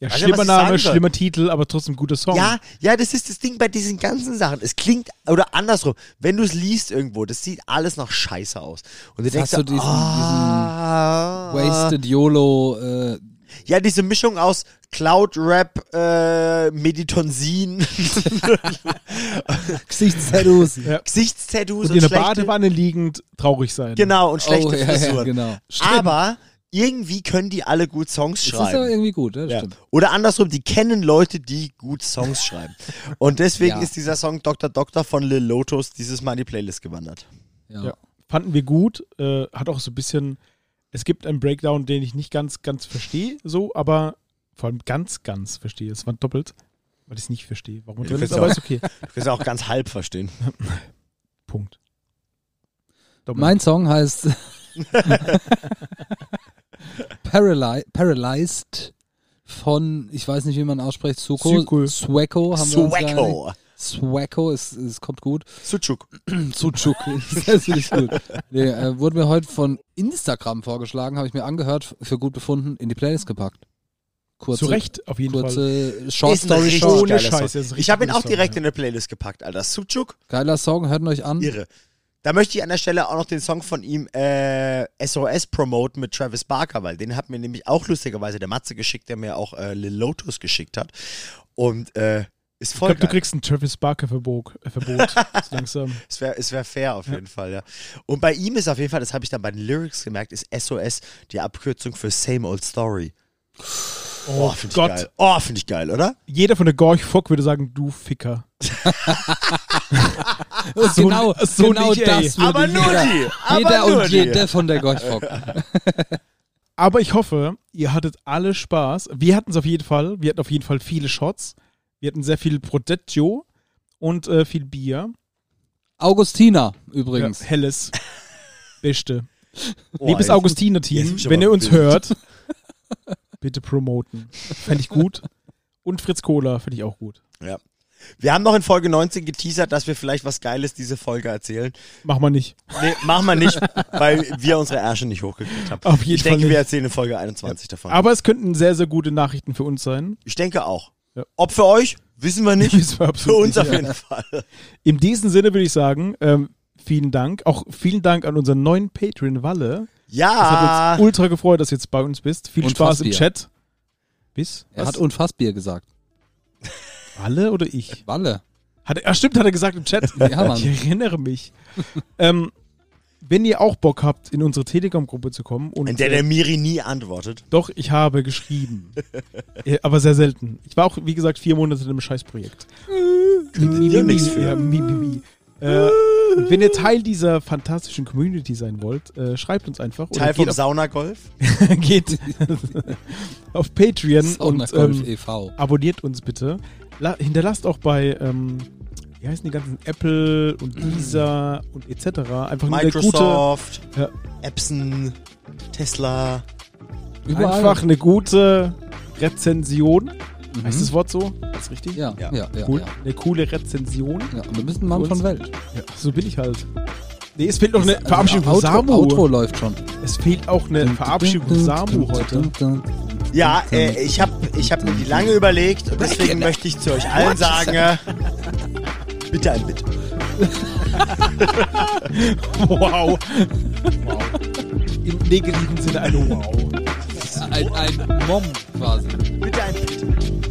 Speaker 1: Ja,
Speaker 3: Weiß ja,
Speaker 1: schlimmer
Speaker 3: was
Speaker 1: Name,
Speaker 3: ich sagen soll.
Speaker 1: schlimmer Titel, aber trotzdem guter Song.
Speaker 3: ja, ja, das ist das Ding bei diesen ganzen Sachen. Es klingt, oder andersrum, wenn du es liest irgendwo, das sieht alles noch scheiße aus. Und du denkst,
Speaker 4: Jetzt hast du diesen-
Speaker 3: ah,
Speaker 4: Wasted YOLO, äh,
Speaker 3: Ja, diese Mischung aus Cloud-Rap, äh, Meditonsin,
Speaker 4: Gesichtstattoos.
Speaker 1: Ja. Und
Speaker 3: Gesichtstattoos und,
Speaker 1: in der
Speaker 3: schlechte-
Speaker 1: Badewanne liegend traurig sein.
Speaker 3: Genau, und schlechte
Speaker 4: oh, ja,
Speaker 3: Frisuren.
Speaker 4: ja, genau.
Speaker 3: Aber irgendwie können die alle gut Songs
Speaker 4: Das ist aber
Speaker 3: schreiben.
Speaker 4: irgendwie gut, ja, das
Speaker 3: Ja.
Speaker 4: stimmt.
Speaker 3: Oder andersrum, die kennen Leute, die gut Songs schreiben. Und deswegen
Speaker 4: Ja.
Speaker 3: ist dieser Song Dr. Doctor von Lil Lotus dieses Mal in die Playlist gewandert.
Speaker 4: Ja.
Speaker 1: Ja. Fanden wir gut. Äh, hat auch so ein bisschen. Es gibt einen Breakdown, den ich nicht ganz, ganz verstehe, so, aber vor allem ganz, ganz verstehe. Es war doppelt, weil ich es nicht verstehe. Warum
Speaker 3: Ja,
Speaker 1: drin
Speaker 3: du
Speaker 1: ist,
Speaker 3: kannst
Speaker 1: aber
Speaker 3: auch-
Speaker 1: ist okay.
Speaker 3: Du kannst auch ganz halb verstehen.
Speaker 1: Punkt. Doppelt.
Speaker 4: Mein Song heißt Paraly Paralyzed von, ich weiß nicht, wie man ausspricht, Suko.
Speaker 1: Suko.
Speaker 4: Swacko haben wir uns geeinigt.
Speaker 3: Swacko.
Speaker 4: Swacko, es, es kommt gut.
Speaker 3: Suchuk.
Speaker 1: Hm,
Speaker 4: Suchuk, das finde ich gut. Nee, äh, wurde mir heute von Instagram vorgeschlagen, habe ich mir angehört, für gut befunden, in die Playlist gepackt. Kurze,
Speaker 1: Zu Recht, auf jeden Fall.
Speaker 4: kurze Short
Speaker 3: Ist ein
Speaker 4: Story
Speaker 3: richtig
Speaker 4: Short.
Speaker 1: Ohne
Speaker 3: geiler
Speaker 1: Scheiß,
Speaker 3: Song.
Speaker 1: das ist ein
Speaker 3: Ich habe ihn
Speaker 1: richtig
Speaker 3: auch
Speaker 1: guter
Speaker 3: direkt
Speaker 1: Song,
Speaker 3: in der Playlist gepackt, Alter. Suchuk,
Speaker 4: Geiler Song, hört ihn euch an.
Speaker 3: irre. Da möchte ich an der Stelle auch noch den Song von ihm äh, SOS promoten mit Travis Barker, weil den hat mir nämlich auch lustigerweise der Matze geschickt, der mir auch äh, Lil Lotus geschickt hat. Und äh, ist
Speaker 1: Ich
Speaker 3: voll
Speaker 1: glaube, du
Speaker 3: geil.
Speaker 1: kriegst ein Travis Barker-Verbot. Äh, Verbot. so langsam.
Speaker 3: Es wäre es wär fair auf jeden Fall, ja. Und bei ihm ist auf jeden Fall, das habe ich dann bei den Lyrics gemerkt, ist SOS die Abkürzung für Same Old Story.
Speaker 1: Oh,
Speaker 3: find ich
Speaker 1: Gott.
Speaker 3: geil. Oh, finde ich geil, oder?
Speaker 1: Jeder von der Gorch Fock würde sagen, du Ficker.
Speaker 4: Und genau,
Speaker 1: so
Speaker 4: genau
Speaker 1: nicht, ey.
Speaker 4: das würde
Speaker 3: Aber nur
Speaker 4: jeder,
Speaker 3: die, aber
Speaker 4: jeder
Speaker 3: nur
Speaker 4: und
Speaker 3: die.
Speaker 4: jede von der Gorchfock.
Speaker 1: Aber ich hoffe, ihr hattet alle Spaß. Wir hatten es auf jeden Fall. Wir hatten auf jeden Fall viele Shots. Wir hatten sehr viel Proteggio und äh, viel Bier.
Speaker 4: Augustina
Speaker 1: Ja,
Speaker 4: übrigens.
Speaker 1: helles. Beste.
Speaker 3: Oh,
Speaker 1: Liebes
Speaker 3: jetzt- jetzt bin
Speaker 1: Augustiner-Team,
Speaker 3: ich
Speaker 1: wenn
Speaker 3: aber
Speaker 1: ihr uns
Speaker 3: wild.
Speaker 1: hört, bitte promoten. Fände ich gut. Und Fritz Kohler finde ich auch gut.
Speaker 3: Ja. Wir haben noch in Folge 19 geteasert, dass wir vielleicht was Geiles diese Folge erzählen.
Speaker 1: Mach mal nicht.
Speaker 3: Nee, machen wir nicht, weil wir unsere Ärsche nicht hochgekriegt haben.
Speaker 1: Auf jeden
Speaker 3: ich
Speaker 1: Fall
Speaker 3: denke, wir
Speaker 1: nicht.
Speaker 3: erzählen in Folge 21 davon.
Speaker 1: Aber es könnten sehr, sehr gute Nachrichten für uns sein.
Speaker 3: ich denke auch.
Speaker 1: Ja.
Speaker 3: Ob für euch, wissen wir nicht.
Speaker 1: Wissen wir
Speaker 3: für
Speaker 1: absolut
Speaker 3: uns
Speaker 1: nicht.
Speaker 3: auf jeden Fall.
Speaker 1: In diesem Sinne würde ich sagen, ähm, vielen Dank. Auch vielen Dank an unseren neuen Patreon Walle. Das hat
Speaker 3: Ja!
Speaker 1: uns ultra gefreut, dass du jetzt bei uns bist. Viel
Speaker 4: Und
Speaker 1: Spaß im
Speaker 4: Fassbier.
Speaker 1: Chat. Bis?
Speaker 4: Er hat Unfassbier gesagt.
Speaker 1: Walle oder ich?
Speaker 4: Walle.
Speaker 1: Hat er, ah, stimmt, hat er gesagt im Chat.
Speaker 4: Ja, Mann.
Speaker 1: ich erinnere mich. ähm, wenn ihr auch Bock habt, in unsere Telegram-Gruppe zu kommen und
Speaker 3: In der der Miri nie antwortet.
Speaker 1: doch, ich habe geschrieben. Äh, Aber sehr selten. Ich war auch, wie gesagt, vier Monate in einem Scheißprojekt.
Speaker 3: Äh, Ja, nichts für.
Speaker 1: Ja, mi, mi, mi. Äh, und wenn ihr Teil dieser fantastischen Community sein wollt, äh, schreibt uns einfach. oder
Speaker 3: Teil vom
Speaker 1: geht
Speaker 3: Saunagolf.
Speaker 1: auf, geht auf Patreon
Speaker 4: Sauna
Speaker 1: und
Speaker 4: Golf
Speaker 1: ähm,
Speaker 4: e.V.
Speaker 1: abonniert uns bitte. La hinterlasst auch bei, ähm, wie heißen die ganzen Apple und Deezer und etc. einfach nur eine gute,
Speaker 3: Microsoft,
Speaker 1: Ja.
Speaker 3: Epson, Tesla.
Speaker 4: Überall.
Speaker 1: einfach eine gute Rezension. Heißt das Wort so? Ist richtig?
Speaker 4: Ja, ja,
Speaker 3: Ja.
Speaker 4: ja. ja,
Speaker 1: Cool.
Speaker 4: ja.
Speaker 1: Eine coole Rezension.
Speaker 4: wir müssen ein Mann
Speaker 1: Cool.
Speaker 4: von Welt.
Speaker 1: Ja, so bin ich halt. Nee, es fehlt noch eine
Speaker 4: Also,
Speaker 1: Verabschiedung von
Speaker 4: Outro,
Speaker 1: Samu.
Speaker 4: Outro läuft schon.
Speaker 1: Es fehlt auch eine Verabschiedung von Samu heute.
Speaker 3: Ja, äh, ich habe ich hab mir die lange überlegt und deswegen möchte ich zu euch allen sagen, äh, bitte ein Bit.
Speaker 1: Wow. Im negativen Sinne ein Wow.
Speaker 4: Ein, ein Mom quasi.
Speaker 3: Bitte ein Bit.